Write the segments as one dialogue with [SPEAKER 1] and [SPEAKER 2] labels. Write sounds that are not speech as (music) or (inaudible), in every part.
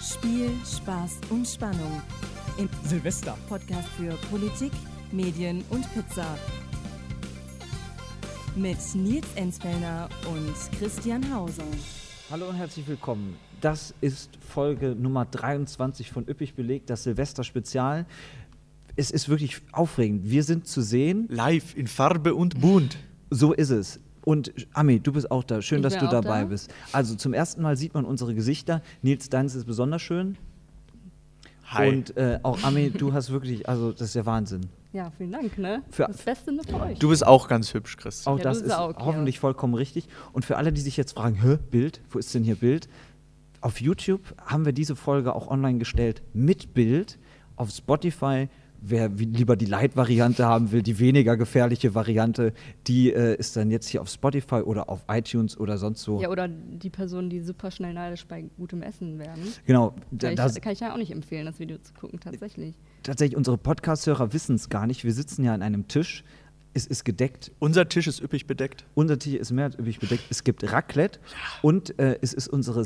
[SPEAKER 1] Spiel, Spaß und Spannung. Im
[SPEAKER 2] Silvester.
[SPEAKER 1] Podcast für Politik, Medien und Pizza. Mit Nils Enzfellner und Christian Hauser.
[SPEAKER 2] Hallo und herzlich willkommen. Das ist Folge Nummer 23 von Üppig belegt, das Silvester-Spezial. Es ist wirklich aufregend. Wir sind zu sehen.
[SPEAKER 3] Live in Farbe und bunt.
[SPEAKER 2] So ist es. Und Ami, du bist auch da. Schön,
[SPEAKER 4] Ich
[SPEAKER 2] dass
[SPEAKER 4] bin
[SPEAKER 2] du
[SPEAKER 4] auch
[SPEAKER 2] dabei
[SPEAKER 4] da.
[SPEAKER 2] bist. Also zum ersten Mal sieht man unsere Gesichter. Nils, deins ist besonders schön.
[SPEAKER 3] Hi.
[SPEAKER 2] Und äh, auch Ami, du hast wirklich, also das ist ja Wahnsinn.
[SPEAKER 4] Ja, vielen Dank, ne?
[SPEAKER 2] Für-
[SPEAKER 4] das Beste nur für euch.
[SPEAKER 3] du bist auch ganz hübsch, Chris.
[SPEAKER 2] Auch Oh,
[SPEAKER 4] Ja,
[SPEAKER 2] das
[SPEAKER 4] du
[SPEAKER 2] ist
[SPEAKER 4] Saug, ja.
[SPEAKER 2] hoffentlich vollkommen richtig. Und für alle, die sich jetzt fragen, hä, Bild, wo ist denn hier Bild? Auf YouTube haben wir diese Folge auch online gestellt mit Bild. Auf Spotify, wer wie- lieber die Light-Variante haben will, die weniger gefährliche Variante, die äh, ist dann jetzt hier auf Spotify oder auf iTunes oder sonst wo.
[SPEAKER 4] ja, oder die Personen, die super schnell neidisch bei gutem Essen werden.
[SPEAKER 2] Genau,
[SPEAKER 4] Da,
[SPEAKER 2] da,
[SPEAKER 4] ich, also
[SPEAKER 2] das,
[SPEAKER 4] kann ich ja auch nicht empfehlen, das Video zu gucken, tatsächlich.
[SPEAKER 2] tatsächlich, unsere Podcast-Hörer wissen es gar nicht. Wir sitzen ja an einem Tisch, es ist gedeckt
[SPEAKER 3] Unser Tisch ist üppig bedeckt.
[SPEAKER 2] Unser Tisch ist mehr als üppig bedeckt. Es gibt Raclette und äh, es ist unsere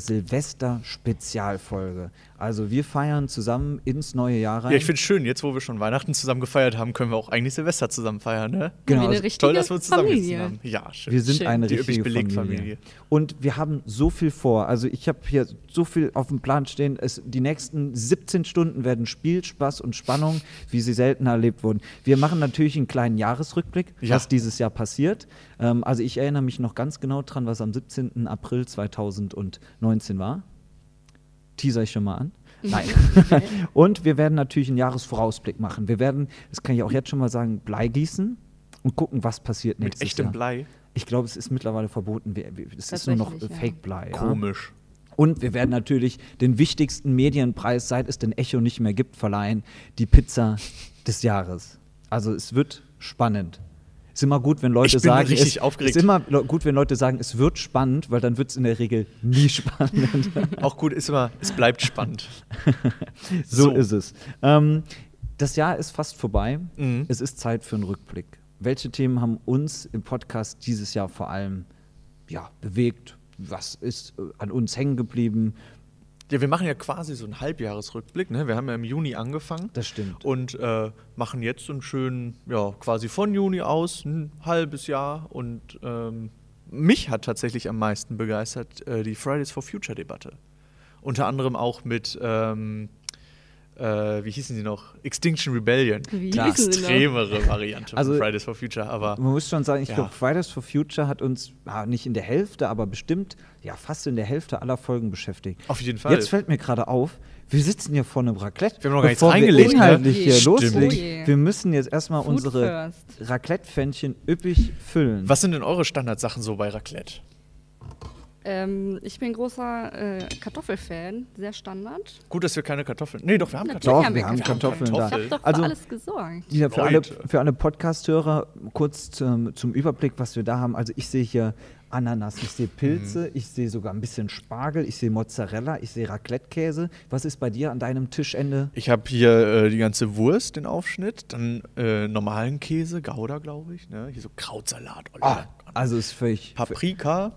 [SPEAKER 2] Silvester-Spezialfolge. Also wir feiern zusammen ins neue Jahr rein.
[SPEAKER 3] Ja, ich finde es schön. Jetzt, wo wir schon Weihnachten zusammen gefeiert haben, können wir auch eigentlich Silvester zusammen feiern, ne?
[SPEAKER 2] Genau,
[SPEAKER 4] Wie
[SPEAKER 2] also
[SPEAKER 4] eine richtige
[SPEAKER 3] Toll, dass wir uns zusammengesetzt
[SPEAKER 4] Familie.
[SPEAKER 3] haben. Ja, schön.
[SPEAKER 2] wir sind
[SPEAKER 4] Schön.
[SPEAKER 2] eine
[SPEAKER 3] Die
[SPEAKER 2] richtige
[SPEAKER 3] üppig belegt
[SPEAKER 2] Familie.
[SPEAKER 3] Familie.
[SPEAKER 2] Und wir haben so viel vor. Also ich habe hier so viel auf dem Plan stehen. Es, die nächsten 17 Stunden werden Spiel, Spaß und Spannung, wie sie selten erlebt wurden. Wir machen natürlich einen kleinen Jahresrückblick,
[SPEAKER 3] Ja.
[SPEAKER 2] was dieses Jahr passiert. Ähm, also ich erinnere mich noch ganz genau dran, was am 17. April 2019 war. teaser ich schon mal an. Nein. und wir werden natürlich einen Jahresvorausblick machen. Wir werden, das kann ich auch jetzt schon mal sagen, Blei gießen und gucken, was passiert
[SPEAKER 3] Mit
[SPEAKER 2] nächstes
[SPEAKER 3] echtem
[SPEAKER 2] Jahr.
[SPEAKER 3] Blei.
[SPEAKER 2] Ich glaube, es ist mittlerweile verboten. Wir- wir- Es ist nur noch
[SPEAKER 4] Tatsächlich, ja.
[SPEAKER 2] Fake-Blei. Ja.
[SPEAKER 3] Komisch.
[SPEAKER 2] Und wir werden natürlich den wichtigsten Medienpreis, seit es den Echo nicht mehr gibt, verleihen. Die Pizza des Jahres. Also es wird spannend. Ist immer gut, wenn Leute
[SPEAKER 3] Ich bin
[SPEAKER 2] sagen,
[SPEAKER 3] richtig
[SPEAKER 2] es,
[SPEAKER 3] aufgeregt.
[SPEAKER 2] ist immer le- gut, wenn Leute sagen, es wird spannend, weil dann wird es in der Regel nie (laughs) spannend.
[SPEAKER 3] Auch gut, ist immer, es bleibt
[SPEAKER 2] (laughs)
[SPEAKER 3] spannend.
[SPEAKER 2] So,
[SPEAKER 3] So.
[SPEAKER 2] ist es. Ähm, das Jahr ist fast vorbei.
[SPEAKER 3] Mhm.
[SPEAKER 2] Es ist Zeit für einen Rückblick. Welche Themen haben uns im Podcast dieses Jahr vor allem ja, bewegt? Was ist äh, an uns hängen geblieben?
[SPEAKER 3] Ja, wir machen ja quasi so einen Halbjahresrückblick. Ne? Wir haben ja im Juni angefangen.
[SPEAKER 2] Das stimmt.
[SPEAKER 3] Und äh, machen jetzt so einen schönen, ja, quasi von Juni aus, ein halbes Jahr. Und ähm, mich hat tatsächlich am meisten begeistert äh, die Fridays for Future-Debatte. Unter anderem auch mit, ähm, äh, wie hießen sie noch? Extinction Rebellion.
[SPEAKER 4] Wie
[SPEAKER 3] die
[SPEAKER 4] hießen sie noch?
[SPEAKER 3] extremere Variante
[SPEAKER 2] Also-
[SPEAKER 3] von Fridays for Future. Aber
[SPEAKER 2] Man muss schon sagen, ich
[SPEAKER 3] Ja.
[SPEAKER 2] glaube, Fridays for Future hat uns ah, nicht in der Hälfte, aber bestimmt ja fast in der Hälfte aller Folgen beschäftigt.
[SPEAKER 3] Auf jeden Fall.
[SPEAKER 2] Jetzt fällt mir gerade auf, wir sitzen hier vor einem Raclette.
[SPEAKER 3] Wir haben noch gar nichts
[SPEAKER 2] Bevor
[SPEAKER 3] reingelegt,
[SPEAKER 2] Wir
[SPEAKER 3] ne?
[SPEAKER 2] inhaltlich hier
[SPEAKER 4] Stimmt.
[SPEAKER 2] loslegen.
[SPEAKER 4] Oh je.
[SPEAKER 2] wir müssen jetzt erstmal
[SPEAKER 4] Food
[SPEAKER 2] unsere Raclette-Pfännchen üppig füllen.
[SPEAKER 3] was sind denn eure Standardsachen so bei Raclette?
[SPEAKER 4] Ähm, ich bin großer äh, Kartoffelfan, sehr Standard.
[SPEAKER 3] Gut, dass wir keine Kartoffeln. Nee, doch, wir haben
[SPEAKER 4] Natürlich
[SPEAKER 3] Kartoffeln.
[SPEAKER 2] Doch, wir haben Kartoffeln da.
[SPEAKER 4] Ich habe doch für
[SPEAKER 2] Also-
[SPEAKER 4] alles gesorgt.
[SPEAKER 2] Ja, für alle,
[SPEAKER 3] Leute.
[SPEAKER 2] für alle Podcast-Hörer kurz zum, zum Überblick, was wir da haben. Also ich sehe hier Ananas, ich sehe
[SPEAKER 3] Mhm.
[SPEAKER 2] Pilze, ich sehe sogar ein bisschen Spargel, ich sehe Mozzarella, ich sehe Raclette-Käse. Was ist bei dir an deinem Tischende?
[SPEAKER 3] Ich habe hier äh, die ganze Wurst, den Aufschnitt, dann äh, normalen Käse, Gouda, glaube ich. Ne? Hier so Krautsalat,
[SPEAKER 2] Ah,
[SPEAKER 3] Oliver,
[SPEAKER 2] also ist völlig...
[SPEAKER 3] Paprika,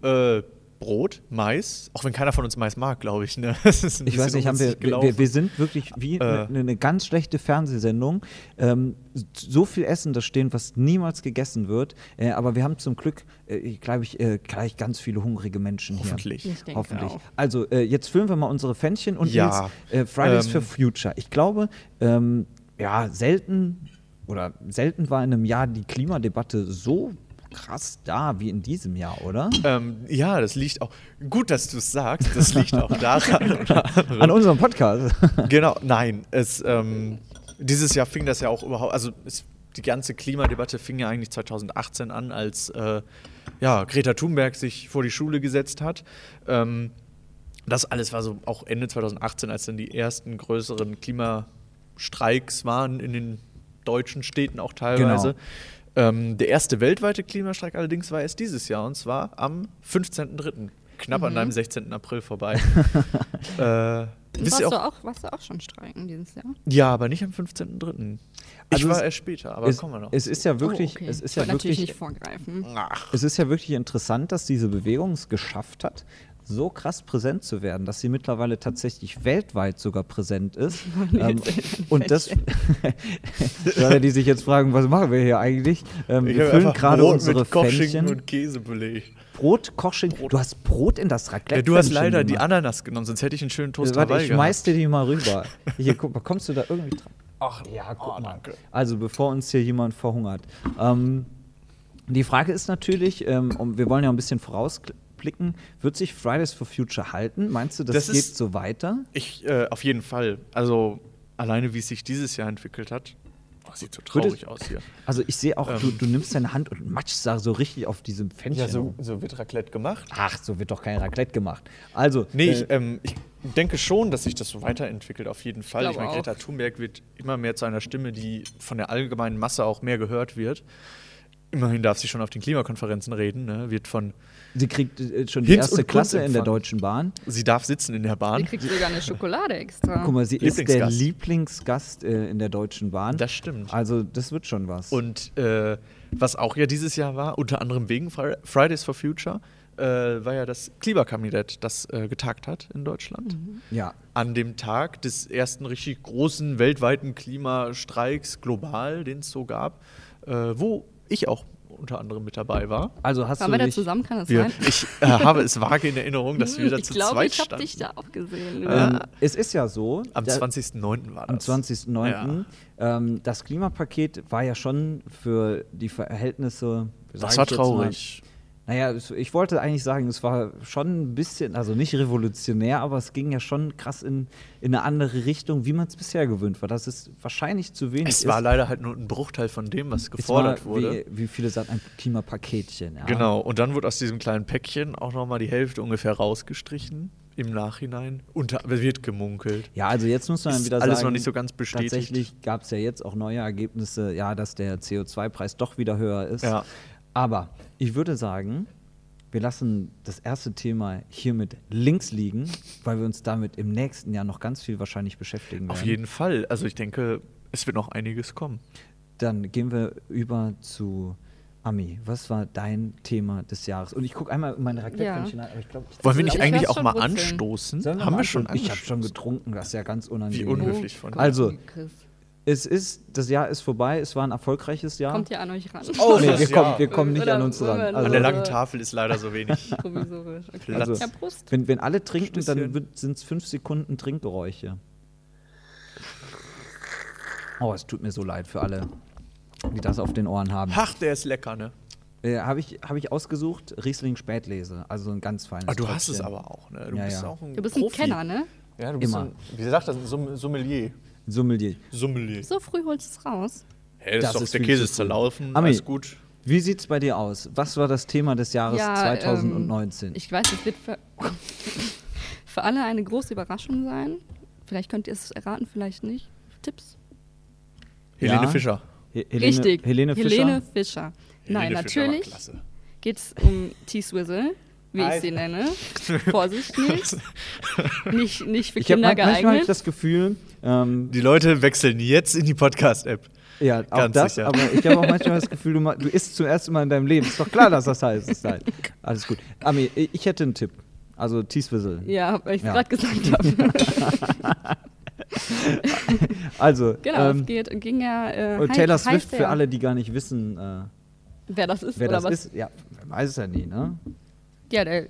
[SPEAKER 3] äh, Brot, Mais. Auch wenn keiner von uns Mais mag, glaube ich. Ne? (laughs) Das ist ein
[SPEAKER 2] Ich weiß
[SPEAKER 3] bisschen
[SPEAKER 2] nicht, haben wir,
[SPEAKER 3] ungünstig
[SPEAKER 2] wir,
[SPEAKER 3] gelaufen. Äh.
[SPEAKER 2] wir- wir sind wirklich wie eine eine ganz schlechte Fernsehsendung. Ähm, so viel Essen da stehen, was niemals gegessen wird. Äh, aber wir haben zum Glück, äh, glaube ich, äh, gleich ganz viele hungrige Menschen
[SPEAKER 3] Hoffentlich.
[SPEAKER 4] Ich
[SPEAKER 2] hier.
[SPEAKER 4] denke
[SPEAKER 2] Hoffentlich.
[SPEAKER 4] auch.
[SPEAKER 2] Also äh, jetzt füllen wir mal unsere Fännchen und
[SPEAKER 3] Ja,
[SPEAKER 2] Nils, äh, Fridays
[SPEAKER 3] ähm,
[SPEAKER 2] for Future. Ich glaube, ähm, ja, selten oder selten war in einem Jahr die Klimadebatte so krass da wie in diesem Jahr,
[SPEAKER 3] (laughs)
[SPEAKER 2] oder?
[SPEAKER 3] Ähm, ja, das liegt auch. Gut, dass du es sagst. Das
[SPEAKER 2] (laughs)
[SPEAKER 3] liegt auch daran. oder anderem.
[SPEAKER 2] An unserem Podcast.
[SPEAKER 3] genau, nein. Es, ähm, dieses Jahr fing das ja auch überhaupt, also es, die ganze Klimadebatte fing ja eigentlich 2018 an, als äh, ja, Greta Thunberg sich vor die Schule gesetzt hat. Ähm, das alles war so auch Ende 2018, als dann die ersten größeren Klimastreiks waren in den deutschen Städten auch teilweise. Ähm, der erste weltweite Klimastreik allerdings war erst dieses Jahr und zwar am 15.03. Knapp an deinem 16. April vorbei. äh,
[SPEAKER 4] Warst du, auch, warst du auch schon streiken dieses Jahr?
[SPEAKER 3] ja, aber nicht am 15.03. Ich
[SPEAKER 2] Also es-
[SPEAKER 3] war erst später, aber
[SPEAKER 2] es,
[SPEAKER 3] kommen wir noch.
[SPEAKER 2] es ist ja wirklich,
[SPEAKER 4] Oh, okay.
[SPEAKER 2] es ist
[SPEAKER 4] Ich
[SPEAKER 2] ja
[SPEAKER 4] wollte natürlich
[SPEAKER 2] wirklich
[SPEAKER 4] nicht vorgreifen.
[SPEAKER 3] Ach,
[SPEAKER 2] Es ist ja wirklich interessant, dass diese Bewegung es geschafft hat, so krass präsent zu werden, dass sie mittlerweile tatsächlich weltweit sogar präsent
[SPEAKER 4] (laughs)
[SPEAKER 2] ist. ähm, und das, (laughs) für alle, die sich jetzt fragen, was machen wir hier eigentlich? Ähm,
[SPEAKER 3] Ich
[SPEAKER 2] wir
[SPEAKER 3] hab
[SPEAKER 2] füllen
[SPEAKER 3] einfach
[SPEAKER 2] gerade
[SPEAKER 3] Brot
[SPEAKER 2] unsere
[SPEAKER 3] mit Kochschinken
[SPEAKER 2] Fännchen.
[SPEAKER 3] und Käsebeleg.
[SPEAKER 2] Brot, Kochschinken. Du hast Brot in das Raclette.
[SPEAKER 3] Ja, du hast
[SPEAKER 2] Fännchen
[SPEAKER 3] leider die
[SPEAKER 2] gemacht. Äh,
[SPEAKER 3] Ananas genommen, sonst hätte ich einen schönen Toast
[SPEAKER 2] Warte,
[SPEAKER 3] Hawaii
[SPEAKER 2] ich
[SPEAKER 3] gehabt.
[SPEAKER 2] schmeiß dir die mal rüber. Hier, guck mal, kommst du da irgendwie dran? Ach, ja, guck mal. Also, bevor uns hier jemand verhungert. Ähm, die Frage ist natürlich, ähm, um- wir wollen ja ein bisschen vorausblicken, wird sich Fridays for Future halten? Meinst du, das,
[SPEAKER 3] Das
[SPEAKER 2] geht
[SPEAKER 3] ist-
[SPEAKER 2] so weiter?
[SPEAKER 3] Ich, äh, auf jeden Fall. Also, alleine wie es sich dieses Jahr entwickelt hat. Oh, sieht so
[SPEAKER 2] Würde-
[SPEAKER 3] traurig aus hier.
[SPEAKER 2] Also, ich sehe auch, du,
[SPEAKER 3] Ähm.
[SPEAKER 2] du nimmst deine Hand und matschst da so richtig auf diesem Fännchen. rum.
[SPEAKER 3] wird Raclette gemacht.
[SPEAKER 2] Ach, so wird doch kein Raclette gemacht. Also,
[SPEAKER 3] Nee,
[SPEAKER 2] äh,
[SPEAKER 3] ich, ähm, ich denke schon, dass sich das so weiterentwickelt, auf jeden Fall.
[SPEAKER 4] Glaube
[SPEAKER 3] Ich meine,
[SPEAKER 4] auch.
[SPEAKER 3] Greta Thunberg wird immer mehr zu einer Stimme, die von der allgemeinen Masse auch mehr gehört wird. Immerhin darf sie schon auf den Klimakonferenzen reden, ne? wird von,
[SPEAKER 2] sie kriegt äh, schon die
[SPEAKER 3] Hinz
[SPEAKER 2] erste
[SPEAKER 3] und
[SPEAKER 2] Klasse in der
[SPEAKER 3] Kunstempfang.
[SPEAKER 2] Deutschen Bahn.
[SPEAKER 3] sie darf sitzen in der
[SPEAKER 4] Die
[SPEAKER 3] Bahn.
[SPEAKER 4] kriegt sogar eine Schokolade extra.
[SPEAKER 2] Guck mal, sie ist der
[SPEAKER 3] Lieblingsgast.
[SPEAKER 2] Lieblingsgast äh, in der Deutschen Bahn.
[SPEAKER 3] Das stimmt.
[SPEAKER 2] Also, das wird schon was.
[SPEAKER 3] Und äh, was auch ja dieses Jahr war, unter anderem wegen Fri- Fridays for Future, äh, war ja das Klimakabinett, das äh, getagt hat in Deutschland.
[SPEAKER 2] ja.
[SPEAKER 3] An dem Tag des ersten richtig großen weltweiten Klimastreiks global, den es so gab, äh, wo ich auch unter anderem mit dabei war.
[SPEAKER 2] Also hast
[SPEAKER 4] Waren
[SPEAKER 2] du
[SPEAKER 4] wir da
[SPEAKER 2] dich,
[SPEAKER 4] zusammen? Kann das
[SPEAKER 3] Wir,
[SPEAKER 4] sein?
[SPEAKER 3] (laughs)
[SPEAKER 2] (laughs)
[SPEAKER 4] Hm,
[SPEAKER 3] ich äh, habe es vage in Erinnerung, dass wir da
[SPEAKER 4] ich
[SPEAKER 3] zu
[SPEAKER 4] glaube,
[SPEAKER 3] zweit
[SPEAKER 4] ich habe
[SPEAKER 3] standen.
[SPEAKER 4] dich da auch gesehen.
[SPEAKER 2] Ähm,
[SPEAKER 4] Ja.
[SPEAKER 2] es ist ja so.
[SPEAKER 3] Am
[SPEAKER 2] da-
[SPEAKER 3] 20.09. war das.
[SPEAKER 2] am 20.09. Ähm, das Klimapaket war ja schon für die Verhältnisse. sag
[SPEAKER 3] Das
[SPEAKER 2] ich
[SPEAKER 3] war
[SPEAKER 2] jetzt
[SPEAKER 3] traurig.
[SPEAKER 2] Mal, naja, es- ich wollte eigentlich sagen, es war schon ein bisschen, also nicht revolutionär, aber es ging ja schon krass in, in eine andere Richtung, wie man es bisher gewöhnt war. Das ist wahrscheinlich zu wenig.
[SPEAKER 3] Es
[SPEAKER 2] ist.
[SPEAKER 3] war leider halt nur ein Bruchteil von dem, was
[SPEAKER 2] Jetzt mal,
[SPEAKER 3] gefordert wurde.
[SPEAKER 2] Wie, wie viele sagen, ein Klimapaketchen. Ja?
[SPEAKER 3] Genau, und dann wurde aus diesem kleinen Päckchen auch nochmal die Hälfte ungefähr rausgestrichen im Nachhinein. Unter wird gemunkelt.
[SPEAKER 2] Ja, also jetzt muss man
[SPEAKER 3] Ist
[SPEAKER 2] wieder sagen,
[SPEAKER 3] alles noch nicht so ganz bestätigt.
[SPEAKER 2] Tatsächlich gab es ja jetzt auch neue Ergebnisse, ja, dass der CO2-Preis doch wieder höher ist.
[SPEAKER 3] Ja.
[SPEAKER 2] Aber ich würde sagen, wir lassen das erste Thema hiermit links liegen, weil wir uns damit im nächsten Jahr noch ganz viel wahrscheinlich beschäftigen werden.
[SPEAKER 3] Auf jeden Fall. Also ich denke, es wird noch einiges kommen.
[SPEAKER 2] Dann gehen wir über zu Ami. Was war dein Thema des Jahres? Und ich gucke einmal in meine Raclette-Fännchen an, aber ich glaube,
[SPEAKER 3] Wollen wir
[SPEAKER 4] Also
[SPEAKER 3] nicht
[SPEAKER 4] ich
[SPEAKER 3] eigentlich
[SPEAKER 4] lass
[SPEAKER 3] auch
[SPEAKER 4] schon
[SPEAKER 3] mal
[SPEAKER 4] wurzeln.
[SPEAKER 3] anstoßen?
[SPEAKER 2] Sollen
[SPEAKER 3] Haben
[SPEAKER 2] mal
[SPEAKER 3] wir schon
[SPEAKER 2] anstoßen? Ich habe schon
[SPEAKER 3] angestoßen?
[SPEAKER 2] getrunken, das ist ja ganz unangenehm.
[SPEAKER 3] unhöflich von dir.
[SPEAKER 2] Also-
[SPEAKER 4] Oh Chris,
[SPEAKER 2] Es ist, das Jahr ist vorbei, es war ein erfolgreiches Jahr.
[SPEAKER 4] kommt ja an euch ran.
[SPEAKER 2] Oh, nee,
[SPEAKER 3] das
[SPEAKER 2] wir,
[SPEAKER 3] Jahr.
[SPEAKER 2] kommen, wir kommen nicht
[SPEAKER 4] Oder
[SPEAKER 2] an uns ran.
[SPEAKER 4] Moment.
[SPEAKER 2] Also,
[SPEAKER 3] An der langen
[SPEAKER 4] Also-
[SPEAKER 3] Tafel ist leider
[SPEAKER 2] (laughs)
[SPEAKER 3] so wenig.
[SPEAKER 4] (laughs) Provisorisch. Okay.
[SPEAKER 3] Also-
[SPEAKER 4] ja, Prost.
[SPEAKER 2] wenn, wenn alle trinken,
[SPEAKER 3] Stößchen.
[SPEAKER 2] dann sind es fünf Sekunden Trinkgeräusche. Oh, es tut mir so leid für alle, die das auf den Ohren haben.
[SPEAKER 3] Ach, der ist lecker, ne?
[SPEAKER 2] Äh, Habe ich, hab ich ausgesucht, Riesling Spätlese. Also ein ganz feines.
[SPEAKER 3] Ah, du hast es
[SPEAKER 2] Tröpfchen.
[SPEAKER 3] aber auch, ne? Du
[SPEAKER 2] Ja,
[SPEAKER 3] bist
[SPEAKER 2] ja.
[SPEAKER 3] auch ein
[SPEAKER 4] Du bist ein
[SPEAKER 3] Profi.
[SPEAKER 4] Kenner, ne?
[SPEAKER 3] Ja, du bist
[SPEAKER 2] Immer.
[SPEAKER 3] ein, wie sagt das, ein Somm- Sommelier.
[SPEAKER 2] Sommelier.
[SPEAKER 3] Sommelier.
[SPEAKER 4] So früh holst du es raus.
[SPEAKER 3] Hey,
[SPEAKER 2] Das
[SPEAKER 3] das, ist doch,
[SPEAKER 2] ist
[SPEAKER 3] der
[SPEAKER 2] viel
[SPEAKER 3] Käse
[SPEAKER 2] zu
[SPEAKER 3] ist
[SPEAKER 2] früh.
[SPEAKER 3] zerlaufen,
[SPEAKER 2] Ami.
[SPEAKER 3] alles gut.
[SPEAKER 2] Wie sieht es bei dir aus? Was war das Thema des Jahres
[SPEAKER 4] Ja, ähm,
[SPEAKER 2] 2019?
[SPEAKER 4] ich weiß, es wird für, (laughs) für alle eine große Überraschung sein. Vielleicht könnt ihr es erraten, vielleicht nicht. Tipps?
[SPEAKER 3] Helene
[SPEAKER 2] Ja.
[SPEAKER 3] Fischer.
[SPEAKER 2] He- Helene,
[SPEAKER 4] Richtig.
[SPEAKER 2] Helene Fischer.
[SPEAKER 4] Helene Fischer. Nein,
[SPEAKER 3] Helene Fischer war
[SPEAKER 4] natürlich
[SPEAKER 3] klasse.
[SPEAKER 4] geht es um T-Swizzle, wie ich
[SPEAKER 3] Ei. (laughs)
[SPEAKER 4] sie nenne. Vorsicht
[SPEAKER 2] (laughs)
[SPEAKER 4] nicht. Nicht, nicht für
[SPEAKER 2] Ich habe
[SPEAKER 4] Kinder
[SPEAKER 2] manchmal hab ich
[SPEAKER 4] geeignet.
[SPEAKER 2] das Gefühl, ähm,
[SPEAKER 3] Die Leute wechseln jetzt in die Podcast-App.
[SPEAKER 2] Ja, auch
[SPEAKER 3] Ganz
[SPEAKER 2] das,
[SPEAKER 3] sicher.
[SPEAKER 2] aber ich habe auch manchmal das Gefühl, du, ma- du isst zum ersten Mal in deinem Leben. Ist doch klar, dass das heiß ist. Nein. Alles gut. Ami, i- ich hätte einen Tipp. Also Teeswizzle.
[SPEAKER 4] Ja, hab- weil ich es
[SPEAKER 2] Ja.
[SPEAKER 4] gerade gesagt (laughs) habe.
[SPEAKER 2] Also,
[SPEAKER 4] Genau,
[SPEAKER 2] ähm,
[SPEAKER 4] es geht, ging ja. Äh,
[SPEAKER 2] und
[SPEAKER 4] Hi-
[SPEAKER 2] Taylor
[SPEAKER 4] Hi
[SPEAKER 2] Swift für
[SPEAKER 4] Fair.
[SPEAKER 2] alle, die gar nicht wissen, äh,
[SPEAKER 4] Wer das ist,
[SPEAKER 2] wer
[SPEAKER 4] oder
[SPEAKER 2] das
[SPEAKER 4] was?
[SPEAKER 2] ist. Ja, wer weiß es ja nie, ne?
[SPEAKER 4] Ja, der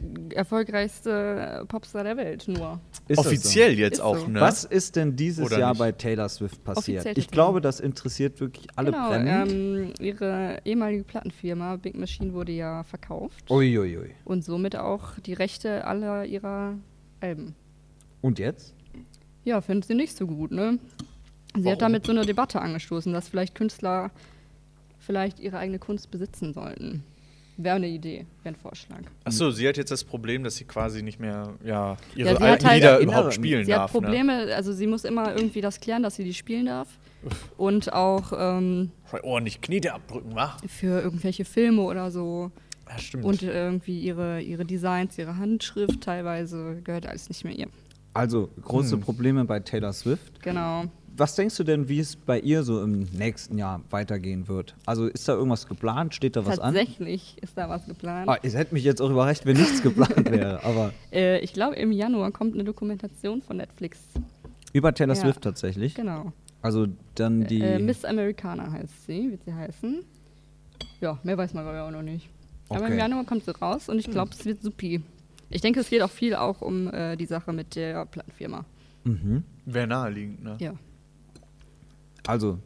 [SPEAKER 4] erfolgreichste Popstar der Welt nur.
[SPEAKER 2] Ist das so?
[SPEAKER 3] Offiziell jetzt
[SPEAKER 4] Ist
[SPEAKER 3] auch,
[SPEAKER 4] so.
[SPEAKER 3] ne?
[SPEAKER 2] Was ist denn dieses
[SPEAKER 3] Oder
[SPEAKER 2] Jahr
[SPEAKER 3] nicht?
[SPEAKER 2] bei Taylor Swift passiert?
[SPEAKER 4] Offiziell
[SPEAKER 2] Ich
[SPEAKER 4] tatsächlich.
[SPEAKER 2] glaube, das interessiert wirklich alle
[SPEAKER 4] genau,
[SPEAKER 2] brennend.
[SPEAKER 4] ähm, ihre ehemalige Plattenfirma Big Machine wurde ja verkauft
[SPEAKER 2] Uiuiui.
[SPEAKER 4] und somit auch die Rechte aller ihrer Alben.
[SPEAKER 2] Und jetzt?
[SPEAKER 4] Ja, findet sie nicht so gut, ne? Sie
[SPEAKER 3] Warum?
[SPEAKER 4] hat damit so eine Debatte angestoßen, dass vielleicht Künstler vielleicht ihre eigene Kunst besitzen sollten. Wäre eine Idee, wäre ein Vorschlag.
[SPEAKER 3] Achso, sie hat jetzt das Problem, dass sie quasi nicht mehr ja, ihre
[SPEAKER 4] Ja, sie hat
[SPEAKER 3] alten
[SPEAKER 4] halt-
[SPEAKER 3] Lieder
[SPEAKER 2] Innere-
[SPEAKER 3] überhaupt spielen
[SPEAKER 4] Sie
[SPEAKER 3] darf. ne?
[SPEAKER 4] hat Probleme, also sie muss immer irgendwie das klären, dass sie die spielen darf. Und auch ähm,
[SPEAKER 3] Ne? Oh, nicht Knie da abdrücken, wa?
[SPEAKER 4] für irgendwelche Filme oder so.
[SPEAKER 3] Ja, stimmt.
[SPEAKER 4] Und irgendwie ihre, ihre Designs, ihre Handschrift teilweise gehört alles nicht mehr ihr.
[SPEAKER 3] Hm.
[SPEAKER 2] Also, große Probleme bei Taylor Swift.
[SPEAKER 4] Genau.
[SPEAKER 2] was denkst du denn, wie es bei ihr so im nächsten Jahr weitergehen wird? Also ist da irgendwas geplant? Steht da was an?
[SPEAKER 4] Tatsächlich ist da was geplant.
[SPEAKER 2] Ah, ihr hättet mich jetzt auch überrascht, wenn nichts geplant
[SPEAKER 4] (laughs)
[SPEAKER 2] wäre. Aber
[SPEAKER 4] Äh, ich glaube, im Januar kommt eine Dokumentation von Netflix.
[SPEAKER 2] über Taylor
[SPEAKER 4] Ja.
[SPEAKER 2] Swift tatsächlich.
[SPEAKER 4] Genau.
[SPEAKER 2] Also dann die.
[SPEAKER 4] Äh, Miss Americana heißt sie, wird sie heißen. Ja, mehr weiß man glaube ich auch noch nicht. Aber im
[SPEAKER 2] Okay.
[SPEAKER 4] Januar kommt sie raus und ich glaube, es wird supi. Ich denke, es geht auch viel auch um äh, die Sache mit der Plattenfirma.
[SPEAKER 2] mhm.
[SPEAKER 3] Wäre naheliegend, ne?
[SPEAKER 4] Ja.
[SPEAKER 2] Also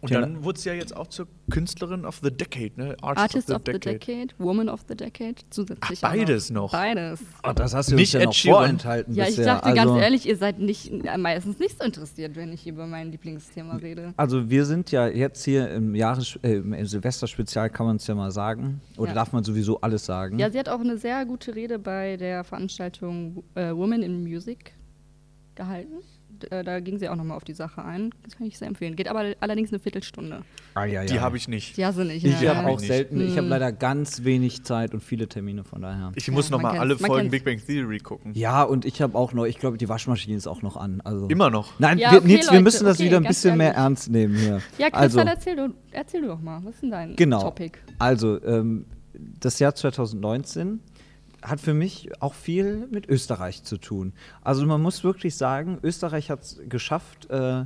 [SPEAKER 3] Und
[SPEAKER 2] Thema-
[SPEAKER 3] dann wurde sie ja jetzt auch zur Künstlerin of the Decade, ne?
[SPEAKER 4] Artist of the Decade, Woman of the Decade, zusätzlich.
[SPEAKER 3] Ach,
[SPEAKER 4] auch noch.
[SPEAKER 3] beides noch.
[SPEAKER 4] Beides.
[SPEAKER 2] Ah, das hast du
[SPEAKER 3] Nicht
[SPEAKER 2] uns ja
[SPEAKER 3] Ed
[SPEAKER 2] noch
[SPEAKER 3] Sheeran.
[SPEAKER 2] vorenthalten
[SPEAKER 4] Ja, ich
[SPEAKER 2] bisher.
[SPEAKER 4] dachte
[SPEAKER 2] also,
[SPEAKER 4] ganz ehrlich, ihr seid nicht, äh, meistens nicht so interessiert, wenn ich über mein Lieblingsthema rede.
[SPEAKER 2] Also wir sind ja jetzt hier im, Jahres äh, im Silvesterspezial, kann man es ja mal sagen. Oder
[SPEAKER 4] Ja.
[SPEAKER 2] darf man sowieso alles sagen?
[SPEAKER 4] Ja, sie hat auch eine sehr gute Rede bei der Veranstaltung äh, Women in Music gehalten. D- Äh, da ging sie auch nochmal auf die Sache ein. Das kann ich sehr empfehlen. Geht aber allerdings eine Viertelstunde.
[SPEAKER 2] ah, ja, ja.
[SPEAKER 3] Die habe ich nicht.
[SPEAKER 4] Die hast du nicht.
[SPEAKER 2] Ich
[SPEAKER 4] ne?
[SPEAKER 3] Ja,
[SPEAKER 2] habe auch
[SPEAKER 3] hab ich nicht.
[SPEAKER 2] selten, ich habe leider ganz wenig Zeit und viele Termine von daher.
[SPEAKER 3] Ich muss
[SPEAKER 4] Ja, man
[SPEAKER 3] nochmal
[SPEAKER 4] kennt's,
[SPEAKER 3] alle
[SPEAKER 4] man
[SPEAKER 3] Folgen Big
[SPEAKER 4] kennt's.
[SPEAKER 3] Bang Theory gucken.
[SPEAKER 2] Ja, und ich habe auch noch, ich glaube, die Waschmaschine ist auch noch an. Also.
[SPEAKER 3] Immer noch.
[SPEAKER 2] Nein,
[SPEAKER 4] Ja,
[SPEAKER 2] wir,
[SPEAKER 4] okay,
[SPEAKER 2] Nils, wir
[SPEAKER 4] Leute,
[SPEAKER 2] müssen das
[SPEAKER 4] okay,
[SPEAKER 2] wieder ein
[SPEAKER 4] ganz
[SPEAKER 2] bisschen mehr
[SPEAKER 4] ehrlich.
[SPEAKER 2] ernst nehmen hier.
[SPEAKER 4] Ja,
[SPEAKER 2] also,
[SPEAKER 4] Christian, erzähl, du, erzähl du doch mal. Was ist denn dein
[SPEAKER 2] Genau.
[SPEAKER 4] Topic?
[SPEAKER 2] Also, ähm, das Jahr 2019 hat für mich auch viel mit Österreich zu tun. Also man muss wirklich sagen, Österreich hat es geschafft, äh,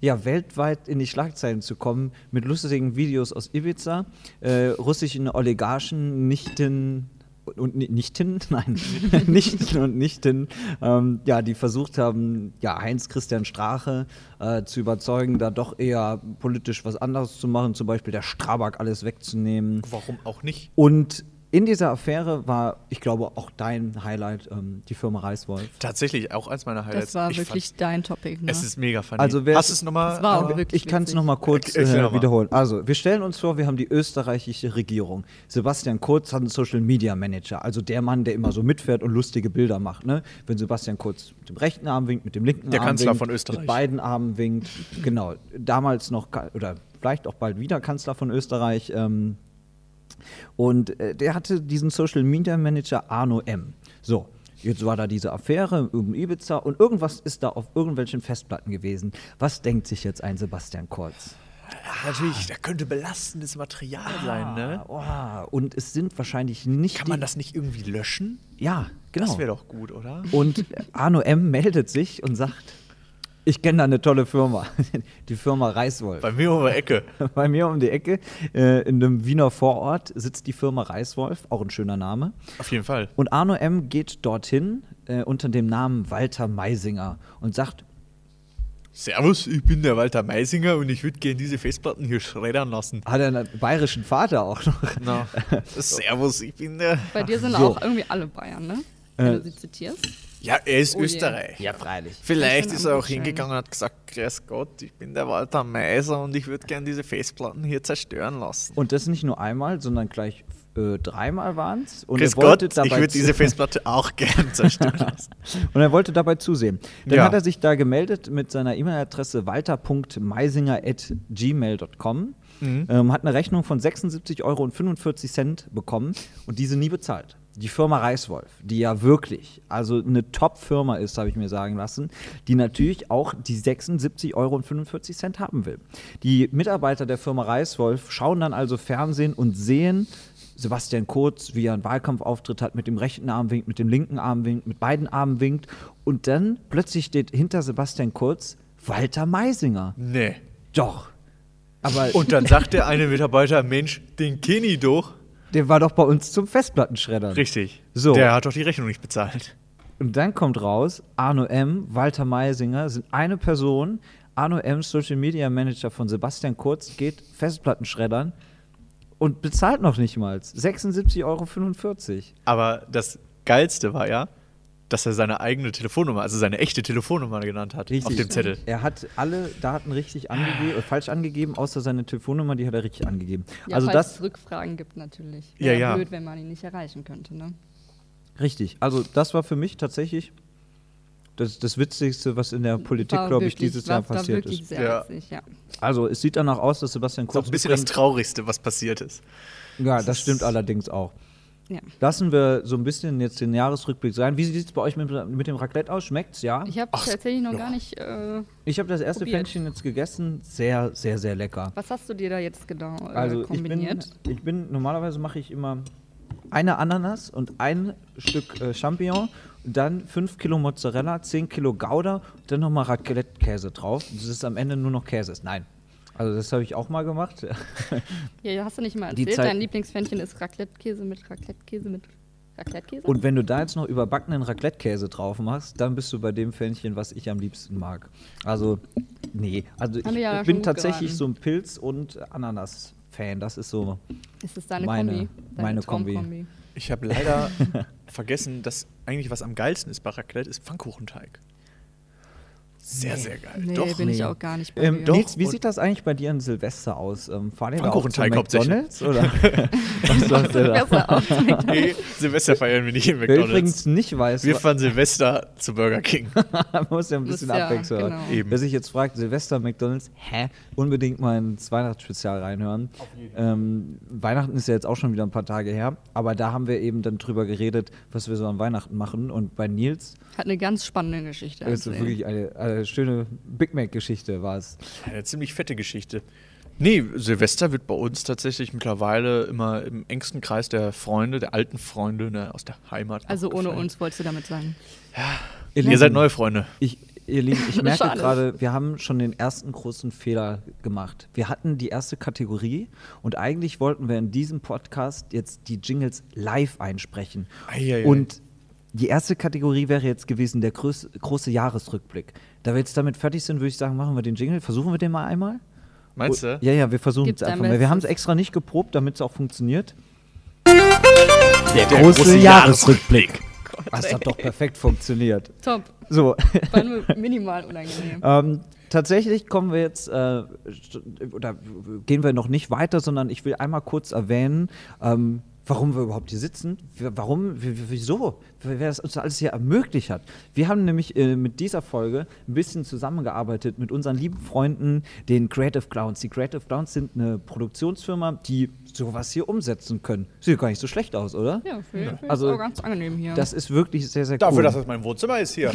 [SPEAKER 2] ja, weltweit in die Schlagzeilen zu kommen mit lustigen Videos aus Ibiza, äh, russischen Oligarchen, Nichten und Ni- Nichten, (laughs) nein, Nichten und Nichten, ähm, ja, die versucht haben, ja, Heinz-Christian Strache äh, zu überzeugen, da doch eher politisch was anderes zu machen, zum Beispiel der Strabag alles wegzunehmen.
[SPEAKER 3] Warum auch nicht?
[SPEAKER 2] Und in dieser Affäre war, ich glaube, auch dein Highlight ähm, die Firma Reiswolf.
[SPEAKER 3] Tatsächlich, auch eins meiner Highlights.
[SPEAKER 4] Das war
[SPEAKER 3] Ich
[SPEAKER 4] wirklich
[SPEAKER 3] fand's-
[SPEAKER 4] dein Topic. Ne?
[SPEAKER 3] Es ist mega funny.
[SPEAKER 2] Also wer- Äh,
[SPEAKER 3] Hast du es
[SPEAKER 4] Es war auch
[SPEAKER 3] nochmal?
[SPEAKER 4] wirklich-
[SPEAKER 2] Ich kann es
[SPEAKER 4] witzig.
[SPEAKER 2] nochmal kurz
[SPEAKER 3] Erklär
[SPEAKER 2] äh,
[SPEAKER 3] noch mal.
[SPEAKER 2] wiederholen. Also, wir stellen uns vor, wir haben die österreichische Regierung. Sebastian Kurz hat einen Social Media Manager, also der Mann, der immer so mitfährt und lustige Bilder macht. Ne? Wenn Sebastian Kurz mit dem rechten Arm winkt, mit dem linken
[SPEAKER 3] Der
[SPEAKER 2] Arm
[SPEAKER 3] Kanzler
[SPEAKER 2] winkt,
[SPEAKER 3] von Österreich.
[SPEAKER 2] mit beiden Armen winkt. Genau, damals noch, Ka- oder vielleicht auch bald wieder Kanzler von Österreich. Ähm, Und äh, der hatte diesen Social Media Manager Arno M. So, jetzt war da diese Affäre um Ibiza und irgendwas ist da auf irgendwelchen Festplatten gewesen. Was denkt sich jetzt ein Sebastian Kurz?
[SPEAKER 3] Ah, Natürlich, da könnte belastendes Material sein, ne?
[SPEAKER 2] Ah, oh, und es sind wahrscheinlich nicht.
[SPEAKER 3] Kann man
[SPEAKER 2] die-
[SPEAKER 3] das nicht irgendwie löschen?
[SPEAKER 2] Ja, genau.
[SPEAKER 4] Oh.
[SPEAKER 3] Das wäre doch gut, oder?
[SPEAKER 2] Und Arno M. meldet sich und sagt: Ich kenne da eine tolle Firma, (laughs) die Firma Reiswolf.
[SPEAKER 3] Bei mir um die Ecke.
[SPEAKER 2] (laughs) Bei mir um die Ecke, äh, in einem Wiener Vorort, sitzt die Firma Reiswolf, auch ein schöner Name.
[SPEAKER 3] Auf jeden Fall.
[SPEAKER 2] Und Arno M. geht dorthin äh, unter dem Namen Walter Meisinger und sagt,
[SPEAKER 3] Servus, ich bin der Walter Meisinger und ich würde gerne diese Festplatten hier schreddern lassen.
[SPEAKER 2] hat er einen bayerischen Vater auch noch.
[SPEAKER 3] Na, servus, ich bin der.
[SPEAKER 4] Bei dir sind
[SPEAKER 2] so. Äh,
[SPEAKER 4] auch irgendwie alle Bayern, ne? Wenn du sie zitierst.
[SPEAKER 3] Ja, er ist
[SPEAKER 4] Oh je.
[SPEAKER 3] Österreich.
[SPEAKER 2] freilich.
[SPEAKER 3] Vielleicht
[SPEAKER 4] Ein
[SPEAKER 3] ist er auch
[SPEAKER 4] Anrufschein.
[SPEAKER 3] hingegangen und hat gesagt: Grüß Gott, ich bin der Walter Meiser und ich würde gerne diese Festplatten hier zerstören lassen.
[SPEAKER 2] (laughs) Und das nicht nur einmal, sondern gleich äh, dreimal waren es. Und
[SPEAKER 3] Grüß
[SPEAKER 2] er wollte
[SPEAKER 3] Gott,
[SPEAKER 2] dabei
[SPEAKER 3] ich würde
[SPEAKER 2] zu- (laughs)
[SPEAKER 3] diese Festplatte auch gerne zerstören lassen.
[SPEAKER 2] Und er wollte dabei zusehen. Dann
[SPEAKER 3] Ja.
[SPEAKER 2] hat er sich da gemeldet mit seiner E-Mail-Adresse walter.meisinger.gmail.com, ähm, hat eine Rechnung von 76,45 Euro bekommen und diese nie bezahlt. Die Firma Reiswolf, die ja wirklich, also eine Top-Firma ist, habe ich mir sagen lassen, die natürlich auch die 76,45 Euro haben will. Die Mitarbeiter der Firma Reiswolf schauen dann also Fernsehen und sehen, Sebastian Kurz, wie er einen Wahlkampfauftritt hat, mit dem rechten Arm winkt, mit dem linken Arm winkt, mit beiden Armen winkt. Und dann plötzlich steht hinter Sebastian Kurz Walter Meisinger.
[SPEAKER 3] Nee.
[SPEAKER 2] Doch. Aber
[SPEAKER 3] (laughs) Und dann sagt der eine Mitarbeiter: Mensch, den Kenny doch.
[SPEAKER 2] der war doch bei uns zum Festplattenschreddern.
[SPEAKER 3] Richtig.
[SPEAKER 2] So.
[SPEAKER 3] Der hat doch die Rechnung nicht bezahlt.
[SPEAKER 2] Und dann kommt raus, Arno M., Walter Meisinger sind eine Person. Arno M., Social Media Manager von Sebastian Kurz, geht Festplattenschreddern und bezahlt noch nicht mal 76,45 Euro.
[SPEAKER 3] Aber das Geilste war ja, dass er seine eigene Telefonnummer, also seine echte Telefonnummer genannt hat auf dem Zettel.
[SPEAKER 2] Er hat alle Daten richtig angegeben, äh, falsch angegeben, außer seine Telefonnummer, die hat er richtig angegeben.
[SPEAKER 4] Ja,
[SPEAKER 2] also
[SPEAKER 4] falls es
[SPEAKER 2] das
[SPEAKER 4] Rückfragen gibt natürlich.
[SPEAKER 3] Ja,
[SPEAKER 4] Wäre
[SPEAKER 3] ja.
[SPEAKER 4] blöd, wenn man ihn nicht erreichen könnte, ne?
[SPEAKER 2] richtig. Also das war für mich tatsächlich das, das Witzigste, was in der Politik,
[SPEAKER 4] War
[SPEAKER 2] glaube ich,
[SPEAKER 4] wirklich-
[SPEAKER 2] dieses
[SPEAKER 4] war-
[SPEAKER 2] Jahr
[SPEAKER 4] war
[SPEAKER 2] passiert
[SPEAKER 4] wirklich
[SPEAKER 2] ist.
[SPEAKER 4] Sehr
[SPEAKER 3] Ja.
[SPEAKER 4] Witzig, ja.
[SPEAKER 2] Also es sieht danach aus, dass Sebastian
[SPEAKER 3] Das ist
[SPEAKER 2] Kurz
[SPEAKER 3] auch ein bisschen das
[SPEAKER 2] übrigens-
[SPEAKER 3] Traurigste, was passiert ist.
[SPEAKER 2] Ja, das stimmt allerdings auch.
[SPEAKER 4] Ja.
[SPEAKER 2] Lassen wir so ein bisschen jetzt den Jahresrückblick sein. Wie sieht es bei euch mit, mit dem Raclette aus? Schmeckt's? Ja.
[SPEAKER 4] Ich habe
[SPEAKER 3] Ach,
[SPEAKER 4] tatsächlich noch
[SPEAKER 3] ja.
[SPEAKER 4] gar nicht. Äh,
[SPEAKER 2] Ich habe das erste
[SPEAKER 4] Probiert.
[SPEAKER 2] Pfännchen jetzt gegessen. Sehr, sehr, sehr lecker.
[SPEAKER 4] was hast du dir da jetzt genau äh,
[SPEAKER 2] Also ich bin,
[SPEAKER 4] kombiniert?
[SPEAKER 2] ich bin normalerweise mache ich immer eine Ananas und ein Stück äh, Champignon, dann 5 Kilo Mozzarella, 10 Kilo Gouda und dann nochmal Raclette-Käse drauf. Das ist am Ende nur noch Käse. ist. Nein. Also das habe ich auch mal gemacht. (laughs)
[SPEAKER 4] ja, hast du nicht mal
[SPEAKER 2] die
[SPEAKER 4] erzählt,
[SPEAKER 2] Zeit-
[SPEAKER 4] dein Lieblingsfännchen ist Raclette-Käse mit Raclette-Käse mit Raclette-Käse?
[SPEAKER 2] Und wenn du da jetzt noch überbackenen Raclette-Käse drauf machst, dann bist du bei dem Fännchen, was ich am liebsten mag. Also, nee. Also
[SPEAKER 4] Haben wir
[SPEAKER 2] ich
[SPEAKER 4] ja schon
[SPEAKER 2] bin
[SPEAKER 4] gut
[SPEAKER 2] tatsächlich
[SPEAKER 4] geraten.
[SPEAKER 2] so ein Pilz- und Ananas-Fan. Das ist
[SPEAKER 4] (laughs)
[SPEAKER 2] so.
[SPEAKER 4] Ist das deine
[SPEAKER 2] Meine-
[SPEAKER 4] Kombi? Deine
[SPEAKER 2] meine Kombi.
[SPEAKER 4] Traumkombi?
[SPEAKER 3] Ich
[SPEAKER 2] (laughs)
[SPEAKER 3] habe leider vergessen, dass eigentlich was am geilsten ist bei Raclette, ist Pfannkuchenteig. Sehr,
[SPEAKER 2] Nee.
[SPEAKER 3] sehr geil.
[SPEAKER 4] Nee,
[SPEAKER 3] Äh, Doch.
[SPEAKER 4] bin
[SPEAKER 2] nee.
[SPEAKER 4] ich auch gar nicht bei
[SPEAKER 2] Ähm,
[SPEAKER 4] dir.
[SPEAKER 3] doch.
[SPEAKER 2] Nils, wie
[SPEAKER 3] und-
[SPEAKER 2] sieht das eigentlich bei dir an Silvester aus? Ähm, fahren ihr da auch zu
[SPEAKER 3] Pfannkuchenteig hauptsächlich.
[SPEAKER 2] McDonalds? Oder
[SPEAKER 3] (laughs)
[SPEAKER 4] (laughs)
[SPEAKER 2] was läuft denn da?
[SPEAKER 4] Besser auf
[SPEAKER 3] Nee, Silvester feiern wir nicht in
[SPEAKER 2] Wer
[SPEAKER 3] (laughs) McDonalds.
[SPEAKER 2] übrigens nicht weiß, (laughs)
[SPEAKER 3] wir fahren Silvester zu Burger King.
[SPEAKER 2] man muss ja ein bisschen
[SPEAKER 4] Muss ja,
[SPEAKER 2] Abwechslung haben.
[SPEAKER 4] genau.
[SPEAKER 3] Eben.
[SPEAKER 2] Wer sich jetzt fragt, Silvester, McDonalds, hä? Unbedingt mal ins Weihnachtsspezial reinhören. Ähm, Weihnachten ist ja jetzt auch schon wieder ein paar Tage her, aber da haben wir eben dann drüber geredet, was wir so an Weihnachten machen. Und bei Nils
[SPEAKER 4] Hat eine ganz spannende Geschichte.
[SPEAKER 2] ist
[SPEAKER 4] erzählt.
[SPEAKER 2] wirklich eine, eine schöne Big Mac-Geschichte war es.
[SPEAKER 3] Eine ziemlich fette Geschichte. Nee, Silvester wird bei uns tatsächlich mittlerweile immer im engsten Kreis der Freunde, der alten Freunde ne, aus der Heimat. noch
[SPEAKER 4] also ohne
[SPEAKER 3] gefeiert.
[SPEAKER 4] uns wolltest du damit sagen.
[SPEAKER 3] Ihr seid neue Freunde.
[SPEAKER 2] Ich, ihr Lieben, ich merke
[SPEAKER 4] Schade.
[SPEAKER 2] gerade, wir haben schon den ersten großen Fehler gemacht. Wir hatten die erste Kategorie und eigentlich wollten wir in diesem Podcast jetzt die Jingles live einsprechen.
[SPEAKER 3] Eieiei.
[SPEAKER 2] Und die erste Kategorie wäre jetzt gewesen der größ, große Jahresrückblick. Da wir jetzt damit fertig sind, würde ich sagen, machen wir den Jingle, versuchen wir den mal einmal. Oh,
[SPEAKER 3] Meinst du?
[SPEAKER 2] Ja, ja, wir versuchen
[SPEAKER 4] Gib's
[SPEAKER 2] es einfach
[SPEAKER 4] dein
[SPEAKER 2] mal. Wir haben es
[SPEAKER 4] Bestes.
[SPEAKER 2] extra nicht geprobt, damit es auch funktioniert.
[SPEAKER 3] Der,
[SPEAKER 2] Jahresrückblick. Ah, Das hat doch perfekt funktioniert.
[SPEAKER 4] Top.
[SPEAKER 3] (laughs)
[SPEAKER 2] So.
[SPEAKER 4] War nur (laughs) minimal unangenehm.
[SPEAKER 2] Ähm, tatsächlich kommen wir jetzt, äh, st- oder gehen wir noch nicht weiter, sondern ich will einmal kurz erwähnen, ähm, warum wir überhaupt hier sitzen, w- warum, w- w- wieso, W- wer das uns alles hier ermöglicht hat. Wir haben nämlich äh, mit dieser Folge ein bisschen zusammengearbeitet mit unseren lieben Freunden, den Creative Clowns. Die Creative Clowns sind eine Produktionsfirma, die sowas hier umsetzen können. Sieht gar nicht so schlecht aus, oder?
[SPEAKER 4] Ja, für, für
[SPEAKER 2] Also,
[SPEAKER 4] ist auch ganz angenehm hier.
[SPEAKER 2] Das ist wirklich sehr, sehr cool.
[SPEAKER 3] Dafür, dass das mein Wohnzimmer ist hier.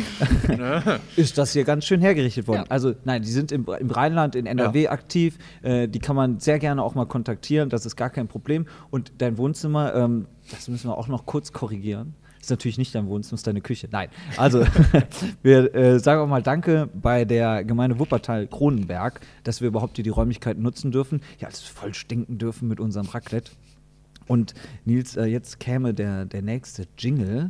[SPEAKER 3] ne?
[SPEAKER 2] ist das hier ganz schön hergerichtet worden.
[SPEAKER 4] Ja.
[SPEAKER 2] Also nein, die sind im, im Rheinland, in NRW aktiv. Äh, die kann man sehr gerne auch mal kontaktieren. Das ist gar kein Problem. Und dein Wohnzimmer, ähm, das müssen wir auch noch kurz korrigieren. Ist natürlich nicht dein Wohnzimmer, ist deine Küche. Nein. Also, (laughs) wir äh, sagen auch mal Danke bei der Gemeinde Wuppertal-Kronenberg, dass wir überhaupt hier die Räumlichkeiten nutzen dürfen. Ja, das voll stinken dürfen mit unserem Raclette. Und Nils, äh, jetzt käme der, der nächste Jingle.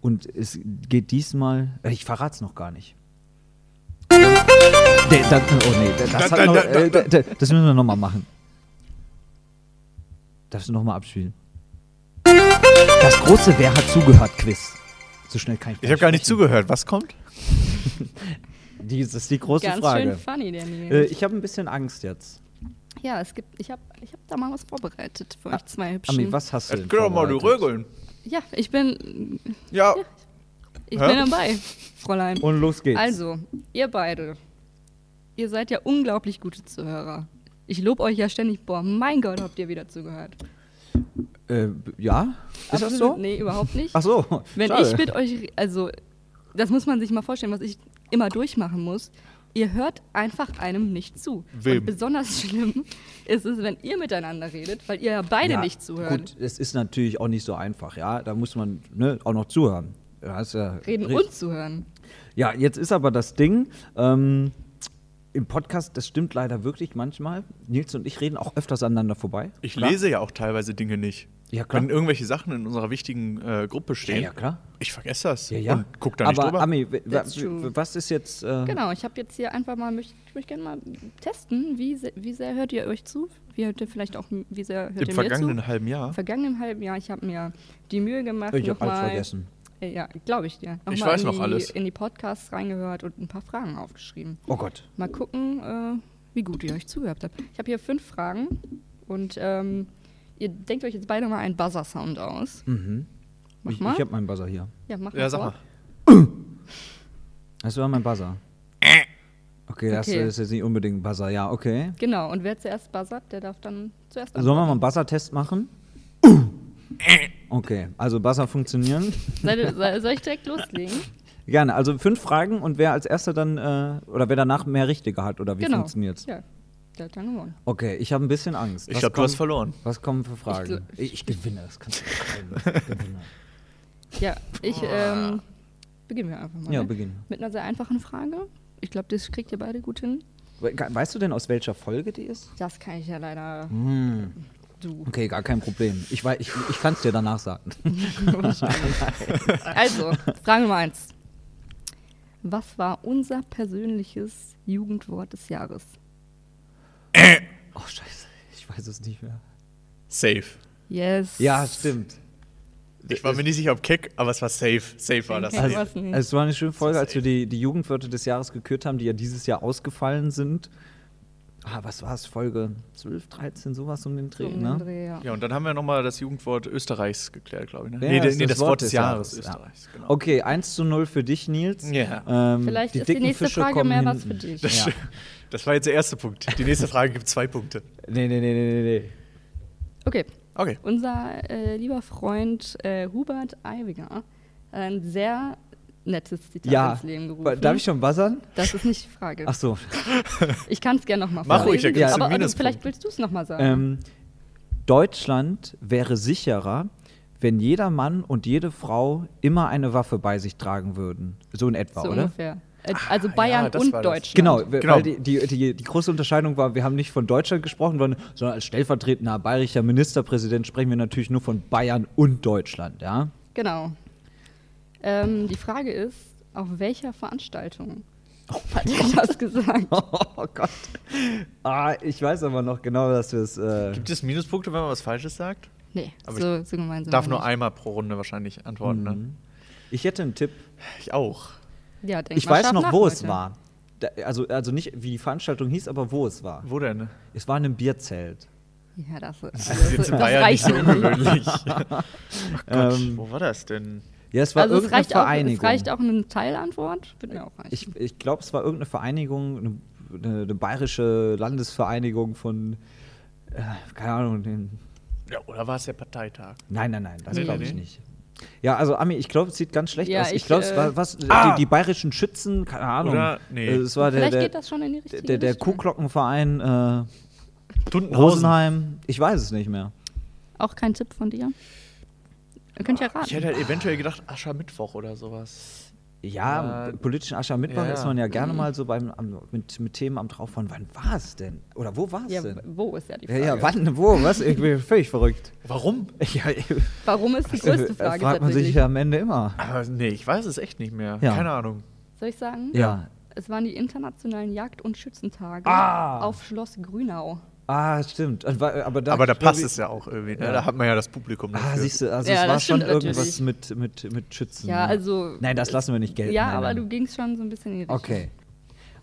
[SPEAKER 2] Und es geht diesmal. Äh, ich verrate es noch gar nicht. Der, das, oh nee, der- das, hat noch, äh, der- der- das müssen wir nochmal machen. Darfst du nochmal abspielen? Das große Wer hat zugehört Quiz. So schnell kann ich
[SPEAKER 3] Ich habe gar nicht
[SPEAKER 2] sprechen.
[SPEAKER 3] zugehört. Was kommt?
[SPEAKER 2] Die, das ist die große
[SPEAKER 4] ganz schön
[SPEAKER 2] Frage.
[SPEAKER 4] funny, der Nils.
[SPEAKER 2] Äh, ich habe ein bisschen Angst jetzt.
[SPEAKER 4] ja, es gibt, ich habe ich hab da mal was vorbereitet für euch zwei Hübschen.
[SPEAKER 2] Ah, Ami, was hast du denn?
[SPEAKER 3] Genau mal die
[SPEAKER 2] vorbereitet?
[SPEAKER 3] Rögeln.
[SPEAKER 4] Ja, ich bin,
[SPEAKER 3] Ja.
[SPEAKER 4] ich
[SPEAKER 3] Hä?
[SPEAKER 4] bin dabei, Fräulein.
[SPEAKER 2] Und los geht's.
[SPEAKER 4] Also, ihr beide, ihr seid ja unglaublich gute Zuhörer. Ich lobe euch ja ständig, boah, mein Gott, habt ihr wieder zugehört.
[SPEAKER 2] Äh, ja? Ist das so?
[SPEAKER 4] Absolut- Nee, überhaupt nicht.
[SPEAKER 2] Ach so.
[SPEAKER 4] Wenn
[SPEAKER 2] schade.
[SPEAKER 4] ich mit euch, re- also, das muss man sich mal vorstellen, was ich immer durchmachen muss. Ihr hört einfach einem nicht zu.
[SPEAKER 3] Wem?
[SPEAKER 4] Und besonders schlimm ist es, wenn ihr miteinander redet, weil ihr ja beide
[SPEAKER 2] Ja,
[SPEAKER 4] nicht zuhört.
[SPEAKER 2] Gut, es ist natürlich auch nicht so einfach, ja. Da muss man ne, auch noch zuhören. Ja, ist ja
[SPEAKER 4] Reden
[SPEAKER 2] richtig.
[SPEAKER 4] und zuhören.
[SPEAKER 2] Ja, jetzt ist aber das Ding. Ähm, Im Podcast, das stimmt leider wirklich manchmal. Nils und ich reden auch öfters aneinander vorbei.
[SPEAKER 3] Ich
[SPEAKER 2] Klar.
[SPEAKER 3] lese ja auch teilweise Dinge nicht.
[SPEAKER 2] Ja, klar.
[SPEAKER 3] Wenn irgendwelche Sachen in unserer wichtigen äh, Gruppe
[SPEAKER 2] Ja,
[SPEAKER 3] stehen,
[SPEAKER 2] ja, klar.
[SPEAKER 3] ich vergesse das
[SPEAKER 2] Ja, ja.
[SPEAKER 3] und guck da nicht
[SPEAKER 2] aber
[SPEAKER 3] drüber.
[SPEAKER 2] Ami, w-
[SPEAKER 4] That's true.
[SPEAKER 2] w- was ist jetzt. Äh,
[SPEAKER 4] Genau, ich habe jetzt hier einfach mal, möcht- ich möchte gerne mal testen, wie, se- wie sehr hört ihr euch zu? Wie hört ihr vielleicht auch, wie sehr hört
[SPEAKER 3] Im
[SPEAKER 4] ihr mir zu?
[SPEAKER 3] vergangenen halben Jahr.
[SPEAKER 4] Im vergangenen halben Jahr, ich habe mir die Mühe gemacht,
[SPEAKER 2] Ich habe
[SPEAKER 4] nochmal,
[SPEAKER 2] alles vergessen.
[SPEAKER 4] Äh, ja, glaube ich dir,
[SPEAKER 3] Ich
[SPEAKER 4] mal
[SPEAKER 3] weiß
[SPEAKER 4] in,
[SPEAKER 3] noch
[SPEAKER 4] die,
[SPEAKER 3] alles.
[SPEAKER 4] in die Podcasts reingehört und ein paar Fragen aufgeschrieben.
[SPEAKER 2] Oh Gott.
[SPEAKER 4] Mal gucken, äh, wie gut ihr euch zugehört habt. Ich habe hier fünf Fragen und ähm, ihr denkt euch jetzt beide mal einen Buzzer-Sound aus.
[SPEAKER 2] Mhm.
[SPEAKER 4] Mach
[SPEAKER 2] Ich, ich
[SPEAKER 4] mal.
[SPEAKER 2] habe meinen Buzzer hier.
[SPEAKER 4] ja, mach
[SPEAKER 3] Ja, sag mal.
[SPEAKER 2] Das war mein Buzzer. Okay, das
[SPEAKER 4] Okay.
[SPEAKER 2] ist jetzt nicht unbedingt ein Buzzer, ja, okay.
[SPEAKER 4] Genau, und wer zuerst buzzert, der darf dann zuerst
[SPEAKER 3] Uh.
[SPEAKER 2] Sollen wir mal einen Buzzer-Test machen? Okay, also Buzzer funktionieren.
[SPEAKER 4] Soll, soll, soll ich
[SPEAKER 3] (laughs)
[SPEAKER 4] direkt loslegen?
[SPEAKER 2] Gerne. Also fünf Fragen und wer als erster dann äh, oder wer danach mehr richtige hat oder wie
[SPEAKER 4] genau.
[SPEAKER 2] funktioniert's?
[SPEAKER 4] Ja, der hat dann gewonnen.
[SPEAKER 2] Okay, ich habe ein bisschen Angst.
[SPEAKER 3] Ich
[SPEAKER 2] Was
[SPEAKER 3] glaube, du hast
[SPEAKER 2] kommen-
[SPEAKER 3] verloren.
[SPEAKER 2] Was kommen für Fragen?
[SPEAKER 4] gl-
[SPEAKER 2] Ich, ich gewinne, das kannst
[SPEAKER 3] (laughs)
[SPEAKER 2] du nicht sagen. Ich gewinne.
[SPEAKER 4] Ja, ich ähm, beginnen wir einfach mal.
[SPEAKER 2] Ja,
[SPEAKER 4] ne?
[SPEAKER 2] beginnen.
[SPEAKER 4] Mit einer sehr einfachen Frage. Ich glaube, das kriegt ihr beide gut hin.
[SPEAKER 2] We- ge- Weißt du denn, aus welcher Folge die ist?
[SPEAKER 4] Das kann ich ja leider.
[SPEAKER 3] Hm.
[SPEAKER 2] (laughs)
[SPEAKER 4] Du. (laughs)
[SPEAKER 2] Okay, gar kein Problem. Ich, wei- ich, ich kann es dir danach
[SPEAKER 3] (laughs)
[SPEAKER 2] sagen.
[SPEAKER 4] Also, Frage Nummer eins. Was war unser persönliches Jugendwort des Jahres?
[SPEAKER 2] Oh, scheiße. Ich weiß es nicht mehr.
[SPEAKER 3] Safe.
[SPEAKER 4] Yes.
[SPEAKER 2] Ja, stimmt.
[SPEAKER 3] Ich
[SPEAKER 2] Äh,
[SPEAKER 3] war mir nicht sicher, ob Keck, aber es war safe. Safe war das.
[SPEAKER 4] Keck
[SPEAKER 3] Also,
[SPEAKER 4] war- War's nicht.
[SPEAKER 2] Es war eine schöne Folge, als wir die, die Jugendwörter des Jahres gekürt haben, die ja dieses Jahr ausgefallen sind. Ah, was war es? Folge 12, 13, sowas um den
[SPEAKER 4] So
[SPEAKER 2] Dreh,
[SPEAKER 4] um den
[SPEAKER 2] ne?
[SPEAKER 4] Dreh, ja.
[SPEAKER 3] ja, und dann haben wir nochmal das Jugendwort Österreichs geklärt, glaube ich. Ne?
[SPEAKER 2] Ja,
[SPEAKER 3] nee, das,
[SPEAKER 2] ist
[SPEAKER 3] nee, das Wort des Jahres
[SPEAKER 2] ja.
[SPEAKER 3] Österreichs. Genau.
[SPEAKER 2] Okay, 1 zu 0 für dich, Nils.
[SPEAKER 3] Ja.
[SPEAKER 2] Ähm,
[SPEAKER 4] Vielleicht ist die
[SPEAKER 2] dicken
[SPEAKER 4] nächste
[SPEAKER 2] Fische
[SPEAKER 4] Frage
[SPEAKER 2] kommen
[SPEAKER 4] mehr was
[SPEAKER 2] hinten.
[SPEAKER 4] für dich.
[SPEAKER 2] Ja.
[SPEAKER 3] Das, (laughs) das war jetzt der erste Punkt. Die nächste Frage gibt zwei Punkte.
[SPEAKER 2] Nee, nee, nee, nee, nee, nee.
[SPEAKER 4] Okay.
[SPEAKER 3] Okay.
[SPEAKER 4] Unser äh, lieber Freund äh, Hubert Aiwinger hat ein sehr nettes Zitat
[SPEAKER 2] Ja.
[SPEAKER 4] ins Leben
[SPEAKER 2] Wa-
[SPEAKER 4] gerufen.
[SPEAKER 2] Darf ich schon buzzern?
[SPEAKER 4] Das ist nicht die Frage.
[SPEAKER 2] Ach so.
[SPEAKER 4] Ich kann es gerne nochmal
[SPEAKER 3] Mach ruhig, da
[SPEAKER 4] vorlesen.
[SPEAKER 3] kriegst du
[SPEAKER 4] aber
[SPEAKER 3] einen
[SPEAKER 4] oder
[SPEAKER 3] Minuspunkt.
[SPEAKER 4] vielleicht willst du es nochmal sagen.
[SPEAKER 2] Ähm, Deutschland wäre sicherer, wenn jeder Mann und jede Frau immer eine Waffe bei sich tragen würden. So in etwa,
[SPEAKER 4] so
[SPEAKER 2] oder?
[SPEAKER 4] ungefähr. Äh, also
[SPEAKER 3] Ah,
[SPEAKER 4] Bayern
[SPEAKER 3] ja, das
[SPEAKER 4] und
[SPEAKER 3] war das.
[SPEAKER 4] Deutschland.
[SPEAKER 2] Genau, w-
[SPEAKER 3] Genau.
[SPEAKER 2] weil die, die, die, die große Unterscheidung war, wir haben nicht von Deutschland gesprochen, sondern sondern als stellvertretender bayerischer Ministerpräsident sprechen wir natürlich nur von Bayern und Deutschland, ja?
[SPEAKER 4] Genau. Ähm, die Frage ist, auf welcher Veranstaltung
[SPEAKER 3] Oh,
[SPEAKER 4] hat er das gesagt?
[SPEAKER 2] (laughs)
[SPEAKER 3] (laughs)
[SPEAKER 2] Oh Gott. Ah, ich weiß aber noch genau, dass wir es. Äh,
[SPEAKER 3] Gibt es Minuspunkte, wenn man was Falsches sagt?
[SPEAKER 4] Nee,
[SPEAKER 3] Aber
[SPEAKER 4] so, so gemein sind
[SPEAKER 3] Darf
[SPEAKER 4] wir
[SPEAKER 3] nur
[SPEAKER 4] nicht.
[SPEAKER 3] einmal pro Runde wahrscheinlich antworten.
[SPEAKER 2] Mhm.
[SPEAKER 3] Ne?
[SPEAKER 2] hm. ich hätte einen Tipp.
[SPEAKER 3] Ich auch.
[SPEAKER 4] Ja, denk
[SPEAKER 2] Ich
[SPEAKER 4] mal
[SPEAKER 2] weiß
[SPEAKER 4] scharf
[SPEAKER 2] noch,
[SPEAKER 4] nach,
[SPEAKER 2] wo
[SPEAKER 4] Leute.
[SPEAKER 2] es war. Da, also, also nicht, wie die Veranstaltung hieß, aber wo es war.
[SPEAKER 3] Wo denn?
[SPEAKER 2] Es war in einem Bierzelt.
[SPEAKER 4] Ja, das, also,
[SPEAKER 3] Das ist
[SPEAKER 4] das,
[SPEAKER 3] jetzt in
[SPEAKER 4] das
[SPEAKER 3] Bayern nicht
[SPEAKER 4] reicht
[SPEAKER 3] so
[SPEAKER 4] mir nicht.
[SPEAKER 3] (laughs) ungewöhnlich. Gott,
[SPEAKER 2] Ähm,
[SPEAKER 3] wo war das denn?
[SPEAKER 2] Ja, es war
[SPEAKER 4] Also es
[SPEAKER 2] irgendeine
[SPEAKER 4] reicht, auch,
[SPEAKER 2] Vereinigung.
[SPEAKER 4] es reicht auch eine Teilantwort. Wird mir auch reichen.
[SPEAKER 2] Ich, ich glaube, es war irgendeine Vereinigung, eine, eine, eine bayerische Landesvereinigung von, äh, keine Ahnung, den,
[SPEAKER 3] Ja, oder war es der Parteitag?
[SPEAKER 2] nein, nein, nein, das
[SPEAKER 3] Nee,
[SPEAKER 2] glaube
[SPEAKER 3] nee,
[SPEAKER 2] ich
[SPEAKER 3] nee.
[SPEAKER 2] nicht. Ja, also Ami, ich glaube, es sieht ganz schlecht
[SPEAKER 4] Ja,
[SPEAKER 2] aus. Ich
[SPEAKER 4] ich,
[SPEAKER 2] glaube, es
[SPEAKER 4] äh,
[SPEAKER 2] war was,
[SPEAKER 3] Ah!
[SPEAKER 2] die, die bayerischen Schützen, keine Ahnung.
[SPEAKER 3] Oder- nee.
[SPEAKER 2] Äh, Es war der,
[SPEAKER 4] Vielleicht
[SPEAKER 2] der,
[SPEAKER 4] geht das schon in die richtige
[SPEAKER 2] der, der
[SPEAKER 4] Richtung.
[SPEAKER 2] Kuhglockenverein äh,
[SPEAKER 3] Tuntenhausen.
[SPEAKER 2] Rosenheim. Ich weiß es nicht mehr.
[SPEAKER 4] Auch kein Tipp von dir? Ihr könnt ja
[SPEAKER 3] Ich
[SPEAKER 4] raten.
[SPEAKER 3] hätte halt eventuell gedacht, Aschermittwoch oder sowas.
[SPEAKER 2] Ja,
[SPEAKER 3] Äh,
[SPEAKER 2] im politischen Aschermittwoch
[SPEAKER 3] ja, ja.
[SPEAKER 2] ist man ja
[SPEAKER 4] Mhm.
[SPEAKER 2] gerne mal so beim, am, mit, mit Themen am Draufhauen. Wann war es denn? Oder wo war es
[SPEAKER 4] Ja,
[SPEAKER 2] denn?
[SPEAKER 4] wo ist ja die
[SPEAKER 2] Ja,
[SPEAKER 4] Frage?
[SPEAKER 2] ja, wann, wo, was? Ich bin völlig
[SPEAKER 4] (laughs)
[SPEAKER 2] verrückt.
[SPEAKER 3] Warum?
[SPEAKER 2] Ja,
[SPEAKER 4] Warum ist die größte Frage
[SPEAKER 2] Also, äh, fragt man sich
[SPEAKER 4] tatsächlich?
[SPEAKER 2] ja am Ende immer.
[SPEAKER 3] Aber nee, ich weiß es echt nicht mehr.
[SPEAKER 2] Ja.
[SPEAKER 3] Keine Ahnung.
[SPEAKER 4] Soll ich sagen?
[SPEAKER 2] Ja.
[SPEAKER 4] Es waren die internationalen Jagd- und Schützentage
[SPEAKER 2] Ah.
[SPEAKER 4] auf Schloss Grünau.
[SPEAKER 2] Ah, stimmt. Und wa- Aber da,
[SPEAKER 3] Aber da
[SPEAKER 2] ich glaub,
[SPEAKER 3] passt
[SPEAKER 2] ich-
[SPEAKER 3] es ja auch irgendwie. Ne?
[SPEAKER 2] Ja.
[SPEAKER 3] Da hat man ja das Publikum dafür.
[SPEAKER 2] Ah, siehst du, also
[SPEAKER 4] Ja,
[SPEAKER 2] es
[SPEAKER 4] das
[SPEAKER 2] war schon
[SPEAKER 4] stimmt natürlich.
[SPEAKER 2] irgendwas mit, mit, mit Schützen.
[SPEAKER 4] Ja,
[SPEAKER 2] ne?
[SPEAKER 4] also-
[SPEAKER 2] Nein, das lassen wir nicht gelten.
[SPEAKER 4] ja,
[SPEAKER 2] nein,
[SPEAKER 4] aber
[SPEAKER 2] nein.
[SPEAKER 4] du gingst schon so ein bisschen in die Richtung.
[SPEAKER 2] Okay.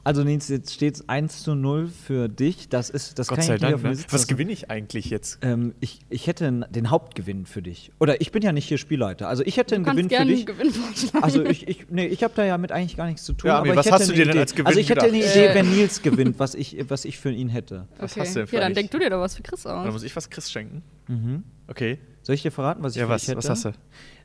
[SPEAKER 2] Also, Nils, jetzt steht es 1 zu 0 für dich. Das ist, das
[SPEAKER 3] Gott
[SPEAKER 2] kann
[SPEAKER 3] sei
[SPEAKER 2] ich nicht
[SPEAKER 3] Dank.
[SPEAKER 2] auf mir
[SPEAKER 3] Ne?
[SPEAKER 2] sitzen
[SPEAKER 3] Was
[SPEAKER 2] lassen.
[SPEAKER 3] gewinne ich eigentlich jetzt?
[SPEAKER 2] Ähm, ich, ich hätte n- den Hauptgewinn für dich. Oder ich bin ja nicht hier Spielleiter. Also ich hätte
[SPEAKER 4] Du
[SPEAKER 2] einen
[SPEAKER 4] kannst
[SPEAKER 2] Gewinn für
[SPEAKER 4] gerne
[SPEAKER 2] dich.
[SPEAKER 4] einen Gewinn vorschlagen.
[SPEAKER 2] Also
[SPEAKER 4] (laughs)
[SPEAKER 2] ich, ich, nee, ich habe da ja mit eigentlich gar nichts zu tun.
[SPEAKER 3] Ja, Ami,
[SPEAKER 2] aber
[SPEAKER 3] was
[SPEAKER 2] ich
[SPEAKER 3] hast
[SPEAKER 2] hätte
[SPEAKER 3] du
[SPEAKER 2] eine
[SPEAKER 3] dir denn
[SPEAKER 2] Idee.
[SPEAKER 3] als Gewinn
[SPEAKER 2] Also ich hätte eine
[SPEAKER 3] gedacht?
[SPEAKER 2] Idee,
[SPEAKER 4] Äh.
[SPEAKER 2] wenn Nils gewinnt, was ich, was ich für ihn hätte.
[SPEAKER 4] okay.
[SPEAKER 3] was hast du denn für
[SPEAKER 4] Ja, dann
[SPEAKER 3] dich?
[SPEAKER 4] denk du dir doch was für Chris
[SPEAKER 3] Dann
[SPEAKER 2] Also,
[SPEAKER 4] aus.
[SPEAKER 3] muss ich was Chris schenken. Okay.
[SPEAKER 2] Soll ich dir verraten, was ich
[SPEAKER 3] Mhm. Ja,
[SPEAKER 2] für
[SPEAKER 3] was?
[SPEAKER 2] dich hätte?
[SPEAKER 3] Was hast du?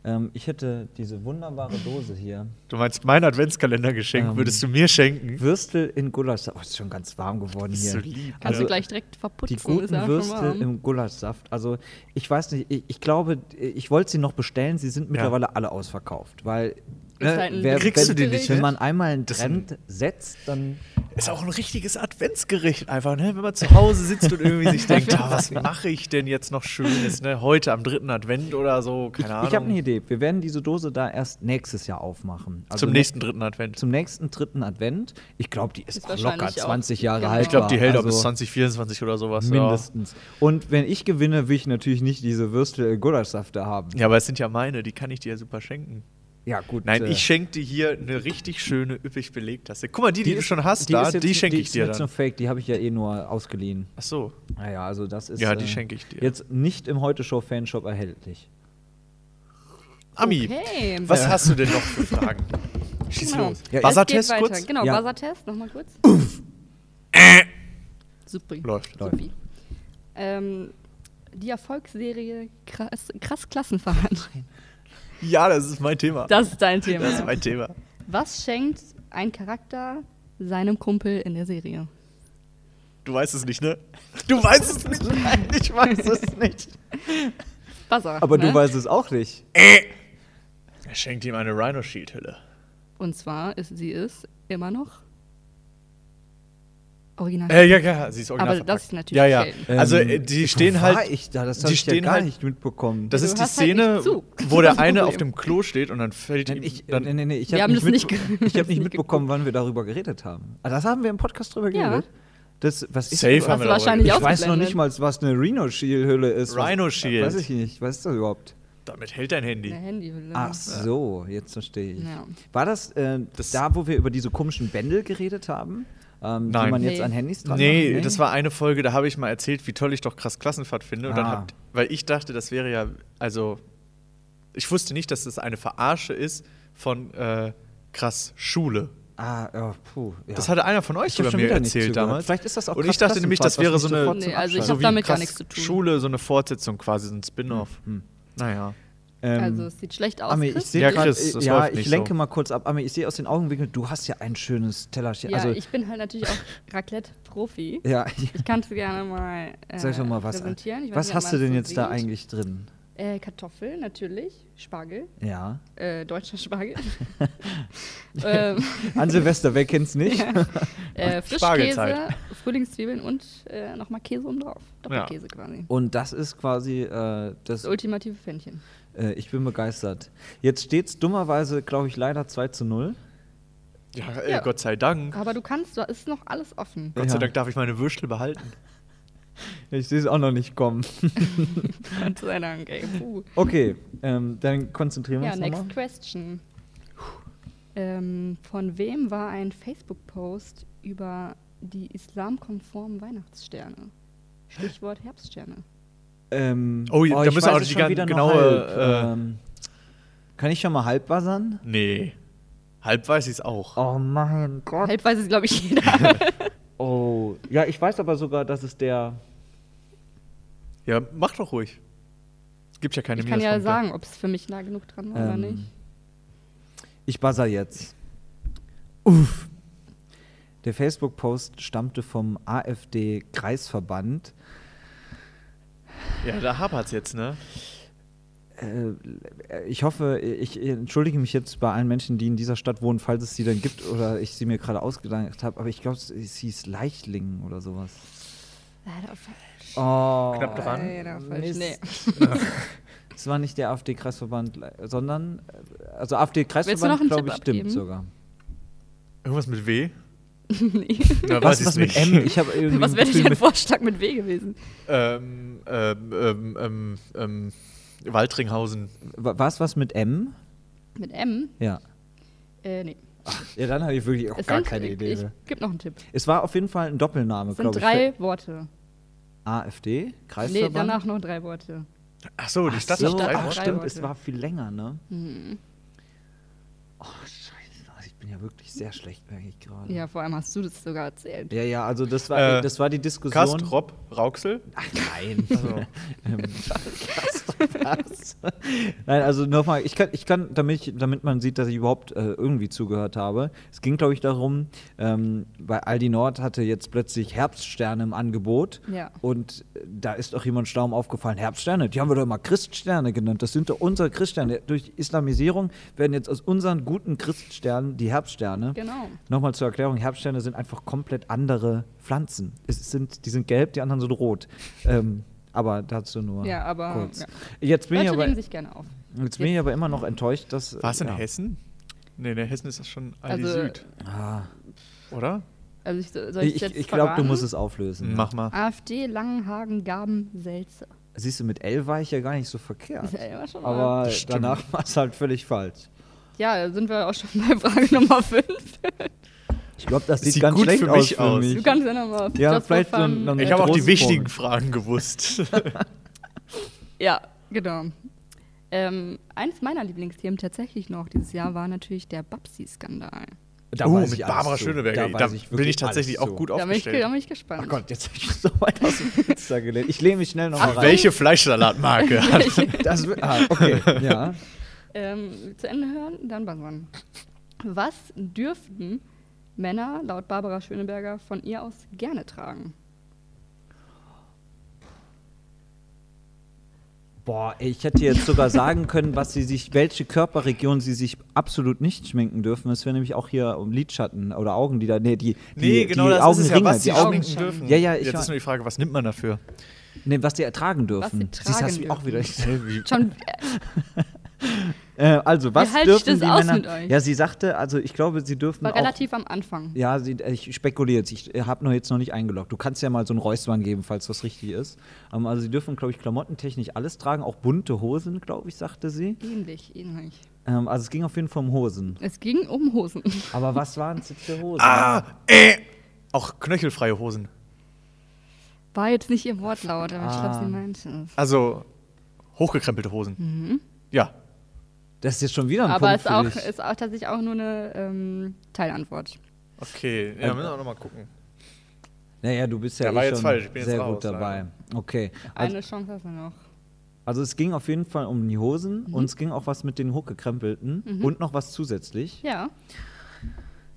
[SPEAKER 2] Ähm, ich hätte diese wunderbare Dose hier.
[SPEAKER 3] Du meinst mein Adventskalendergeschenk
[SPEAKER 2] Ähm,
[SPEAKER 3] würdest du mir schenken?
[SPEAKER 2] Würstel in Gulaschsaft. Oh, ist schon ganz warm geworden
[SPEAKER 3] Bist
[SPEAKER 2] hier.
[SPEAKER 3] du lieb,
[SPEAKER 4] Kannst
[SPEAKER 2] also
[SPEAKER 4] du gleich direkt
[SPEAKER 2] die
[SPEAKER 4] verputzen. ist
[SPEAKER 2] guten
[SPEAKER 4] ja schon warm.
[SPEAKER 2] Würstel im Gulaschsaft. Also ich weiß nicht, ich, ich glaube, ich wollte sie noch bestellen. Sie sind mittlerweile alle ausverkauft, weil ne,
[SPEAKER 4] halt ein
[SPEAKER 2] wer,
[SPEAKER 3] Kriegst
[SPEAKER 2] wenn,
[SPEAKER 3] du die nicht,
[SPEAKER 2] wenn
[SPEAKER 3] ne?
[SPEAKER 2] man einmal einen
[SPEAKER 3] Das sind-
[SPEAKER 2] Trend setzt, dann
[SPEAKER 3] Ist auch ein richtiges Adventsgericht einfach, ne? Wenn man zu Hause sitzt und irgendwie
[SPEAKER 2] (laughs)
[SPEAKER 3] sich denkt, ah, was mache ich denn jetzt noch Schönes, ne? Heute am dritten Advent oder so, keine Ahnung.
[SPEAKER 2] Ich, ich habe eine Idee. Wir werden diese Dose da erst nächstes Jahr aufmachen. Also
[SPEAKER 3] Zum
[SPEAKER 2] ne-
[SPEAKER 3] nächsten dritten Advent.
[SPEAKER 2] Zum nächsten dritten Advent. Ich glaube, die ist,
[SPEAKER 4] Ist
[SPEAKER 2] auch locker
[SPEAKER 4] wahrscheinlich auch-
[SPEAKER 2] 20 Jahre
[SPEAKER 4] genau.
[SPEAKER 2] alt.
[SPEAKER 4] Ich
[SPEAKER 3] ich glaube, die hält auch
[SPEAKER 2] also
[SPEAKER 3] bis 2024 oder sowas. ja.
[SPEAKER 2] Mindestens. Und wenn ich gewinne, will ich natürlich nicht diese Würstel Gulaschsafte haben.
[SPEAKER 3] Ja, aber es sind ja meine, die kann ich dir ja super schenken.
[SPEAKER 2] Ja, gut.
[SPEAKER 3] Nein,
[SPEAKER 2] äh,
[SPEAKER 3] ich schenke dir hier eine richtig schöne, üppig belegte Tasse. Guck mal, die, die, du
[SPEAKER 2] ist-
[SPEAKER 3] schon hast,
[SPEAKER 2] die
[SPEAKER 3] da,
[SPEAKER 2] ist jetzt-
[SPEAKER 3] die schenke
[SPEAKER 2] die
[SPEAKER 3] ich
[SPEAKER 2] ist
[SPEAKER 3] dir
[SPEAKER 2] jetzt
[SPEAKER 3] dann.
[SPEAKER 2] nur Fake, die habe ich ja eh nur ausgeliehen.
[SPEAKER 3] Ach so.
[SPEAKER 2] Naja, also das ist
[SPEAKER 3] Ja, die schenke ich dir.
[SPEAKER 2] jetzt nicht im Heute-Show-Fanshop erhältlich.
[SPEAKER 3] Ami,
[SPEAKER 4] Okay.
[SPEAKER 3] was hast du denn noch für Fragen? Schieß
[SPEAKER 4] Genau.
[SPEAKER 3] los.
[SPEAKER 2] Ja,
[SPEAKER 4] Es geht
[SPEAKER 3] Wassertest
[SPEAKER 4] weiter.
[SPEAKER 3] kurz?
[SPEAKER 4] Genau,
[SPEAKER 2] Ja.
[SPEAKER 4] Wassertest, nochmal kurz. Super.
[SPEAKER 3] Läuft.
[SPEAKER 2] Läuft.
[SPEAKER 4] Supi. Ähm, Die Erfolgsserie krass, krass Klassenfahrt.
[SPEAKER 3] Ja, das ist mein Thema.
[SPEAKER 4] Das ist dein Thema.
[SPEAKER 3] Das ist mein Thema.
[SPEAKER 4] Was schenkt ein Charakter seinem Kumpel in der Serie?
[SPEAKER 3] Du weißt es nicht, ne? (laughs) Du weißt es nicht. Nein, ich weiß es nicht.
[SPEAKER 4] Wasser.
[SPEAKER 2] Aber
[SPEAKER 4] ne?
[SPEAKER 2] du weißt es auch nicht.
[SPEAKER 3] Er schenkt ihm eine Rhino Shield Hülle.
[SPEAKER 4] Und zwar ist sie ist immer noch original.
[SPEAKER 3] Äh, ja, ja, sie ist original
[SPEAKER 4] Aber das
[SPEAKER 3] verpackt.
[SPEAKER 4] ist natürlich
[SPEAKER 3] Ja, ja.
[SPEAKER 4] Geld.
[SPEAKER 3] Also
[SPEAKER 2] Ähm,
[SPEAKER 3] äh, die stehen
[SPEAKER 2] wo War
[SPEAKER 3] halt
[SPEAKER 2] ich da? Das
[SPEAKER 3] die
[SPEAKER 2] habe ich ja
[SPEAKER 3] stehen
[SPEAKER 2] gar
[SPEAKER 3] halt-
[SPEAKER 2] nicht mitbekommen.
[SPEAKER 3] Das
[SPEAKER 4] Du
[SPEAKER 3] ist die
[SPEAKER 4] hast halt nicht
[SPEAKER 3] Szene,
[SPEAKER 4] zu.
[SPEAKER 3] wo
[SPEAKER 4] (laughs) Das
[SPEAKER 3] der
[SPEAKER 4] ist das
[SPEAKER 3] eine auf
[SPEAKER 4] Problem.
[SPEAKER 3] dem Klo steht und dann fällt
[SPEAKER 2] Nein,
[SPEAKER 3] ihm
[SPEAKER 2] ich, äh,
[SPEAKER 3] dann
[SPEAKER 2] nee, nee, nee, ich
[SPEAKER 4] Wir
[SPEAKER 2] hab
[SPEAKER 4] haben
[SPEAKER 2] nicht,
[SPEAKER 4] das nicht
[SPEAKER 2] mitbe- (laughs)
[SPEAKER 4] ge-
[SPEAKER 2] ich hab nicht
[SPEAKER 4] nicht
[SPEAKER 2] mitbekommen, wann wir darüber geredet haben. Ah, das haben wir im Podcast drüber
[SPEAKER 4] Ja.
[SPEAKER 2] geredet. Das, was ist
[SPEAKER 3] Safe
[SPEAKER 2] das?
[SPEAKER 3] haben
[SPEAKER 4] Hast
[SPEAKER 3] wir
[SPEAKER 4] du
[SPEAKER 3] darüber
[SPEAKER 4] wahrscheinlich
[SPEAKER 2] Ich
[SPEAKER 4] auch
[SPEAKER 2] weiß noch nicht mal, was eine Rhino-Shield-Hülle ist. Was-
[SPEAKER 3] Rhino-Shield.
[SPEAKER 2] Weiß ich nicht. Was ist das überhaupt?
[SPEAKER 3] damit hält dein Handy.
[SPEAKER 4] Eine Handyhülle.
[SPEAKER 2] Ach so, jetzt verstehe ich.
[SPEAKER 4] Genau. Ja.
[SPEAKER 2] War das, äh,
[SPEAKER 3] Das-
[SPEAKER 2] da, wo wir über diese komischen Bändel geredet haben? Ähm, Die
[SPEAKER 3] Nein.
[SPEAKER 2] man jetzt
[SPEAKER 4] Nee.
[SPEAKER 2] an Handys dran
[SPEAKER 3] Nee,
[SPEAKER 4] ne?
[SPEAKER 2] macht?
[SPEAKER 3] das war eine Folge, da habe ich mal erzählt, wie toll ich doch krass Klassenfahrt finde. Und dann
[SPEAKER 2] Ah.
[SPEAKER 3] hat, weil ich dachte, das wäre ja, also ich wusste nicht, dass das eine Verarsche ist von äh, krass Schule.
[SPEAKER 2] Ah, ja, puh. Ja.
[SPEAKER 3] Das hatte einer von euch
[SPEAKER 2] Ich hab
[SPEAKER 3] sogar
[SPEAKER 2] schon
[SPEAKER 3] mir
[SPEAKER 2] wieder nicht
[SPEAKER 3] erzählt
[SPEAKER 2] zugehört.
[SPEAKER 3] damals.
[SPEAKER 2] Vielleicht ist das auch
[SPEAKER 3] Und
[SPEAKER 2] krass
[SPEAKER 3] ich dachte nämlich, das
[SPEAKER 2] Klassenfahrt,
[SPEAKER 3] wäre
[SPEAKER 2] was
[SPEAKER 3] so
[SPEAKER 2] mich
[SPEAKER 3] eine
[SPEAKER 2] sofort zum
[SPEAKER 4] Nee, also ich
[SPEAKER 2] Abschalten-
[SPEAKER 4] hab
[SPEAKER 3] wie
[SPEAKER 4] damit gar
[SPEAKER 3] krass
[SPEAKER 4] nichts zu tun.
[SPEAKER 3] Schule, so eine Fortsetzung quasi, so ein Spin-off. Hm. Naja.
[SPEAKER 2] Ähm,
[SPEAKER 4] also es sieht schlecht aus.
[SPEAKER 2] Ami, ich
[SPEAKER 4] Chris.
[SPEAKER 2] sehe
[SPEAKER 3] Ja,
[SPEAKER 2] grad,
[SPEAKER 3] Chris, das
[SPEAKER 2] äh, ja,
[SPEAKER 3] läuft
[SPEAKER 2] ich
[SPEAKER 3] nicht
[SPEAKER 2] lenke
[SPEAKER 3] so.
[SPEAKER 2] mal kurz ab. Ami, ich sehe aus den Augenwinkeln, du hast ja ein schönes Tellerchen.
[SPEAKER 4] ja,
[SPEAKER 2] also,
[SPEAKER 4] ich bin halt natürlich auch Raclette-Profi.
[SPEAKER 2] ja,
[SPEAKER 4] (laughs)
[SPEAKER 2] (laughs)
[SPEAKER 4] Ich kann es gerne mal äh,
[SPEAKER 2] sag doch mal was.
[SPEAKER 4] präsentieren. Ich weiß
[SPEAKER 2] Was
[SPEAKER 4] nicht, ob
[SPEAKER 2] hast
[SPEAKER 4] man
[SPEAKER 2] du
[SPEAKER 4] das
[SPEAKER 2] denn
[SPEAKER 4] so
[SPEAKER 2] jetzt da
[SPEAKER 4] sieht.
[SPEAKER 2] eigentlich drin?
[SPEAKER 4] Äh, Kartoffeln natürlich, Spargel,
[SPEAKER 2] Ja.
[SPEAKER 4] äh,
[SPEAKER 2] (laughs)
[SPEAKER 4] deutscher Spargel. (laughs) ähm,
[SPEAKER 2] An Silvester, wer kennt's nicht?
[SPEAKER 4] äh, Frischkäse,
[SPEAKER 3] Spargelzeit.
[SPEAKER 4] Frühlingszwiebeln und äh, nochmal Käse oben drauf. Doppelkäse quasi.
[SPEAKER 2] Und das ist quasi äh, das.
[SPEAKER 4] Das ultimative Pfännchen.
[SPEAKER 2] Äh, ich bin begeistert. Jetzt steht's dummerweise, glaube ich, leider 2 zu 0.
[SPEAKER 3] Ja, äh,
[SPEAKER 4] Ja.
[SPEAKER 3] Gott sei Dank.
[SPEAKER 4] Aber du kannst, da ist noch alles offen.
[SPEAKER 3] Gott
[SPEAKER 2] Ja.
[SPEAKER 3] sei Dank darf ich meine Würstel behalten.
[SPEAKER 2] Ich sehe es auch noch nicht kommen.
[SPEAKER 4] (laughs) Gott sei Dank, ey. Puh.
[SPEAKER 2] Okay, ähm, dann konzentrieren wir
[SPEAKER 4] Ja,
[SPEAKER 2] uns
[SPEAKER 4] next
[SPEAKER 2] nochmal.
[SPEAKER 4] question. Ähm, von wem war ein Facebook-Post über die islamkonformen Weihnachtssterne? Stichwort Herbststerne.
[SPEAKER 2] Ähm,
[SPEAKER 3] Oh, da
[SPEAKER 2] ich
[SPEAKER 3] müssen wir
[SPEAKER 2] weiß
[SPEAKER 3] auch
[SPEAKER 2] es
[SPEAKER 3] die
[SPEAKER 2] schon
[SPEAKER 3] ganz
[SPEAKER 2] wieder nur
[SPEAKER 3] genaue,
[SPEAKER 2] halb.
[SPEAKER 3] äh,
[SPEAKER 2] ähm, kann ich schon mal halb buzzern?
[SPEAKER 3] Nee. Halb weiß ich es auch.
[SPEAKER 2] Oh mein Gott.
[SPEAKER 4] Halb Halt weiß es, glaube
[SPEAKER 2] (laughs)
[SPEAKER 4] ich, jeder.
[SPEAKER 2] Oh, ja, ich weiß aber sogar, dass es der.
[SPEAKER 3] Ja, mach doch ruhig. Gibt ja keine
[SPEAKER 4] Ich kann ja
[SPEAKER 3] Minuspunkte.
[SPEAKER 4] sagen, ob es für mich nah genug dran war oder
[SPEAKER 2] Ähm,
[SPEAKER 4] nicht.
[SPEAKER 2] Ich buzzer jetzt. Uff. Der Facebook-Post stammte vom AfD-Kreisverband.
[SPEAKER 3] Ja, da hapert's jetzt, ne?
[SPEAKER 2] Äh, Ich hoffe, ich entschuldige mich jetzt bei allen Menschen, die in dieser Stadt wohnen, falls es sie dann gibt oder ich sie mir gerade ausgedacht habe, aber ich glaube, es hieß Leichtlingen oder sowas.
[SPEAKER 4] Leider falsch.
[SPEAKER 2] Oh,
[SPEAKER 3] Knapp dran.
[SPEAKER 4] Leider falsch.
[SPEAKER 2] Mist.
[SPEAKER 4] Nee.
[SPEAKER 2] Es war nicht der AfD-Kreisverband, sondern, äh, also
[SPEAKER 4] Willst du noch
[SPEAKER 2] AfD-Kreisverband,
[SPEAKER 4] einen
[SPEAKER 2] glaube ich,
[SPEAKER 4] Tipp
[SPEAKER 2] stimmt
[SPEAKER 4] abgeben?
[SPEAKER 2] sogar.
[SPEAKER 3] Irgendwas mit W?
[SPEAKER 4] nee. (laughs)
[SPEAKER 3] Na, weiß
[SPEAKER 2] Was,
[SPEAKER 3] ich's
[SPEAKER 2] was mit
[SPEAKER 3] nicht.
[SPEAKER 2] M? Ich habe irgendwie
[SPEAKER 4] Was
[SPEAKER 2] ein
[SPEAKER 4] wäre
[SPEAKER 2] Gefühl
[SPEAKER 4] denn ein
[SPEAKER 2] mit-
[SPEAKER 4] Vorschlag mit W gewesen?
[SPEAKER 3] (laughs) Ähm, ähm, ähm, ähm, ähm, Waldringhausen.
[SPEAKER 2] Wa- War es was mit M?
[SPEAKER 4] Mit M?
[SPEAKER 2] Ja.
[SPEAKER 4] Äh, nee.
[SPEAKER 2] Ja, dann hatte ich wirklich auch
[SPEAKER 4] Es
[SPEAKER 2] gar
[SPEAKER 4] sind-
[SPEAKER 2] keine
[SPEAKER 4] ich,
[SPEAKER 2] Idee.
[SPEAKER 4] Ich
[SPEAKER 2] mehr.
[SPEAKER 4] gebe noch einen Tipp.
[SPEAKER 2] Es war auf jeden Fall ein Doppelname,
[SPEAKER 4] Es sind
[SPEAKER 2] glaube ich.
[SPEAKER 4] drei Worte.
[SPEAKER 2] AfD,
[SPEAKER 4] Nee,
[SPEAKER 2] Kreisverband.
[SPEAKER 4] danach noch drei Worte.
[SPEAKER 3] Ach so, die Stadt
[SPEAKER 2] so,
[SPEAKER 3] hat drei
[SPEAKER 2] ach,
[SPEAKER 3] Worte.
[SPEAKER 2] stimmt,
[SPEAKER 4] Worte.
[SPEAKER 2] es war viel länger, ne? Oh, scheiße, also ich bin ja wirklich sehr schlecht, merke ich gerade.
[SPEAKER 4] Ja, vor allem hast du das sogar erzählt.
[SPEAKER 2] ja, ja, also das war,
[SPEAKER 3] Äh,
[SPEAKER 2] das war die Diskussion.
[SPEAKER 3] Kast, Rob, Rauxel.
[SPEAKER 2] Ach, nein.
[SPEAKER 3] So.
[SPEAKER 2] (laughs) Nein, also nochmal, ich kann, ich kann damit, ich, damit man sieht, dass ich überhaupt äh, irgendwie zugehört habe. Es ging, glaube ich, darum, ähm, bei Aldi Nord hatte jetzt plötzlich Herbststerne im Angebot.
[SPEAKER 4] Ja.
[SPEAKER 2] Und äh, da ist doch jemand Staum aufgefallen, Herbststerne, die haben wir doch immer Christsterne genannt. Das sind doch unsere Christsterne. Durch Islamisierung werden jetzt aus unseren guten Christsternen die Herbststerne.
[SPEAKER 4] Genau.
[SPEAKER 2] Nochmal zur Erklärung, Herbststerne sind einfach komplett andere Pflanzen. Es sind, die sind gelb, die anderen sind rot. Ähm, aber dazu nur
[SPEAKER 4] Ja, aber-
[SPEAKER 2] kurz.
[SPEAKER 4] ja.
[SPEAKER 2] Jetzt bin ich
[SPEAKER 4] Leute
[SPEAKER 2] aber,
[SPEAKER 4] legen sich gerne auf.
[SPEAKER 2] jetzt bin ich aber immer noch enttäuscht, dass...
[SPEAKER 3] War es in
[SPEAKER 2] ja.
[SPEAKER 3] Hessen? Nee, ne, Hessen ist das schon Aldi
[SPEAKER 4] Also,
[SPEAKER 3] Süd,
[SPEAKER 2] Ah.
[SPEAKER 3] oder?
[SPEAKER 4] Also ich, soll ich,
[SPEAKER 2] Ich,
[SPEAKER 4] jetzt
[SPEAKER 2] ich glaube, du
[SPEAKER 4] verraten?
[SPEAKER 2] musst es auflösen.
[SPEAKER 3] Mach mal.
[SPEAKER 4] AfD, Langenhagen, Gaben, Selze.
[SPEAKER 2] Siehst du, mit L war ich ja gar nicht so verkehrt.
[SPEAKER 4] Ja, (laughs) ja, war schon
[SPEAKER 2] Aber
[SPEAKER 3] Das stimmt.
[SPEAKER 2] danach war es halt völlig falsch.
[SPEAKER 4] Ja, sind wir auch schon (laughs) bei Frage Nummer 5.
[SPEAKER 2] Ich glaube, das sieht,
[SPEAKER 3] Sieht
[SPEAKER 2] ganz
[SPEAKER 3] gut
[SPEAKER 2] schlecht
[SPEAKER 3] für
[SPEAKER 2] aus
[SPEAKER 3] mich
[SPEAKER 2] für
[SPEAKER 3] aus.
[SPEAKER 2] mich.
[SPEAKER 4] Du kannst ja nochmal auf
[SPEAKER 2] Ja,
[SPEAKER 4] Just for
[SPEAKER 2] vielleicht so
[SPEAKER 4] Fun.
[SPEAKER 2] ein-
[SPEAKER 3] Ich habe auch die
[SPEAKER 2] Rosenbogen.
[SPEAKER 3] wichtigen
[SPEAKER 2] (laughs)
[SPEAKER 3] Fragen gewusst. Uh,
[SPEAKER 4] Ja, genau. Ähm, eines meiner Lieblingsthemen tatsächlich noch dieses Jahr war natürlich der Babsi-Skandal.
[SPEAKER 2] Da
[SPEAKER 3] oh,
[SPEAKER 2] weiß
[SPEAKER 3] mit
[SPEAKER 2] ich alles
[SPEAKER 3] Barbara
[SPEAKER 2] zu.
[SPEAKER 3] Schöneberger.
[SPEAKER 2] Da
[SPEAKER 3] Da,
[SPEAKER 2] weiß ich
[SPEAKER 3] bin
[SPEAKER 2] wirklich
[SPEAKER 3] ich tatsächlich
[SPEAKER 2] alles
[SPEAKER 3] auch
[SPEAKER 2] zu.
[SPEAKER 3] gut
[SPEAKER 4] Da bin, ich,
[SPEAKER 3] aufgestellt.
[SPEAKER 4] da bin ich gespannt.
[SPEAKER 2] Ach Gott, jetzt habe ich mich so weit aus dem Fenster gelehnt. Ich lehne mich schnell nochmal rein. (laughs)
[SPEAKER 3] Welche Fleischsalatmarke hat
[SPEAKER 2] Das, wi- ah, okay, ja.
[SPEAKER 4] Ähm, zu Ende hören, dann buzzern. Was dürften Männer laut Barbara Schöneberger von ihr aus gerne tragen?
[SPEAKER 2] Boah, ey, ich hätte jetzt
[SPEAKER 4] (laughs)
[SPEAKER 2] sogar sagen können, was sie sich, welche Körperregion sie sich absolut nicht schminken dürfen. Es wäre nämlich auch hier um Lidschatten oder Augen, die da, nee, die, die,
[SPEAKER 3] (laughs) Nee, genau
[SPEAKER 2] die
[SPEAKER 3] das ist es ja,
[SPEAKER 2] Augenringe,
[SPEAKER 3] was sie
[SPEAKER 2] die Augen,
[SPEAKER 3] schminken dürfen.
[SPEAKER 2] Ja, ja, ich
[SPEAKER 3] Jetzt ist
[SPEAKER 2] war-
[SPEAKER 3] nur die Frage, was nimmt man dafür?
[SPEAKER 2] nee, was die ertragen dürfen.
[SPEAKER 4] sie
[SPEAKER 2] Siehst, hast
[SPEAKER 4] tragen
[SPEAKER 2] du auch wieder.
[SPEAKER 4] Schon,
[SPEAKER 2] (laughs) Äh, also, was
[SPEAKER 4] halte ich
[SPEAKER 2] dürfen
[SPEAKER 4] das
[SPEAKER 2] die
[SPEAKER 4] aus
[SPEAKER 2] Männer?
[SPEAKER 4] mit euch?
[SPEAKER 2] Ja, sie sagte, also ich glaube, sie dürfen
[SPEAKER 4] war
[SPEAKER 2] auch
[SPEAKER 4] relativ am Anfang.
[SPEAKER 2] Ja, sie, äh, ich spekuliere jetzt. Ich habe noch jetzt noch nicht eingeloggt. Du kannst ja mal so einen Reuswang geben, falls das richtig ist. Ähm, also sie dürfen, glaube ich, klamottentechnisch alles tragen, auch bunte Hosen, glaube ich, sagte sie.
[SPEAKER 4] Ähnlich, ähnlich.
[SPEAKER 2] Ähm, also es ging auf jeden Fall um Hosen.
[SPEAKER 4] Es ging um Hosen.
[SPEAKER 2] Aber was waren es jetzt für Hosen?
[SPEAKER 3] Ah, äh. Auch knöchelfreie Hosen.
[SPEAKER 4] War jetzt nicht ihr Wortlaut, aber ich
[SPEAKER 2] Ah.
[SPEAKER 4] glaube, sie meinte es.
[SPEAKER 3] Also hochgekrempelte Hosen. Ja.
[SPEAKER 2] Das ist jetzt schon wieder ein
[SPEAKER 4] Aber
[SPEAKER 2] Punkt
[SPEAKER 4] es
[SPEAKER 2] für
[SPEAKER 4] auch,
[SPEAKER 2] dich.
[SPEAKER 4] ist auch tatsächlich auch nur eine ähm, Teilantwort.
[SPEAKER 3] Okay, ja, müssen wir auch nochmal gucken.
[SPEAKER 2] Naja, du bist ja
[SPEAKER 3] Der
[SPEAKER 2] eh
[SPEAKER 3] war jetzt
[SPEAKER 2] schon
[SPEAKER 3] falsch. Ich bin jetzt
[SPEAKER 2] sehr
[SPEAKER 3] raus,
[SPEAKER 2] gut dabei. Okay. Also,
[SPEAKER 4] Eine Chance hast du noch.
[SPEAKER 2] also es ging auf jeden Fall um die Hosen
[SPEAKER 4] Mhm.
[SPEAKER 2] und es ging auch was mit den hochgekrempelten und noch was zusätzlich.
[SPEAKER 4] Ja.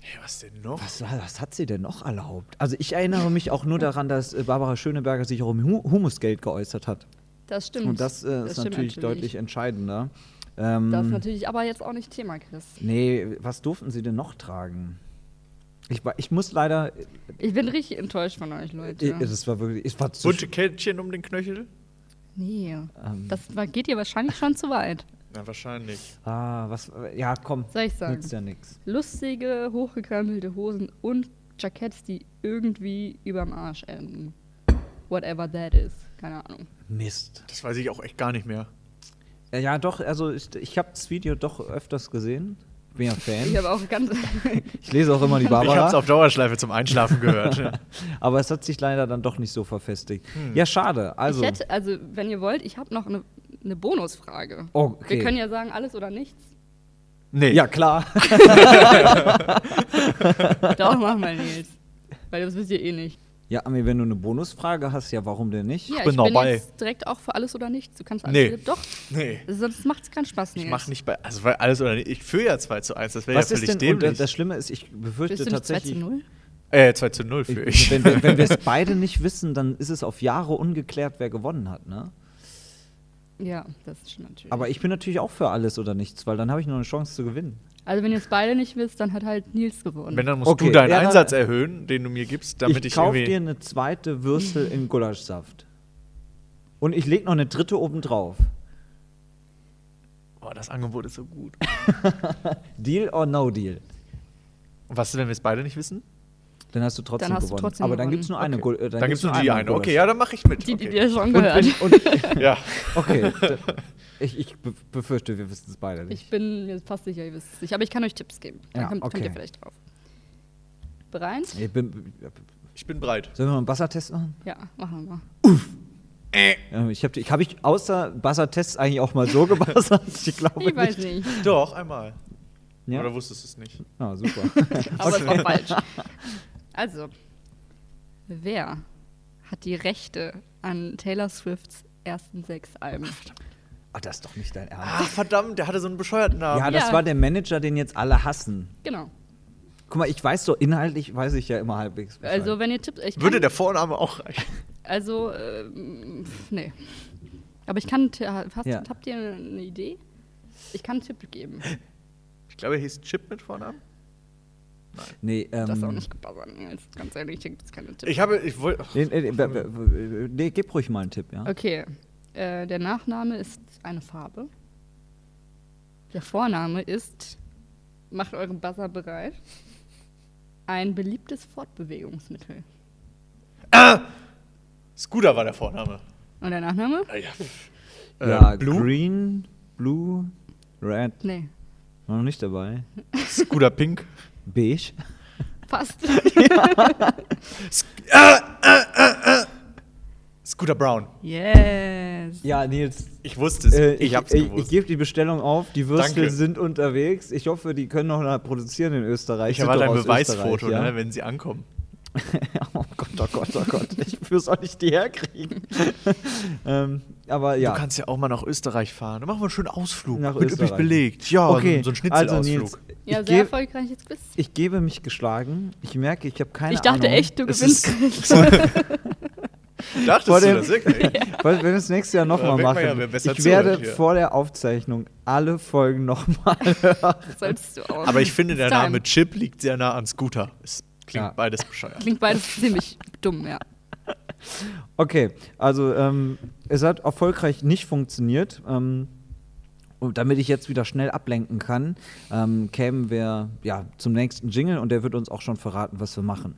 [SPEAKER 3] Hey, was denn noch?
[SPEAKER 2] Was, war- was hat sie denn noch erlaubt? Also ich erinnere mich auch nur daran, dass äh, Barbara Schöneberger sich auch um Hu- Humusgeld geäußert hat.
[SPEAKER 4] Das stimmt.
[SPEAKER 2] Und das, äh, ist
[SPEAKER 4] stimmt
[SPEAKER 2] natürlich, deutlich entscheidender. Ähm,
[SPEAKER 4] Das ist natürlich aber jetzt auch nicht Thema, Chris.
[SPEAKER 2] nee, was durften sie denn noch tragen? Ich, wa- ich muss leider.
[SPEAKER 4] Ich bin richtig enttäuscht von euch, Leute.
[SPEAKER 2] Äh, das war wirklich. Es war zu
[SPEAKER 3] Bunte Kettchen um den Knöchel?
[SPEAKER 4] nee.
[SPEAKER 3] Ähm.
[SPEAKER 4] das war- geht dir wahrscheinlich schon zu weit.
[SPEAKER 3] Na, wahrscheinlich.
[SPEAKER 2] ah, was, ja, komm.
[SPEAKER 4] Soll ich sagen?
[SPEAKER 2] Nützt ja nichts.
[SPEAKER 4] Lustige, hochgekrempelte Hosen und Jacketts, die irgendwie überm Arsch enden. Whatever that is. Keine Ahnung.
[SPEAKER 2] Mist.
[SPEAKER 3] Das weiß ich auch echt gar nicht mehr.
[SPEAKER 2] Ja, ja, doch, also ich, ich habe das Video doch öfters gesehen.
[SPEAKER 3] (laughs)
[SPEAKER 2] Bin ja Fan.
[SPEAKER 4] Ich habe auch ganz. (laughs)
[SPEAKER 2] Ich lese auch immer die Barbara.
[SPEAKER 3] Ich hab's auf Dauerschleife zum
[SPEAKER 2] (laughs)
[SPEAKER 3] Einschlafen gehört.
[SPEAKER 2] Aber es hat sich leider dann doch nicht so verfestigt.
[SPEAKER 3] Hm.
[SPEAKER 2] Ja, schade. Also,
[SPEAKER 4] Ich hätte, also, wenn ihr wollt, ich habe noch eine eine Bonusfrage.
[SPEAKER 3] Oh,
[SPEAKER 2] Okay.
[SPEAKER 4] Wir können ja sagen, alles oder nichts.
[SPEAKER 3] nee.
[SPEAKER 2] ja, klar. (laughs)
[SPEAKER 3] (laughs)
[SPEAKER 4] Doch, mach mal, Nils. Weil das wisst ihr eh nicht.
[SPEAKER 2] Ja, Ami, wenn du eine Bonusfrage hast, ja, warum denn nicht?
[SPEAKER 4] Ja,
[SPEAKER 3] bin
[SPEAKER 4] ich bin
[SPEAKER 3] dabei.
[SPEAKER 4] jetzt direkt auch für alles oder nichts. Du kannst
[SPEAKER 3] Nee.
[SPEAKER 4] alles. Doch,
[SPEAKER 3] Nee.
[SPEAKER 4] sonst macht es keinen Spaß, Nils.
[SPEAKER 3] Ich mach nicht bei. Also, weil alles oder nicht. Ich führe ja 2 zu 1. Das wäre ja
[SPEAKER 2] Was ist
[SPEAKER 3] völlig
[SPEAKER 2] denn, und äh,
[SPEAKER 3] dämlich.
[SPEAKER 2] das Schlimme ist, ich befürchte
[SPEAKER 4] Bist du nicht 2 zu
[SPEAKER 2] tatsächlich,
[SPEAKER 4] 0?
[SPEAKER 3] äh, 2 zu 0 führe
[SPEAKER 2] ich,
[SPEAKER 3] ich.
[SPEAKER 2] wenn, wenn, wenn wir es beide nicht wissen, dann ist es auf Jahre ungeklärt, wer gewonnen hat, ne?
[SPEAKER 4] Ja, das ist schon natürlich.
[SPEAKER 2] Aber ich bin natürlich auch für alles oder nichts, weil dann habe ich noch eine Chance zu gewinnen.
[SPEAKER 4] also, wenn ihr es beide nicht wisst, dann hat halt Nils
[SPEAKER 3] (laughs)
[SPEAKER 4] gewonnen.
[SPEAKER 3] Wenn, dann musst
[SPEAKER 2] Okay,
[SPEAKER 3] du deinen
[SPEAKER 2] ja, dann-
[SPEAKER 3] Einsatz erhöhen, den du mir gibst, damit ich,
[SPEAKER 2] ich kaufe
[SPEAKER 3] irgendwie.
[SPEAKER 2] dir eine zweite Würstel in Gulaschsaft. Und ich lege noch eine dritte oben drauf.
[SPEAKER 3] oh, das Angebot ist so gut.
[SPEAKER 2] Deal or no deal?
[SPEAKER 3] Und was, wenn wir es beide nicht wissen?
[SPEAKER 2] Dann hast du trotzdem
[SPEAKER 4] hast du
[SPEAKER 2] gewonnen.
[SPEAKER 4] trotzdem
[SPEAKER 2] Aber dann
[SPEAKER 4] gewonnen.
[SPEAKER 2] gibt es nur eine.
[SPEAKER 3] Okay.
[SPEAKER 2] Gul- äh,
[SPEAKER 3] Dann,
[SPEAKER 2] gibt's
[SPEAKER 3] gibt's nur die
[SPEAKER 2] einmal
[SPEAKER 3] eine. Okay,
[SPEAKER 2] Gulaschsaft.
[SPEAKER 3] ja, dann mache ich mit.
[SPEAKER 4] die, die
[SPEAKER 3] Okay.
[SPEAKER 4] dir schon
[SPEAKER 2] Und,
[SPEAKER 4] gehört.
[SPEAKER 2] wenn- und
[SPEAKER 3] Ja.
[SPEAKER 4] (laughs)
[SPEAKER 2] Okay, d- ich, ich be- befürchte, wir wissen es beide
[SPEAKER 4] Ich
[SPEAKER 2] nicht.
[SPEAKER 4] bin mir fast sicher, ihr wisst es nicht. Aber ich kann euch Tipps geben. Dann
[SPEAKER 2] Ja,
[SPEAKER 4] kommt, kommt
[SPEAKER 2] okay.
[SPEAKER 4] ihr vielleicht drauf. Bereit?
[SPEAKER 2] Ich bin,
[SPEAKER 3] Ich bin bereit.
[SPEAKER 2] sollen wir mal einen Buzzer-Test machen?
[SPEAKER 4] Ja, machen wir mal.
[SPEAKER 2] Ähm, Ich habe ich, hab ich außer Buzzer-Tests eigentlich auch mal so (laughs) gebuzzert. Ich glaube
[SPEAKER 4] Ich weiß
[SPEAKER 2] Oh, nicht. (laughs)
[SPEAKER 4] nicht.
[SPEAKER 3] Doch, einmal.
[SPEAKER 2] Ja?
[SPEAKER 3] Oder wusstest du es nicht?
[SPEAKER 2] Ah,
[SPEAKER 3] (laughs)
[SPEAKER 2] super.
[SPEAKER 4] Aber es war falsch. Also, wer hat die Rechte an Taylor Swifts ersten sechs
[SPEAKER 2] Oh,
[SPEAKER 4] Alben?
[SPEAKER 2] Ach, das ist doch nicht dein Ernst.
[SPEAKER 3] Ah, verdammt, der hatte so einen bescheuerten Namen.
[SPEAKER 2] Ja, das
[SPEAKER 4] Ja.
[SPEAKER 2] war der Manager, den jetzt alle hassen.
[SPEAKER 4] Genau.
[SPEAKER 2] Guck mal, ich weiß so, inhaltlich weiß ich ja immer halbwegs. Bescheid.
[SPEAKER 4] Also, wenn ihr Tipps. Ich kann,
[SPEAKER 3] Würde der Vorname auch reichen?
[SPEAKER 4] Also, ähm, pf, nee. Aber ich kann. t- Hast,
[SPEAKER 2] Ja.
[SPEAKER 4] Habt ihr eine Idee? Ich kann einen Tipp geben.
[SPEAKER 3] Ich glaube, er hieß Chip mit Vornamen.
[SPEAKER 2] nee, ähm,
[SPEAKER 4] Das ist auch nicht gebuzzert. Nils. Ganz ehrlich, ich denke, das ist keine Tipp.
[SPEAKER 3] Ich habe, ich wollte.
[SPEAKER 2] Nee, nee, nee, b- b- b- nee, gib ruhig mal einen Tipp, ja.
[SPEAKER 4] Okay. Äh, der Nachname ist eine Farbe. Der Vorname ist, macht euren Buzzer bereit, ein beliebtes Fortbewegungsmittel.
[SPEAKER 3] Scooter war der Vorname.
[SPEAKER 4] Und der Nachname?
[SPEAKER 3] Ah, ja.
[SPEAKER 2] ja,
[SPEAKER 3] äh, Blue,
[SPEAKER 2] Green, Blue, Red,
[SPEAKER 4] Nee.
[SPEAKER 2] war noch nicht dabei.
[SPEAKER 3] Scooter Pink.
[SPEAKER 2] Beige.
[SPEAKER 4] Fast.
[SPEAKER 3] (laughs) Scooter Brown.
[SPEAKER 4] Yes.
[SPEAKER 2] Ja, Nils,
[SPEAKER 3] Ich wusste es.
[SPEAKER 2] äh,
[SPEAKER 3] ich, hab's
[SPEAKER 2] ich, ich
[SPEAKER 3] gewusst.
[SPEAKER 2] gebe die Bestellung auf. Die Würstel
[SPEAKER 3] Danke.
[SPEAKER 2] sind unterwegs. Ich hoffe, die können noch mal produzieren in Österreich.
[SPEAKER 3] Ich
[SPEAKER 2] Sind
[SPEAKER 3] erwarte
[SPEAKER 2] doch
[SPEAKER 3] ein
[SPEAKER 2] aus
[SPEAKER 3] Beweisfoto,
[SPEAKER 2] Österreich, ja?
[SPEAKER 3] ne, wenn sie ankommen.
[SPEAKER 2] (laughs) oh Gott, oh Gott, oh Gott. Ich will soll ich die herkriegen. (laughs) ähm, aber ja.
[SPEAKER 3] Du kannst ja auch mal nach Österreich fahren. Dann machen wir einen schönen Ausflug.
[SPEAKER 2] Nach
[SPEAKER 3] Wird üppig
[SPEAKER 2] Österreich.
[SPEAKER 3] belegt. Ja,
[SPEAKER 2] okay.
[SPEAKER 3] so- so ein
[SPEAKER 2] also,
[SPEAKER 3] Schnitzelausflug.
[SPEAKER 2] Nils,
[SPEAKER 4] Ja,
[SPEAKER 2] ich,
[SPEAKER 4] sehr
[SPEAKER 2] geb,
[SPEAKER 4] erfolgreiches Quiz.
[SPEAKER 2] ich gebe mich geschlagen. Ich merke, ich habe keine
[SPEAKER 4] Ich dachte
[SPEAKER 2] Ahnung.
[SPEAKER 4] echt, du
[SPEAKER 3] Es
[SPEAKER 4] gewinnst. (laughs)
[SPEAKER 3] Dachtest
[SPEAKER 2] Vor
[SPEAKER 3] du
[SPEAKER 2] dem-
[SPEAKER 3] das
[SPEAKER 2] (laughs)
[SPEAKER 3] wirklich?
[SPEAKER 2] Weil, wenn wir es nächstes Jahr
[SPEAKER 3] Da
[SPEAKER 2] nochmal
[SPEAKER 3] merkt
[SPEAKER 2] machen,
[SPEAKER 3] man ja, wer besser
[SPEAKER 2] ich werde
[SPEAKER 3] zuhört hier.
[SPEAKER 2] vor der Aufzeichnung alle Folgen nochmal hören.
[SPEAKER 4] Sollst du auch.
[SPEAKER 3] Aber ich finde, der
[SPEAKER 4] It's time.
[SPEAKER 3] Name Chip liegt sehr nah an Scooter. Es klingt
[SPEAKER 2] Ja.
[SPEAKER 3] beides bescheuert.
[SPEAKER 4] Klingt beides ziemlich dumm, ja.
[SPEAKER 2] (laughs) Okay, also ähm, es hat erfolgreich nicht funktioniert. Ähm, und damit ich jetzt wieder schnell ablenken kann, ähm, kämen wir ja, zum nächsten Jingle und der wird uns auch schon verraten, was wir machen.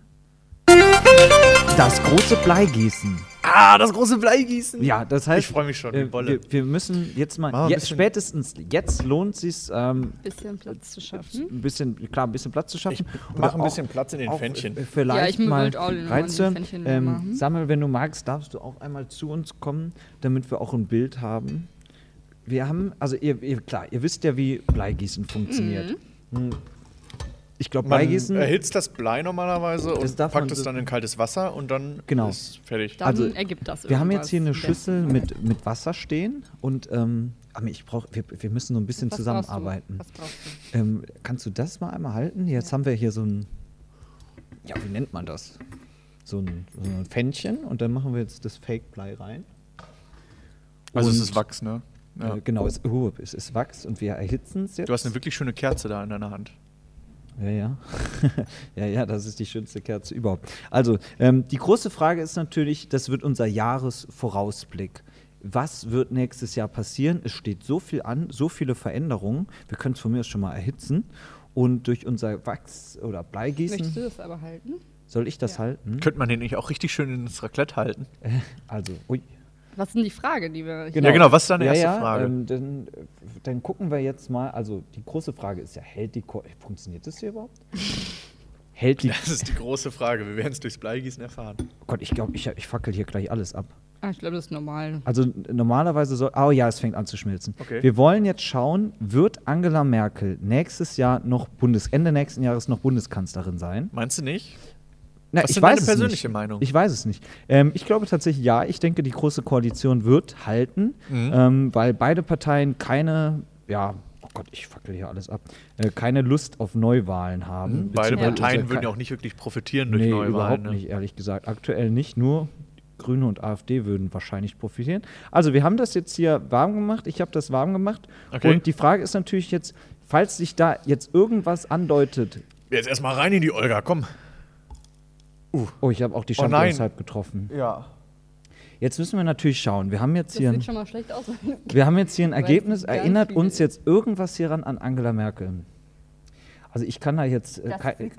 [SPEAKER 2] Das große Bleigießen.
[SPEAKER 3] Ah, das große Bleigießen.
[SPEAKER 2] Ja, das heißt.
[SPEAKER 3] Ich freu mich schon, wie
[SPEAKER 2] äh,
[SPEAKER 3] Bolle.
[SPEAKER 2] wir, wir müssen jetzt mal.
[SPEAKER 3] Machen wir ein
[SPEAKER 2] Je,
[SPEAKER 3] bisschen-
[SPEAKER 2] spätestens jetzt lohnt es sich, ähm,
[SPEAKER 4] Bisschen Platz zu schaffen.
[SPEAKER 2] ein bisschen, klar, ein bisschen Platz zu schaffen.
[SPEAKER 3] Ich
[SPEAKER 2] Oder
[SPEAKER 3] mache ein
[SPEAKER 2] auch-
[SPEAKER 3] bisschen Platz in den
[SPEAKER 2] auch,
[SPEAKER 3] Fännchen.
[SPEAKER 2] äh, Vielleicht
[SPEAKER 4] Ja, ich
[SPEAKER 2] mal
[SPEAKER 4] wollte auch noch
[SPEAKER 2] reinzuhören.
[SPEAKER 4] den Fännchen mhm.
[SPEAKER 2] Ähm,
[SPEAKER 4] machen.
[SPEAKER 2] Sammel, wenn du magst, darfst du auch einmal zu uns kommen, damit wir auch ein Bild haben. Wir haben, also ihr, ihr klar, ihr wisst ja, wie Bleigießen funktioniert.
[SPEAKER 4] Mhm.
[SPEAKER 2] Hm. Ich glaube,
[SPEAKER 3] Man
[SPEAKER 2] Bleigießen,
[SPEAKER 3] erhitzt das Blei normalerweise
[SPEAKER 2] Das
[SPEAKER 3] und
[SPEAKER 2] darf man
[SPEAKER 3] packt es
[SPEAKER 2] so-
[SPEAKER 3] dann in kaltes Wasser und dann
[SPEAKER 2] Genau.
[SPEAKER 3] ist fertig.
[SPEAKER 4] Dann
[SPEAKER 2] Also,
[SPEAKER 4] ergibt das
[SPEAKER 2] wir haben jetzt
[SPEAKER 4] irgendwas.
[SPEAKER 2] hier eine
[SPEAKER 4] Im
[SPEAKER 2] Schüssel
[SPEAKER 4] besten Fall.
[SPEAKER 2] mit, mit Wasser stehen und ähm, aber ich brauch, wir, wir müssen so ein bisschen
[SPEAKER 4] Was
[SPEAKER 2] zusammenarbeiten.
[SPEAKER 4] Brauchst du? Was brauchst
[SPEAKER 2] Ähm, kannst du das mal einmal halten? Jetzt haben wir hier so ein, ja, wie nennt man das? So ein, so ein Fännchen und dann machen wir jetzt das Fake-Blei rein.
[SPEAKER 3] also es
[SPEAKER 2] Und-
[SPEAKER 3] ist Wachs, ne? Ja.
[SPEAKER 2] Äh, genau, es, oh, es ist Wachs und wir erhitzen es jetzt.
[SPEAKER 3] Du hast eine wirklich schöne Kerze da in deiner Hand.
[SPEAKER 2] ja, ja. (laughs) ja, ja, das ist die schönste Kerze überhaupt. Also, ähm, die große Frage ist natürlich, das wird unser Jahresvorausblick. Was wird nächstes Jahr passieren? Es steht so viel an, so viele Veränderungen. Wir können es von mir aus schon mal erhitzen. Und durch unser Wachs- oder
[SPEAKER 4] du? Möchtest du
[SPEAKER 2] Bleigießen,
[SPEAKER 4] das aber halten?
[SPEAKER 2] soll ich das
[SPEAKER 4] Ja.
[SPEAKER 2] halten?
[SPEAKER 3] Könnte man den nicht auch richtig schön ins Raclette halten?
[SPEAKER 2] Also, ui.
[SPEAKER 4] Was ist denn die Frage, die wir hier
[SPEAKER 3] Ja, genau, was ist deine erste Frage?
[SPEAKER 2] Ähm, dann, äh, dann gucken wir jetzt mal, also die große Frage ist ja, hält die Ko Funktioniert das hier
[SPEAKER 3] (laughs)
[SPEAKER 2] überhaupt? hält die
[SPEAKER 3] Das ist die große Frage. Wir werden es durchs Bleigießen erfahren.
[SPEAKER 2] Gott, ich glaube, ich, ich fackel hier gleich alles ab.
[SPEAKER 4] Ah, ich glaube, das ist normal.
[SPEAKER 2] Also n- normalerweise soll. Oh ja, es fängt an zu schmilzen.
[SPEAKER 3] Okay.
[SPEAKER 2] Wir wollen jetzt schauen, wird Angela Merkel nächstes Jahr noch Bundes, Ende nächsten Jahres noch Bundeskanzlerin sein?
[SPEAKER 3] Meinst du nicht?
[SPEAKER 2] Na,
[SPEAKER 3] Was
[SPEAKER 2] ich
[SPEAKER 3] ist
[SPEAKER 2] weiß
[SPEAKER 3] deine
[SPEAKER 2] es
[SPEAKER 3] persönliche
[SPEAKER 2] nicht.
[SPEAKER 3] Meinung?
[SPEAKER 2] Ich weiß es nicht. Ähm, ich glaube tatsächlich ja. Ich denke, die große Koalition wird halten,
[SPEAKER 3] Mhm.
[SPEAKER 2] ähm, weil beide Parteien keine, ja, oh Gott, ich fackel hier alles ab, äh, keine Lust auf Neuwahlen haben.
[SPEAKER 3] Mhm. Beide
[SPEAKER 2] beziehungsweise
[SPEAKER 3] Parteien
[SPEAKER 2] ke-
[SPEAKER 3] würden ja auch nicht wirklich profitieren durch
[SPEAKER 2] Nee,
[SPEAKER 3] Neuwahlen.
[SPEAKER 2] überhaupt
[SPEAKER 3] ne?
[SPEAKER 2] nicht, ehrlich gesagt. Aktuell nicht, nur Grüne und AfD würden wahrscheinlich profitieren. Also wir haben das jetzt hier warm gemacht, ich habe das warm gemacht.
[SPEAKER 3] Okay.
[SPEAKER 2] Und die Frage ist natürlich jetzt, falls sich da jetzt irgendwas andeutet,
[SPEAKER 3] Jetzt erstmal rein in die Olga, komm.
[SPEAKER 2] oh, ich habe auch die
[SPEAKER 3] Oh nein.
[SPEAKER 2] Champions halb getroffen.
[SPEAKER 3] Ja.
[SPEAKER 2] Jetzt müssen wir natürlich schauen. Wir haben jetzt
[SPEAKER 4] Das
[SPEAKER 2] hier ein,
[SPEAKER 4] sieht schon mal schlecht
[SPEAKER 2] Äh,
[SPEAKER 4] aus.
[SPEAKER 2] wir haben jetzt hier ein
[SPEAKER 4] Weil
[SPEAKER 2] Ergebnis.
[SPEAKER 4] es ganz
[SPEAKER 2] Erinnert
[SPEAKER 4] viel
[SPEAKER 2] uns
[SPEAKER 4] ist.
[SPEAKER 2] jetzt irgendwas hieran an Angela Merkel? Also ich kann da jetzt äh,
[SPEAKER 4] Das
[SPEAKER 2] kein,
[SPEAKER 4] sieht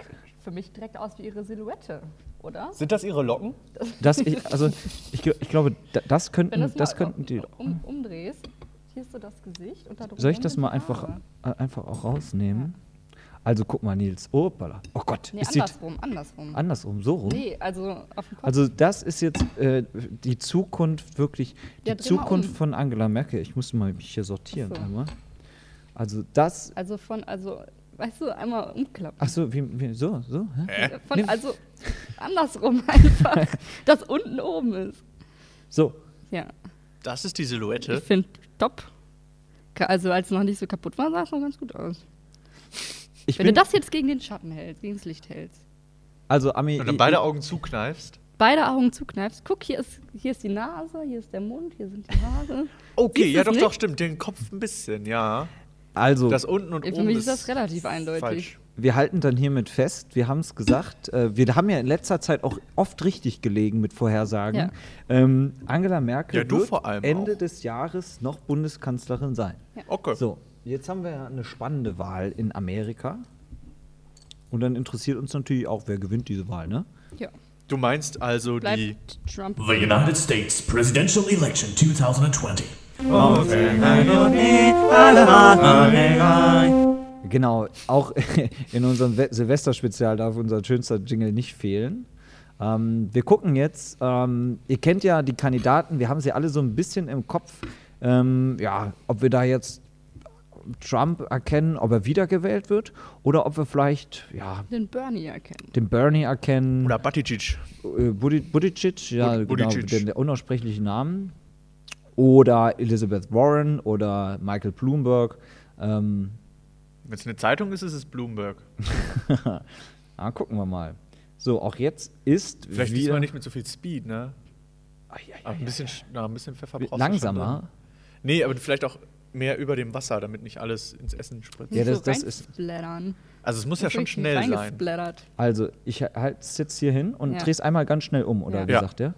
[SPEAKER 4] für mich direkt aus wie ihre Silhouette, oder?
[SPEAKER 2] Hm,
[SPEAKER 3] Sind das ihre Locken?
[SPEAKER 2] das ich, also ich, gl- ich glaube, da- das
[SPEAKER 4] Wenn
[SPEAKER 2] könnten
[SPEAKER 4] du es mal
[SPEAKER 2] das könnten die
[SPEAKER 4] um, umdrehst, hier ist so das Gesicht und da drunter
[SPEAKER 2] Soll ich das
[SPEAKER 4] sind
[SPEAKER 2] mal
[SPEAKER 4] die
[SPEAKER 2] einfach,
[SPEAKER 4] Haare.
[SPEAKER 2] äh, einfach auch rausnehmen? Also guck mal, Nils. Opala. Oh Gott,
[SPEAKER 4] Nee,
[SPEAKER 2] es sieht
[SPEAKER 4] andersrum, andersrum.
[SPEAKER 2] andersrum, so rum.
[SPEAKER 4] nee, also auf dem Kopf.
[SPEAKER 2] Also das ist jetzt äh, die Zukunft wirklich, die
[SPEAKER 4] Ja, dreh mal
[SPEAKER 2] Zukunft
[SPEAKER 4] um.
[SPEAKER 2] von Angela Merkel. Ich muss mal mich hier sortieren
[SPEAKER 4] Ach so.
[SPEAKER 2] einmal. Also das,
[SPEAKER 4] also von, also, weißt du, einmal umklappen.
[SPEAKER 2] ach so, wie, wie, so, so.
[SPEAKER 3] Äh.
[SPEAKER 2] Hä?
[SPEAKER 4] Von,
[SPEAKER 2] Nee.
[SPEAKER 4] also andersrum (laughs) einfach, dass unten oben ist.
[SPEAKER 2] So,
[SPEAKER 4] Ja,
[SPEAKER 3] Das ist die Silhouette.
[SPEAKER 4] ich finde top. Ka- Also als es noch nicht so kaputt war, sah es noch ganz gut aus.
[SPEAKER 2] ich
[SPEAKER 4] Wenn du
[SPEAKER 2] bin,
[SPEAKER 4] das jetzt gegen den Schatten hältst, gegen das Licht hältst,
[SPEAKER 2] also Ami,
[SPEAKER 3] Und dann
[SPEAKER 2] ich-
[SPEAKER 3] beide Augen zukneifst.
[SPEAKER 4] beide Augen zukneifst, guck, hier ist, hier ist die Nase, hier ist der Mund, hier sind die Haare.
[SPEAKER 3] (laughs) Okay,
[SPEAKER 4] Siehst
[SPEAKER 3] ja
[SPEAKER 4] du's
[SPEAKER 3] doch,
[SPEAKER 4] nicht?
[SPEAKER 3] doch, stimmt. Den Kopf ein bisschen, ja.
[SPEAKER 2] also
[SPEAKER 3] Das unten und
[SPEAKER 4] Für
[SPEAKER 3] oben
[SPEAKER 4] mich ist das relativ eindeutig.
[SPEAKER 3] Falsch.
[SPEAKER 2] wir halten dann hiermit fest, wir haben es gesagt, äh, wir haben ja in letzter Zeit auch oft richtig gelegen mit Vorhersagen.
[SPEAKER 4] Ja.
[SPEAKER 2] Ähm, Angela Merkel
[SPEAKER 3] Ja, du
[SPEAKER 2] wird
[SPEAKER 3] vor allem
[SPEAKER 2] Ende
[SPEAKER 3] auch.
[SPEAKER 2] des Jahres noch Bundeskanzlerin sein.
[SPEAKER 3] Okay.
[SPEAKER 2] So, jetzt haben wir ja eine spannende Wahl in Amerika. Und dann interessiert uns natürlich auch, wer gewinnt diese Wahl, ne?
[SPEAKER 4] Ja,
[SPEAKER 3] Du meinst also die.
[SPEAKER 4] bleibt Trump.
[SPEAKER 5] The United States presidential election 2020.
[SPEAKER 2] (laughs) Genau, auch in unserem We- Silvesterspezial darf unser schönster Jingle nicht fehlen. Ähm, wir gucken jetzt, ähm, ihr kennt ja die Kandidaten, wir haben sie alle so ein bisschen im Kopf. Ähm, ja, ob wir da jetzt Trump erkennen, ob er wiedergewählt wird oder ob wir vielleicht ja,
[SPEAKER 4] Den Bernie erkennen.
[SPEAKER 2] den Bernie erkennen.
[SPEAKER 3] Oder Baticic.
[SPEAKER 2] Äh, Budi- Budicic, ja,
[SPEAKER 3] Bud-
[SPEAKER 2] genau,
[SPEAKER 3] Budicic.
[SPEAKER 2] den, der unaussprechlichen Namen. Oder Elizabeth Warren oder Michael Bloomberg. Ähm,
[SPEAKER 3] Wenn es eine Zeitung ist, ist es Bloomberg.
[SPEAKER 2] ah, gucken wir mal. So, auch jetzt ist
[SPEAKER 3] Vielleicht
[SPEAKER 2] wieder
[SPEAKER 3] diesmal nicht mit so viel Speed, ne? Aber ein bisschen, sch- na, ein bisschen Pfeffer brauchst du schon
[SPEAKER 2] langsamer.
[SPEAKER 3] drin. Nee, aber vielleicht auch mehr über dem Wasser, damit nicht alles ins Essen spritzt.
[SPEAKER 2] Ja,
[SPEAKER 4] Nicht
[SPEAKER 2] das- das ist-
[SPEAKER 4] reinsplättern.
[SPEAKER 3] Also es muss ja
[SPEAKER 4] Das
[SPEAKER 3] schon
[SPEAKER 4] ist richtig
[SPEAKER 3] schnell sein.
[SPEAKER 4] reingesplättert.
[SPEAKER 2] Also, ich halte es jetzt hier hin und
[SPEAKER 4] Ja.
[SPEAKER 2] drehe es einmal ganz schnell um, oder
[SPEAKER 4] Ja.
[SPEAKER 2] wie
[SPEAKER 3] Ja.
[SPEAKER 2] sagt er?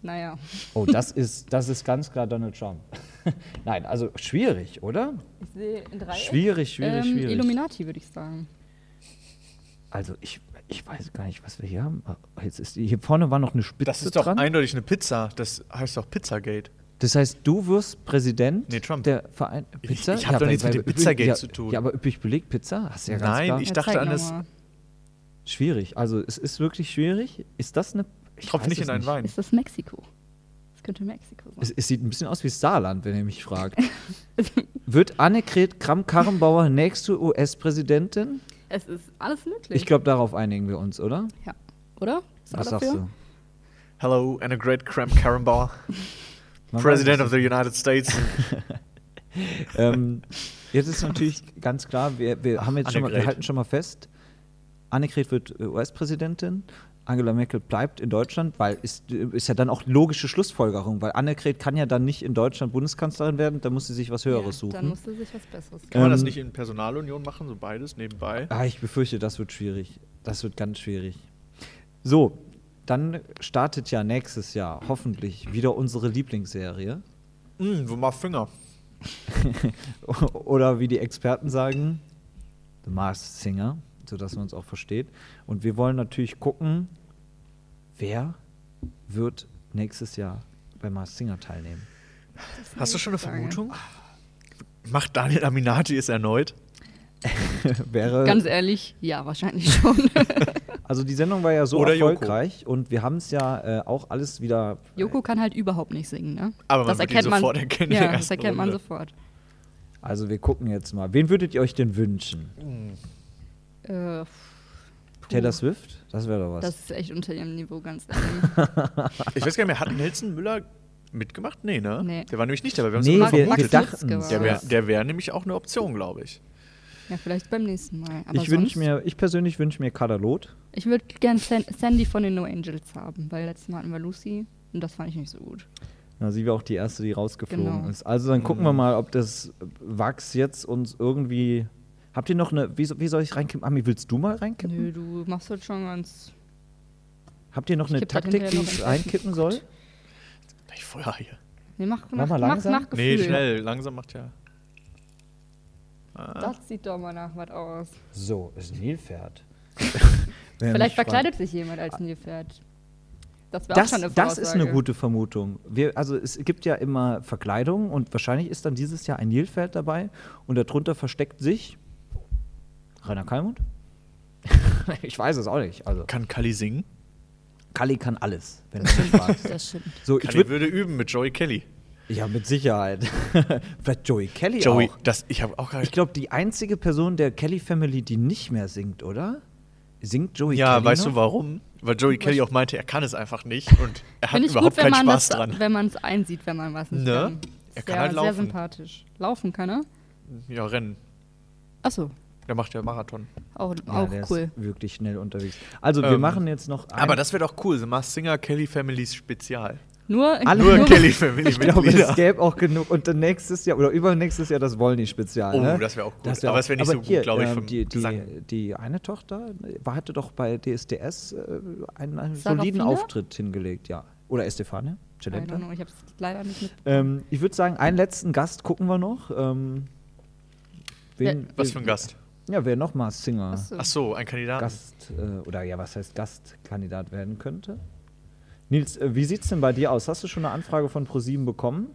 [SPEAKER 4] Naja,
[SPEAKER 2] Oh,
[SPEAKER 4] (laughs)
[SPEAKER 2] das ist, das ist ganz klar Donald Trump. (laughs) Nein, also schwierig, oder?
[SPEAKER 4] ich sehe in drei.
[SPEAKER 2] Schwierig, schwierig,
[SPEAKER 4] ähm,
[SPEAKER 2] schwierig.
[SPEAKER 4] Illuminati, würde ich sagen.
[SPEAKER 2] Also, ich, ich weiß gar nicht, was wir hier haben. Ah, Jetzt ist, hier vorne war noch eine Spitze
[SPEAKER 3] Das ist doch
[SPEAKER 2] dran.
[SPEAKER 3] eindeutig eine Pizza. Das heißt doch Pizzagate.
[SPEAKER 2] Das heißt, du wirst Präsident
[SPEAKER 3] Nee, Trump.
[SPEAKER 2] der Verein
[SPEAKER 3] Ich-
[SPEAKER 2] Pizza?
[SPEAKER 3] ich hab doch
[SPEAKER 2] weil-
[SPEAKER 3] nichts mit
[SPEAKER 2] weil
[SPEAKER 3] dem Pizzagate
[SPEAKER 2] ja,
[SPEAKER 3] zu tun.
[SPEAKER 2] Ja, aber üppig belegt Pizza? Hast du ja ganz
[SPEAKER 3] Nein,
[SPEAKER 2] klar.
[SPEAKER 3] Ich
[SPEAKER 4] Ja,
[SPEAKER 3] dachte
[SPEAKER 4] zeig
[SPEAKER 3] an
[SPEAKER 4] noch
[SPEAKER 3] das-
[SPEAKER 4] mal.
[SPEAKER 2] Schwierig. Also, es ist wirklich schwierig. Ist das eine. Ich
[SPEAKER 3] Tropf
[SPEAKER 2] weiß
[SPEAKER 3] nicht
[SPEAKER 2] es
[SPEAKER 3] in einen Wein.
[SPEAKER 4] Ist das Mexiko? Das könnte Mexiko sein.
[SPEAKER 2] Es, es sieht ein bisschen aus wie Saarland, wenn ihr mich
[SPEAKER 4] (laughs)
[SPEAKER 2] fragt. Wird Annegret Kramp-Karrenbauer nächste US-Präsidentin?
[SPEAKER 4] Es ist alles möglich.
[SPEAKER 2] Ich glaube, darauf einigen wir uns, oder?
[SPEAKER 4] ja. Oder? Ist
[SPEAKER 2] Was
[SPEAKER 4] dafür?
[SPEAKER 2] sagst du?
[SPEAKER 3] Hello and a great Cram Karrenbauer.
[SPEAKER 2] Man
[SPEAKER 3] President
[SPEAKER 2] weiß
[SPEAKER 3] of the United (laughs) States.
[SPEAKER 2] es nicht. ähm, jetzt ist natürlich ganz klar, wir, wir, haben jetzt schon mal, wir
[SPEAKER 3] Annegret.
[SPEAKER 2] halten schon mal fest, Annegret wird äh, US-Präsidentin, Angela Merkel bleibt in Deutschland, weil ist, äh, ist ja dann auch logische Schlussfolgerung, weil Annegret kann ja dann nicht in Deutschland Bundeskanzlerin werden, da muss sie sich was Höheres
[SPEAKER 4] ja, Dann
[SPEAKER 2] suchen.
[SPEAKER 4] musste sich was Besseres
[SPEAKER 3] Kann man das
[SPEAKER 2] Ähm,
[SPEAKER 3] nicht in Personalunion machen, so beides nebenbei?
[SPEAKER 2] Ah, ich befürchte, das wird schwierig. Das wird ganz schwierig. So, dann startet ja nächstes Jahr hoffentlich wieder unsere
[SPEAKER 3] (laughs)
[SPEAKER 2] Lieblingsserie.
[SPEAKER 3] Mm, wo mal Finger.
[SPEAKER 2] Oder wie die Experten sagen, The Mars Singer, sodass man es auch versteht. Und wir wollen natürlich gucken, wer wird nächstes Jahr bei Mars Singer
[SPEAKER 3] (laughs)
[SPEAKER 2] teilnehmen.
[SPEAKER 3] Hast du schon eine
[SPEAKER 4] Frage.
[SPEAKER 3] Vermutung? Macht Daniel Aminati es erneut? Äh,
[SPEAKER 2] Wäre,
[SPEAKER 4] Ganz ehrlich, ja, wahrscheinlich schon. (laughs)
[SPEAKER 2] also die Sendung war ja so
[SPEAKER 3] Oder Joko.
[SPEAKER 2] erfolgreich und wir haben es ja äh, auch alles wieder
[SPEAKER 4] Joko kann halt überhaupt nicht singen, ne?
[SPEAKER 3] Aber man wird ihn sofort erkennen in der
[SPEAKER 4] Ja, das
[SPEAKER 3] ersten
[SPEAKER 4] erkennt man
[SPEAKER 3] Runde.
[SPEAKER 4] sofort.
[SPEAKER 2] Also wir gucken jetzt mal. Wen würdet ihr euch denn wünschen?
[SPEAKER 4] Äh,
[SPEAKER 2] Taylor Swift? Das wäre doch was.
[SPEAKER 4] das ist echt unter ihrem Niveau, ganz
[SPEAKER 2] (laughs)
[SPEAKER 4] ehrlich.
[SPEAKER 3] Ich weiß gar nicht mehr, hat Nelson Müller mitgemacht? Nee, ne?
[SPEAKER 4] Nee.
[SPEAKER 3] Der war nämlich nicht dabei. Wir haben's
[SPEAKER 2] nee,
[SPEAKER 3] immer
[SPEAKER 4] Max-
[SPEAKER 2] wir,
[SPEAKER 3] vermutet.
[SPEAKER 2] wir
[SPEAKER 4] Max
[SPEAKER 2] dachten
[SPEAKER 4] Lutzke war
[SPEAKER 3] Der
[SPEAKER 4] Ja.
[SPEAKER 3] wäre der wär nämlich auch eine Option, glaube ich.
[SPEAKER 4] ja, vielleicht beim nächsten Mal. Aber
[SPEAKER 2] Ich wünsch
[SPEAKER 4] sonst-
[SPEAKER 2] mir, ich persönlich wünsche mir Kadalot.
[SPEAKER 4] Ich würde gern San Sandy von den No Angels haben, weil letztes Mal hatten wir Lucy und das fand ich nicht so gut.
[SPEAKER 2] Na, sie war auch die erste, die rausgeflogen
[SPEAKER 4] Genau.
[SPEAKER 2] ist. Also dann gucken wir mal, ob das Wachs jetzt uns irgendwie. Habt ihr noch eine. Wie, so- wie soll ich reinkippen? Ami, willst du mal reinkippen?
[SPEAKER 4] Nö, du machst das schon ganz.
[SPEAKER 2] Habt ihr noch
[SPEAKER 4] Ich
[SPEAKER 2] eine
[SPEAKER 4] kipp das
[SPEAKER 2] Taktik, wie
[SPEAKER 4] hinterher noch
[SPEAKER 2] ich
[SPEAKER 4] in-
[SPEAKER 2] reinkippen soll?
[SPEAKER 3] Ich Feuer hier.
[SPEAKER 4] Nee, mach,
[SPEAKER 2] Mach
[SPEAKER 4] mach,
[SPEAKER 2] mal
[SPEAKER 4] mach, mach,
[SPEAKER 2] langsam.
[SPEAKER 4] nach Gefühl.
[SPEAKER 3] Nee, schnell. Langsam macht ja.
[SPEAKER 4] Das sieht doch mal nach was aus.
[SPEAKER 2] So, ist ein Nilpferd. (laughs) Wer mich
[SPEAKER 4] Vielleicht
[SPEAKER 2] fragt-
[SPEAKER 4] verkleidet sich jemand als Nilpferd. Das
[SPEAKER 2] Ah.
[SPEAKER 4] wäre auch
[SPEAKER 2] Das,
[SPEAKER 4] schon eine
[SPEAKER 2] das ist eine
[SPEAKER 4] Voraussage.
[SPEAKER 2] gute Vermutung. Wir, also es gibt ja immer Verkleidung und wahrscheinlich ist dann dieses Jahr ein Nilpferd dabei und darunter versteckt sich Rainer Kalmund? ich weiß es auch nicht. Also
[SPEAKER 3] Kann Kali singen?
[SPEAKER 2] Kalli kann alles, wenn du mich fragst.
[SPEAKER 4] Das stimmt.
[SPEAKER 2] So, ich
[SPEAKER 3] Kali
[SPEAKER 2] würd,
[SPEAKER 3] würde üben mit Joey Kelly.
[SPEAKER 2] ja, mit Sicherheit. (laughs) Vielleicht Joey Kelly
[SPEAKER 3] Joey,
[SPEAKER 2] auch.
[SPEAKER 3] das, ich habe auch gar
[SPEAKER 2] Ich
[SPEAKER 3] nicht.
[SPEAKER 2] glaube, die einzige Person der Kelly Family, die nicht mehr singt, oder? Singt Joey
[SPEAKER 3] Ja,
[SPEAKER 2] Kelly
[SPEAKER 3] weißt
[SPEAKER 2] noch?
[SPEAKER 3] du warum? Weil Joey Kelly auch meinte, er kann es einfach nicht und er hat
[SPEAKER 4] Finde ich
[SPEAKER 3] überhaupt
[SPEAKER 4] gut, wenn
[SPEAKER 3] keinen
[SPEAKER 4] man
[SPEAKER 3] Spaß
[SPEAKER 4] das,
[SPEAKER 3] dran.
[SPEAKER 4] wenn man es einsieht, wenn man was nicht
[SPEAKER 3] Ne?
[SPEAKER 4] kann.
[SPEAKER 3] Er
[SPEAKER 4] Sehr,
[SPEAKER 3] kann halt
[SPEAKER 4] sehr
[SPEAKER 3] laufen.
[SPEAKER 4] sympathisch. Laufen kann er?
[SPEAKER 3] Ja, Rennen.
[SPEAKER 4] Achso,
[SPEAKER 3] Der macht ja Marathon.
[SPEAKER 4] auch,
[SPEAKER 2] Ja,
[SPEAKER 4] auch
[SPEAKER 2] der
[SPEAKER 4] cool.
[SPEAKER 2] ist wirklich schnell unterwegs. Also, wir
[SPEAKER 3] Ähm,
[SPEAKER 2] machen jetzt noch ein-
[SPEAKER 3] Aber das wäre doch cool. The Masked Singer Kelly Families Spezial.
[SPEAKER 4] Nur,
[SPEAKER 2] Alle-
[SPEAKER 4] nur
[SPEAKER 3] Nur Kelly Family
[SPEAKER 2] Ich glaube, es
[SPEAKER 3] Mitglieder.
[SPEAKER 2] gäbe auch genug. Und dann nächstes Jahr oder übernächstes Jahr das Wollny-Spezial.
[SPEAKER 3] Oh,
[SPEAKER 2] ne?
[SPEAKER 3] das wäre auch gut.
[SPEAKER 2] Das
[SPEAKER 3] Aber es wäre nicht
[SPEAKER 2] aber
[SPEAKER 3] so gut,
[SPEAKER 2] hier,
[SPEAKER 3] glaube ich,
[SPEAKER 2] ähm,
[SPEAKER 3] vom
[SPEAKER 2] die, die,
[SPEAKER 3] Gesang.
[SPEAKER 2] die eine Tochter äh, war- hatte doch bei DSDS äh, einen, einen
[SPEAKER 4] Sarah
[SPEAKER 2] soliden
[SPEAKER 4] Fiedler?
[SPEAKER 2] Auftritt hingelegt, ja. Oder Estefane,
[SPEAKER 4] I don't
[SPEAKER 2] Celenta.
[SPEAKER 4] know, ich habe es leider nicht
[SPEAKER 3] Ah.
[SPEAKER 4] mit.
[SPEAKER 2] Ähm, ich würde sagen, einen letzten Gast gucken wir noch. Ähm, wen,
[SPEAKER 3] Was für ein Gast.
[SPEAKER 2] Ja, wer nochmal Singer,
[SPEAKER 4] Achso.
[SPEAKER 3] Ach so, ein Kandidat.
[SPEAKER 2] Gast äh, oder ja, was heißt Gastkandidat werden könnte. Nils, äh, wie sieht's denn bei dir aus? Hast du schon eine Anfrage von ProSieben bekommen?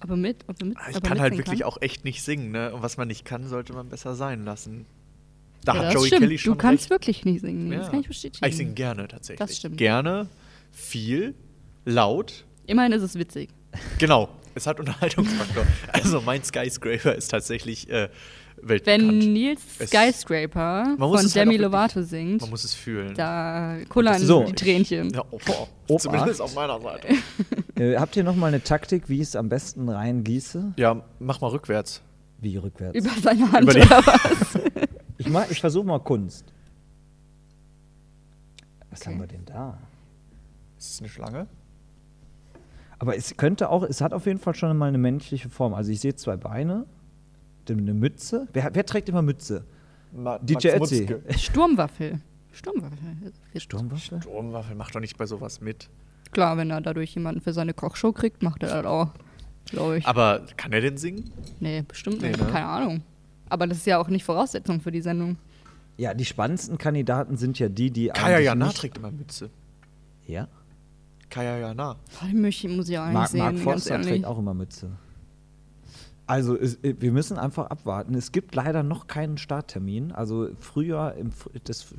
[SPEAKER 4] Aber mit, aber mit.
[SPEAKER 3] Ah, Ich
[SPEAKER 4] aber
[SPEAKER 3] kann halt wirklich
[SPEAKER 4] auch.
[SPEAKER 3] auch echt nicht singen, ne? Und was man nicht kann, sollte man besser sein lassen. Da
[SPEAKER 4] ja,
[SPEAKER 3] hat
[SPEAKER 4] das
[SPEAKER 3] Joey
[SPEAKER 4] stimmt.
[SPEAKER 3] Kelly schon
[SPEAKER 4] du kannst
[SPEAKER 3] recht. Ah,
[SPEAKER 4] wirklich nicht singen. Das kann ich bestätigen.
[SPEAKER 3] Ich singe gerne tatsächlich.
[SPEAKER 4] Das stimmt.
[SPEAKER 3] Gerne, viel, laut.
[SPEAKER 4] Immerhin ist es witzig.
[SPEAKER 3] Genau, es hat
[SPEAKER 4] (laughs)
[SPEAKER 3] Unterhaltungsfaktor. also mein Skyscraper ist tatsächlich äh,
[SPEAKER 4] Wenn
[SPEAKER 3] weltbekannt.
[SPEAKER 4] Nils
[SPEAKER 3] Es-
[SPEAKER 4] Skyscraper
[SPEAKER 3] Man muss es
[SPEAKER 4] von
[SPEAKER 3] halt auch
[SPEAKER 4] Demi
[SPEAKER 3] wirklich-
[SPEAKER 4] Lovato singt,
[SPEAKER 3] Man muss es fühlen.
[SPEAKER 4] da kullern
[SPEAKER 2] So.
[SPEAKER 4] die Tränchen.
[SPEAKER 3] Ja, oh, boah.
[SPEAKER 2] Obacht.
[SPEAKER 3] Zumindest auf meiner Seite.
[SPEAKER 2] Äh, habt ihr noch mal eine Taktik, wie ich es am besten reingieße?
[SPEAKER 3] Ja, mach mal rückwärts.
[SPEAKER 2] Wie rückwärts?
[SPEAKER 4] Über seine Hand
[SPEAKER 3] Über die- (laughs)
[SPEAKER 4] oder was?
[SPEAKER 2] Ich, mach- ich versuche mal Kunst. Was
[SPEAKER 4] Okay.
[SPEAKER 2] haben wir denn da?
[SPEAKER 3] Ist es eine Schlange?
[SPEAKER 2] Aber es könnte auch, es hat auf jeden Fall schon mal eine menschliche Form. Also ich sehe zwei Beine, eine Mütze. Wer, wer trägt immer Mütze?
[SPEAKER 3] Ma
[SPEAKER 2] DJ
[SPEAKER 3] Max
[SPEAKER 2] Ötzi.
[SPEAKER 3] Mutzke.
[SPEAKER 4] Sturmwaffel. Sturmwaffel.
[SPEAKER 2] Sturmwaffe?
[SPEAKER 3] Sturmwaffel macht Oh, doch nicht bei sowas mit.
[SPEAKER 4] Klar, wenn er dadurch jemanden für seine Kochshow kriegt, macht er das auch. Glaube ich.
[SPEAKER 3] Aber kann er denn singen?
[SPEAKER 4] nee, bestimmt
[SPEAKER 3] Nee,
[SPEAKER 4] nicht.
[SPEAKER 3] ne?
[SPEAKER 4] Keine Ahnung. Aber das ist ja auch nicht Voraussetzung für die Sendung.
[SPEAKER 2] Ja, die spannendsten Kandidaten sind ja die, die
[SPEAKER 3] Kaya
[SPEAKER 2] eigentlich
[SPEAKER 3] Jana
[SPEAKER 2] nicht-
[SPEAKER 3] trägt immer Mütze.
[SPEAKER 2] Ja.
[SPEAKER 3] Kaya Jana.
[SPEAKER 4] Boah, die Milch muss ich auch nicht
[SPEAKER 2] Mark,
[SPEAKER 4] sehen,
[SPEAKER 2] Mark
[SPEAKER 4] ganz
[SPEAKER 2] Forster
[SPEAKER 4] ehrlich.
[SPEAKER 2] trägt auch immer Mütze. Also es, äh, wir müssen einfach abwarten. Es gibt leider noch keinen Starttermin. Also Frühjahr, im, Fr- das Fr-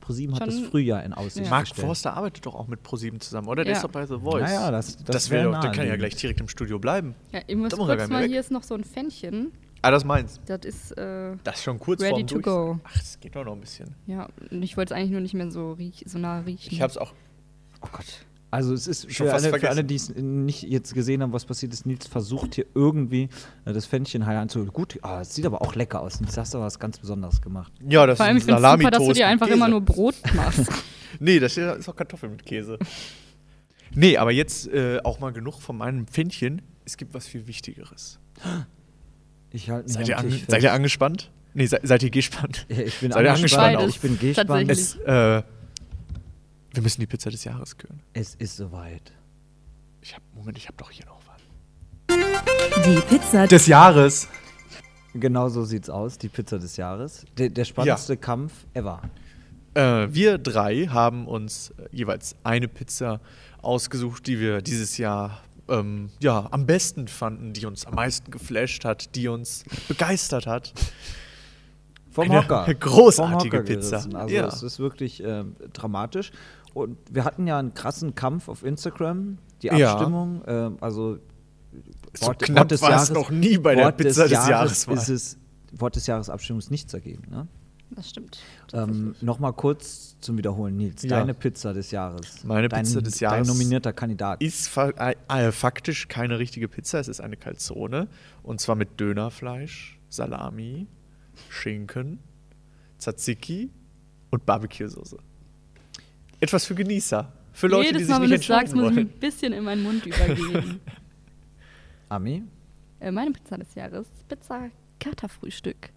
[SPEAKER 2] ProSieben hat das
[SPEAKER 4] Schon-
[SPEAKER 2] Frühjahr in Aussicht
[SPEAKER 3] Mark
[SPEAKER 2] gestellt.
[SPEAKER 3] Forster arbeitet doch auch mit ProSieben zusammen, oder? Der
[SPEAKER 4] Ja.
[SPEAKER 3] ist doch bei The Voice.
[SPEAKER 2] Naja, das- das
[SPEAKER 3] wäre
[SPEAKER 2] wär
[SPEAKER 3] doch, der kann ja
[SPEAKER 2] naheliegend.
[SPEAKER 3] gleich direkt im Studio bleiben.
[SPEAKER 4] Ja, ich muss
[SPEAKER 3] Da muss er gar
[SPEAKER 4] kurz
[SPEAKER 3] nicht
[SPEAKER 4] mal,
[SPEAKER 3] weg.
[SPEAKER 4] hier ist noch so ein Fännchen.
[SPEAKER 3] Ah, das meins.
[SPEAKER 4] Das ist, äh,
[SPEAKER 3] Das ist schon kurz
[SPEAKER 4] Ready
[SPEAKER 3] vorm
[SPEAKER 4] to
[SPEAKER 3] Durch-
[SPEAKER 4] go.
[SPEAKER 3] Ach, das geht doch noch ein bisschen.
[SPEAKER 4] ja, und ich wollte es eigentlich nur nicht mehr so, riech, so nah riechen.
[SPEAKER 3] Ich hab's auch.
[SPEAKER 2] Oh Gott. Also es ist
[SPEAKER 3] Schon
[SPEAKER 2] für
[SPEAKER 3] fast
[SPEAKER 2] alle, für alle,
[SPEAKER 3] vergessen.
[SPEAKER 2] die es nicht jetzt gesehen haben, was passiert ist, Nils versucht hier irgendwie äh, das Fännchen heil anzuholen. Gut, ah, es sieht aber auch lecker aus. Nils hast aber was ganz Besonderes gemacht.
[SPEAKER 3] Ja, das
[SPEAKER 4] Vor allem, ich
[SPEAKER 3] ist
[SPEAKER 4] finde
[SPEAKER 3] ein
[SPEAKER 4] es
[SPEAKER 3] salami
[SPEAKER 4] super, dass du dir einfach immer nur Brot machst.
[SPEAKER 3] (laughs) Nee, das hier ist auch Kartoffeln mit
[SPEAKER 4] (laughs)
[SPEAKER 3] Käse. nee, aber jetzt äh, auch mal genug von meinem Pfännchen. Es gibt was viel Wichtigeres.
[SPEAKER 2] Ich halte mich
[SPEAKER 3] Seid ihr,
[SPEAKER 2] am
[SPEAKER 3] an,
[SPEAKER 2] Tisch
[SPEAKER 3] seid ihr
[SPEAKER 2] fest.
[SPEAKER 3] angespannt? Nee, se seid ihr gespannt?
[SPEAKER 2] Ja, Ich bin
[SPEAKER 3] seid ihr
[SPEAKER 2] angespannt,
[SPEAKER 3] angespannt
[SPEAKER 2] ich bin gespannt.
[SPEAKER 4] Tatsächlich.
[SPEAKER 3] Es, äh, wir müssen die Pizza des Jahres küren.
[SPEAKER 2] Es ist soweit.
[SPEAKER 3] Ich hab, Moment, ich hab doch hier noch was.
[SPEAKER 1] Die Pizza
[SPEAKER 3] Des Jahres!
[SPEAKER 2] Genau so sieht's aus, die Pizza des Jahres. Der, der spannendste Kampf ever.
[SPEAKER 3] Äh, wir drei haben uns äh, jeweils eine Pizza ausgesucht, die wir dieses Jahr ähm, ja, am besten fanden, die uns am meisten geflasht hat, die uns begeistert hat.
[SPEAKER 2] Vom
[SPEAKER 3] Eine
[SPEAKER 2] Hocker.
[SPEAKER 3] großartige
[SPEAKER 2] Vom Hocker
[SPEAKER 3] Pizza.
[SPEAKER 2] gerissen. Also
[SPEAKER 3] Ja.
[SPEAKER 2] es ist wirklich ähm, dramatisch. Und wir hatten ja einen krassen Kampf auf Instagram, die
[SPEAKER 3] Ja.
[SPEAKER 2] Abstimmung. ähm, also
[SPEAKER 3] So knapp
[SPEAKER 2] des
[SPEAKER 3] war es
[SPEAKER 2] Jahres-
[SPEAKER 3] noch nie bei der
[SPEAKER 2] Wort
[SPEAKER 3] Pizza des Jahres
[SPEAKER 2] ist
[SPEAKER 3] mal.
[SPEAKER 2] es, Wort des Jahres Abstimmung ist nichts dagegen. Ne?
[SPEAKER 4] Das stimmt.
[SPEAKER 2] Ähm, Nochmal kurz zum Wiederholen, Nils.
[SPEAKER 3] Ja.
[SPEAKER 2] Deine Pizza des Jahres.
[SPEAKER 3] Meine
[SPEAKER 2] dein,
[SPEAKER 3] Pizza des
[SPEAKER 2] Dein
[SPEAKER 3] Jahres
[SPEAKER 2] nominierter Kandidat.
[SPEAKER 3] Ist fa äh, äh, faktisch keine richtige Pizza, es ist eine Calzone. Und zwar mit Dönerfleisch, Salami, Schinken, Tzatziki und Barbecue-Soße. Etwas für Genießer. Für Leute,
[SPEAKER 4] Jedes
[SPEAKER 3] die sich
[SPEAKER 4] Mal, wenn
[SPEAKER 3] nicht
[SPEAKER 4] du es sagst,
[SPEAKER 3] entscheiden
[SPEAKER 4] muss ich
[SPEAKER 3] wollen.
[SPEAKER 4] ein bisschen in meinen Mund übergehen.
[SPEAKER 2] Ami?
[SPEAKER 4] äh, meine Pizza des Jahres: Pizza Katerfrühstück.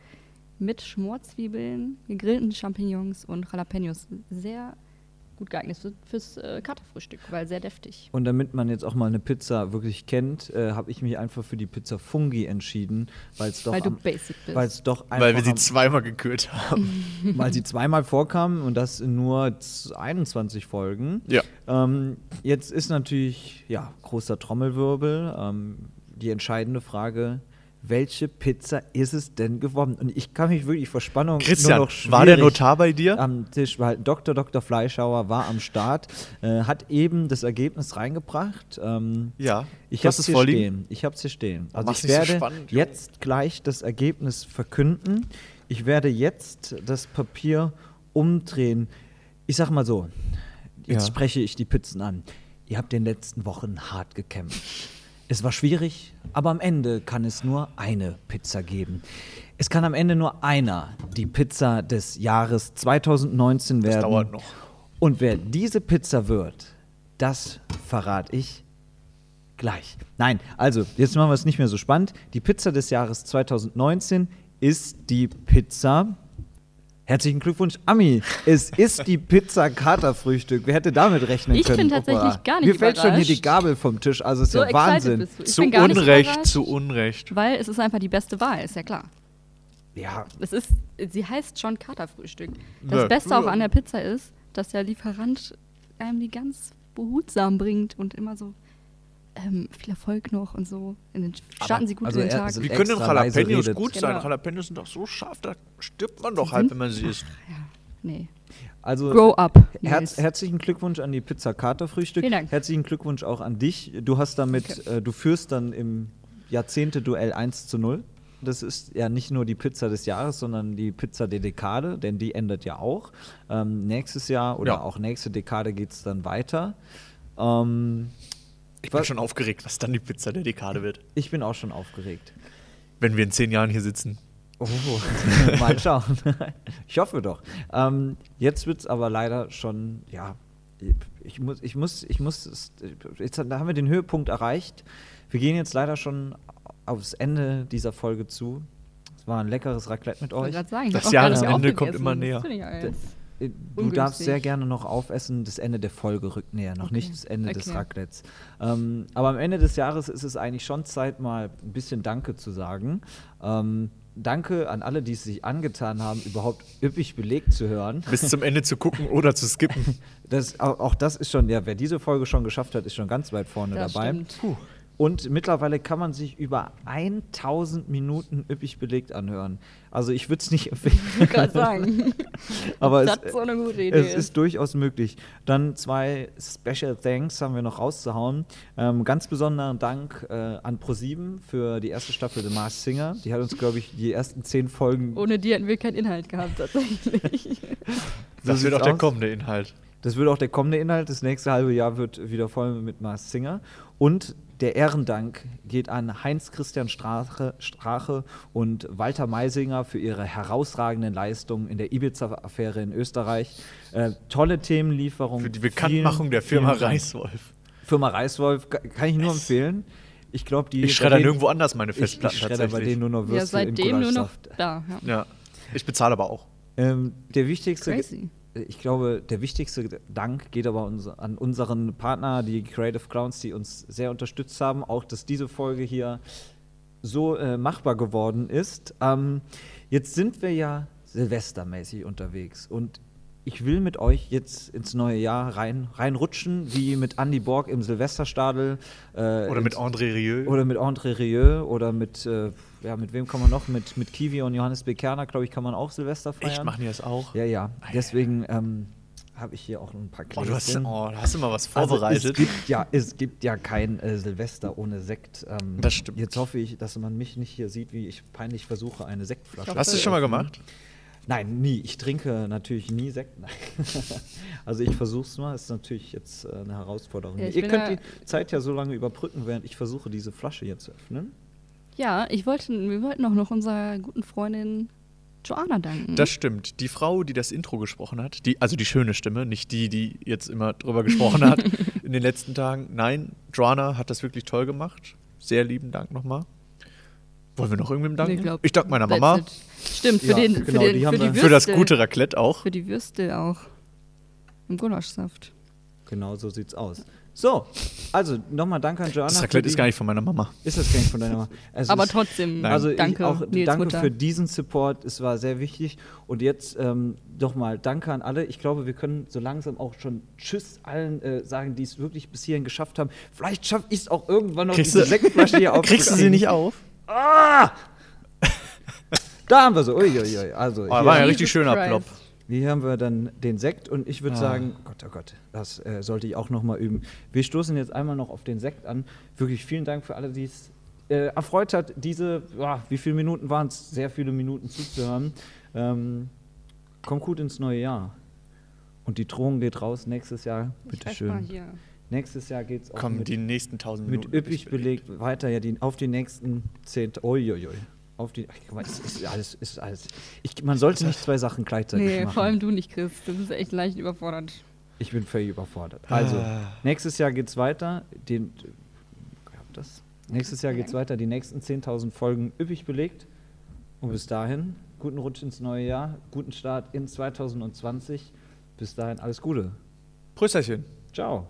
[SPEAKER 4] Mit Schmorzwiebeln, gegrillten Champignons und Jalapenos. Sehr gut geeignet für, fürs äh, Katerfrühstück, weil sehr deftig.
[SPEAKER 2] Und damit man jetzt auch mal eine Pizza wirklich kennt, äh, habe ich mich einfach für die Pizza Fungi entschieden, weil es doch,
[SPEAKER 4] Weil du
[SPEAKER 2] am-
[SPEAKER 4] basic bist.
[SPEAKER 2] weil's doch einfach
[SPEAKER 3] Weil wir sie
[SPEAKER 2] am-
[SPEAKER 3] zweimal gekürt
[SPEAKER 4] (laughs)
[SPEAKER 3] haben.
[SPEAKER 2] weil sie zweimal vorkam und das in nur z- 21 Folgen.
[SPEAKER 3] Ja.
[SPEAKER 2] Ähm, jetzt ist natürlich, ja, großer Trommelwirbel, ähm, die entscheidende Frage, welche Pizza ist es denn geworden? Und ich kann mich wirklich vor Spannung
[SPEAKER 3] Christian,
[SPEAKER 2] nur noch schwierig
[SPEAKER 3] war der Notar bei dir?
[SPEAKER 2] am Tisch war Dr. Dr. Fleischhauer war am Start, äh, hat eben das Ergebnis reingebracht. Ähm,
[SPEAKER 3] Ja.
[SPEAKER 2] ich
[SPEAKER 3] Du
[SPEAKER 2] habe
[SPEAKER 3] hast
[SPEAKER 2] es
[SPEAKER 3] es
[SPEAKER 2] hier
[SPEAKER 3] vorliegen?
[SPEAKER 2] stehen. Ich habe es hier stehen. Also
[SPEAKER 3] mach's
[SPEAKER 2] ich
[SPEAKER 3] nicht so
[SPEAKER 2] werde
[SPEAKER 3] spannend, Junge.
[SPEAKER 2] jetzt gleich das Ergebnis verkünden. Ich werde jetzt das Papier umdrehen. Ich sag mal so, jetzt
[SPEAKER 3] Ja.
[SPEAKER 2] spreche ich die Pizzen an. Ihr habt in den letzten Wochen hart gekämpft. Es war schwierig, aber am Ende kann es nur eine Pizza geben. Es kann am Ende nur einer die Pizza des Jahres 2019 werden.
[SPEAKER 3] dauert noch.
[SPEAKER 2] Und wer diese Pizza wird, das verrate ich gleich. Nein, also, jetzt machen wir es nicht mehr so spannend. Die Pizza des Jahres 2019 ist die Pizza. Herzlichen Glückwunsch, Ami. Es ist die Pizza Katerfrühstück. Wer hätte damit rechnen
[SPEAKER 4] Ich bin
[SPEAKER 2] können?
[SPEAKER 4] tatsächlich gar nicht
[SPEAKER 2] Mir fällt schon hier
[SPEAKER 4] überrascht.
[SPEAKER 2] die Gabel vom Tisch. Also, es ist
[SPEAKER 4] so
[SPEAKER 2] ja Wahnsinn.
[SPEAKER 4] excited bist du. Ich
[SPEAKER 3] zu
[SPEAKER 4] bin gar nicht
[SPEAKER 3] Unrecht,
[SPEAKER 4] überrascht,
[SPEAKER 3] zu Unrecht.
[SPEAKER 4] Weil es ist einfach die beste Wahl, ist ja klar.
[SPEAKER 2] Ja,
[SPEAKER 4] Es ist, sie heißt schon Katerfrühstück. Das
[SPEAKER 3] Ja.
[SPEAKER 4] Beste auch an der Pizza ist, dass der Lieferant einem die ganz behutsam bringt und immer so ähm, viel Erfolg noch und so. Und dann starten
[SPEAKER 2] Aber-
[SPEAKER 4] Sie gut
[SPEAKER 2] also
[SPEAKER 4] in den
[SPEAKER 2] er-
[SPEAKER 4] Tag.
[SPEAKER 2] also
[SPEAKER 3] Wie
[SPEAKER 2] Extra
[SPEAKER 3] können denn
[SPEAKER 2] leise
[SPEAKER 3] Jalapenos
[SPEAKER 2] redet.
[SPEAKER 3] gut sein?
[SPEAKER 4] Genau. Mhm.
[SPEAKER 3] Jalapenos sind doch so scharf, da stirbt man doch halb, wenn man sie isst.
[SPEAKER 4] ja, nee.
[SPEAKER 2] Also
[SPEAKER 4] Grow up.
[SPEAKER 2] Herz,
[SPEAKER 4] Nils.
[SPEAKER 2] herzlichen Glückwunsch an die Pizza Kater Frühstück.
[SPEAKER 4] Vielen Dank.
[SPEAKER 2] Herzlichen Glückwunsch auch an dich. Du hast damit, äh, du führst dann im Jahrzehnte-Duell 1 zu 0. Das ist ja nicht nur die Pizza des Jahres, sondern die Pizza der Dekade, denn die endet ja auch. Ähm, nächstes Jahr oder
[SPEAKER 3] Ja.
[SPEAKER 2] auch nächste Dekade geht es dann weiter. Ähm,
[SPEAKER 3] Ich bin
[SPEAKER 2] Was?
[SPEAKER 3] schon aufgeregt, was dann die Pizza der Dekade wird.
[SPEAKER 2] ich bin auch schon aufgeregt.
[SPEAKER 3] Wenn wir in zehn Jahren hier sitzen.
[SPEAKER 2] Oh, (laughs) mal schauen. Ich hoffe doch. Ähm, jetzt wird es aber leider schon, ja, ich muss, ich muss, ich muss, es- jetzt haben wir den Höhepunkt erreicht. Wir gehen jetzt leider schon aufs Ende dieser Folge zu. Es war ein leckeres Raclette mit
[SPEAKER 4] Ich wollte
[SPEAKER 2] euch.
[SPEAKER 4] grad sagen, ich
[SPEAKER 3] Das
[SPEAKER 4] hab auch gerade
[SPEAKER 3] Jahresende
[SPEAKER 4] aufgegessen.
[SPEAKER 3] kommt immer näher.
[SPEAKER 4] Das finde ich ja
[SPEAKER 2] D-
[SPEAKER 4] jetzt.
[SPEAKER 2] äh, Du
[SPEAKER 4] Ungünstig.
[SPEAKER 2] darfst sehr gerne noch aufessen. Das Ende der Folge rückt näher, noch
[SPEAKER 4] Okay.
[SPEAKER 2] nicht das Ende des
[SPEAKER 4] Okay.
[SPEAKER 2] Raclettes. Ähm, aber am Ende des Jahres ist es eigentlich schon Zeit, mal ein bisschen Danke zu sagen. Ähm, danke an alle, die es sich angetan haben, überhaupt üppig belegt zu hören.
[SPEAKER 3] Bis zum Ende zu gucken oder zu
[SPEAKER 2] (laughs)
[SPEAKER 3] skippen.
[SPEAKER 2] Das, au- auch das ist schon, ja, wer diese Folge schon geschafft hat, ist schon ganz weit vorne
[SPEAKER 4] Das
[SPEAKER 2] dabei.
[SPEAKER 4] stimmt.
[SPEAKER 2] Und mittlerweile kann man sich über 1000 Minuten üppig belegt anhören. Also ich würde es
[SPEAKER 4] (laughs)
[SPEAKER 2] nicht empfehlen.
[SPEAKER 4] Ich wollte gerade
[SPEAKER 3] (laughs)
[SPEAKER 4] sagen.
[SPEAKER 2] Aber
[SPEAKER 4] Das
[SPEAKER 2] es,
[SPEAKER 4] so eine gute Idee
[SPEAKER 2] es
[SPEAKER 4] ist.
[SPEAKER 2] ist durchaus möglich. Dann zwei Special Thanks haben wir noch rauszuhauen. Ähm, ganz besonderen Dank äh, an ProSieben für die erste Staffel The Mars Singer. Die hat uns, glaube ich, die ersten zehn Folgen.
[SPEAKER 4] Ohne die hätten wir keinen Inhalt
[SPEAKER 3] (laughs)
[SPEAKER 4] gehabt, tatsächlich.
[SPEAKER 2] So
[SPEAKER 3] Das wird
[SPEAKER 2] sieht's
[SPEAKER 3] auch der
[SPEAKER 2] aus.
[SPEAKER 3] kommende Inhalt.
[SPEAKER 2] Das wird auch der kommende Inhalt. Das nächste halbe Jahr wird wieder voll mit Mars Singer. Und der Ehrendank geht an Heinz-Christian Strache, Strache und Walter Meisinger für ihre herausragenden Leistungen in der Ibiza-Affäre in Österreich. Äh, tolle Themenlieferung.
[SPEAKER 3] Für die Bekanntmachung der Firma
[SPEAKER 2] vielen Dank.
[SPEAKER 3] Reiswolf.
[SPEAKER 2] Firma Reiswolf ka- kann ich nur empfehlen. Ich glaube, die.
[SPEAKER 3] Ich schredder
[SPEAKER 2] bei denen-
[SPEAKER 3] nirgendwo anders meine
[SPEAKER 2] Ich,
[SPEAKER 3] Festplatten
[SPEAKER 2] ich schredder bei
[SPEAKER 3] tatsächlich.
[SPEAKER 2] denen nur noch Würstchen
[SPEAKER 4] ja, seitdem
[SPEAKER 2] im
[SPEAKER 4] nur noch
[SPEAKER 2] Gulaschsaft.
[SPEAKER 4] da. Ja.
[SPEAKER 3] ja. Ich bezahle aber auch.
[SPEAKER 2] Ähm, der wichtigste,
[SPEAKER 4] Crazy.
[SPEAKER 2] ich glaube, der wichtigste Dank geht aber uns, an unseren Partner, die Creative Clowns, die uns sehr unterstützt haben. Auch, dass diese Folge hier so äh, machbar geworden ist. Ähm, jetzt sind wir ja silvestermäßig unterwegs und ich will mit euch jetzt ins neue Jahr rein, reinrutschen, wie mit Andy Borg im Silvesterstadel. Äh,
[SPEAKER 3] Oder mit
[SPEAKER 2] ins-
[SPEAKER 3] André Rieu.
[SPEAKER 2] oder mit André Rieu oder mit, äh, ja, mit wem kann man noch? Mit, mit Kiwi und Johannes Bekerner, glaube ich, kann man auch Silvester feiern.
[SPEAKER 3] Echt, machen die das auch?
[SPEAKER 2] Ja, ja. Deswegen ähm, habe ich hier auch ein paar
[SPEAKER 3] Oh,
[SPEAKER 2] Gläschen.
[SPEAKER 3] du hast, oh, da hast du mal was
[SPEAKER 2] Also es,
[SPEAKER 3] vorbereitet.
[SPEAKER 2] gibt ja, es gibt ja kein äh, Silvester ohne Sekt. Ähm,
[SPEAKER 3] Das stimmt.
[SPEAKER 2] Jetzt hoffe ich, dass man mich nicht hier sieht, wie ich peinlich versuche, eine Sektflasche
[SPEAKER 3] hast du es schon mal gemacht?
[SPEAKER 2] Nein, nie. Ich trinke natürlich nie Sekt. Nein. (laughs) also ich versuche es mal. Ist natürlich jetzt äh, eine Herausforderung.
[SPEAKER 4] Ja, ich
[SPEAKER 2] Ihr
[SPEAKER 4] bin
[SPEAKER 2] könnt
[SPEAKER 4] ja-
[SPEAKER 2] die Zeit ja so lange überbrücken, während ich versuche, diese Flasche hier zu öffnen.
[SPEAKER 4] ja, ich wollte, wir wollten auch noch unserer guten Freundin Joanna danken.
[SPEAKER 3] Das stimmt. Die Frau, die das Intro gesprochen hat, die, also die schöne Stimme, nicht die, die jetzt immer drüber gesprochen
[SPEAKER 4] (laughs)
[SPEAKER 3] hat in den letzten Tagen. Nein, Joanna hat das wirklich toll gemacht. Sehr lieben Dank nochmal. Wollen wir noch irgendwem danken?
[SPEAKER 4] Nee, glaub,
[SPEAKER 3] ich danke meiner
[SPEAKER 4] that's
[SPEAKER 3] Mama.
[SPEAKER 4] it. Stimmt, für
[SPEAKER 2] Ja,
[SPEAKER 4] den,
[SPEAKER 2] genau,
[SPEAKER 4] für, den
[SPEAKER 2] die haben
[SPEAKER 4] für, die
[SPEAKER 2] wir-
[SPEAKER 4] Würstel,
[SPEAKER 3] Für das gute Raclette auch.
[SPEAKER 4] Für die Würstel auch. Im Gulaschsaft.
[SPEAKER 2] Genau so sieht's aus. So, also nochmal danke an Joanna.
[SPEAKER 3] Das
[SPEAKER 2] für
[SPEAKER 3] Raclette
[SPEAKER 2] die-
[SPEAKER 3] ist gar nicht von meiner Mama.
[SPEAKER 2] Ist das gar nicht von deiner Mama? Es
[SPEAKER 4] Aber
[SPEAKER 2] ist-
[SPEAKER 4] trotzdem,
[SPEAKER 3] Nein.
[SPEAKER 2] Also ich
[SPEAKER 4] danke,
[SPEAKER 2] auch
[SPEAKER 4] Nils
[SPEAKER 2] danke
[SPEAKER 4] Mutter.
[SPEAKER 2] für diesen Support, es war sehr wichtig. Und jetzt ähm, nochmal danke an alle. Ich glaube, wir können so langsam auch schon Tschüss allen äh, sagen, die es wirklich bis hierhin geschafft haben. Vielleicht schaffe ich es auch irgendwann noch,
[SPEAKER 3] Kriegst
[SPEAKER 2] diese
[SPEAKER 3] du-
[SPEAKER 2] Sektflasche hier aufzukriegen.
[SPEAKER 3] (laughs) Kriegst du sie nicht auf?
[SPEAKER 2] (laughs) Da haben wir sie. Uiuiui. Also
[SPEAKER 3] Oh, war ja
[SPEAKER 2] hier,
[SPEAKER 4] Jesus
[SPEAKER 3] richtig schöner
[SPEAKER 4] Christ.
[SPEAKER 3] Plop.
[SPEAKER 2] hier haben wir dann den Sekt und ich würde
[SPEAKER 3] Ah.
[SPEAKER 2] sagen, Gott, oh Gott, das äh, sollte ich auch nochmal üben. Wir stoßen jetzt einmal noch auf den Sekt an. Wirklich vielen Dank für alle, die es äh, erfreut hat, diese, boah, wie viele Minuten waren es? Sehr viele Minuten zuzuhören. Ähm, kommt gut ins neue Jahr. Und die Drohung geht raus nächstes Jahr.
[SPEAKER 4] Erstmal
[SPEAKER 2] Bitteschön.
[SPEAKER 4] hier.
[SPEAKER 2] Nächstes Jahr geht's auch
[SPEAKER 3] Kommen
[SPEAKER 2] mit,
[SPEAKER 3] die nächsten tausend
[SPEAKER 2] mit
[SPEAKER 3] Minuten.
[SPEAKER 2] üppig belegt weiter, ja, die, auf die nächsten zehn. Uiuiui. Auf die. Ach, guck mal, es ist alles, es ist alles. Ich, man sollte nicht zwei Sachen gleichzeitig
[SPEAKER 4] Nee,
[SPEAKER 2] machen.
[SPEAKER 4] vor allem du nicht, Chris. Du bist echt leicht überfordert.
[SPEAKER 2] Ich bin völlig überfordert. Also, nächstes Jahr geht's weiter. Den, ich hab das. Nächstes Jahr geht's weiter. Die nächsten 10.000 Folgen üppig belegt. Und bis dahin, guten Rutsch ins neue Jahr, guten Start in 2020. Bis dahin alles Gute.
[SPEAKER 3] Prösterchen.
[SPEAKER 2] Ciao.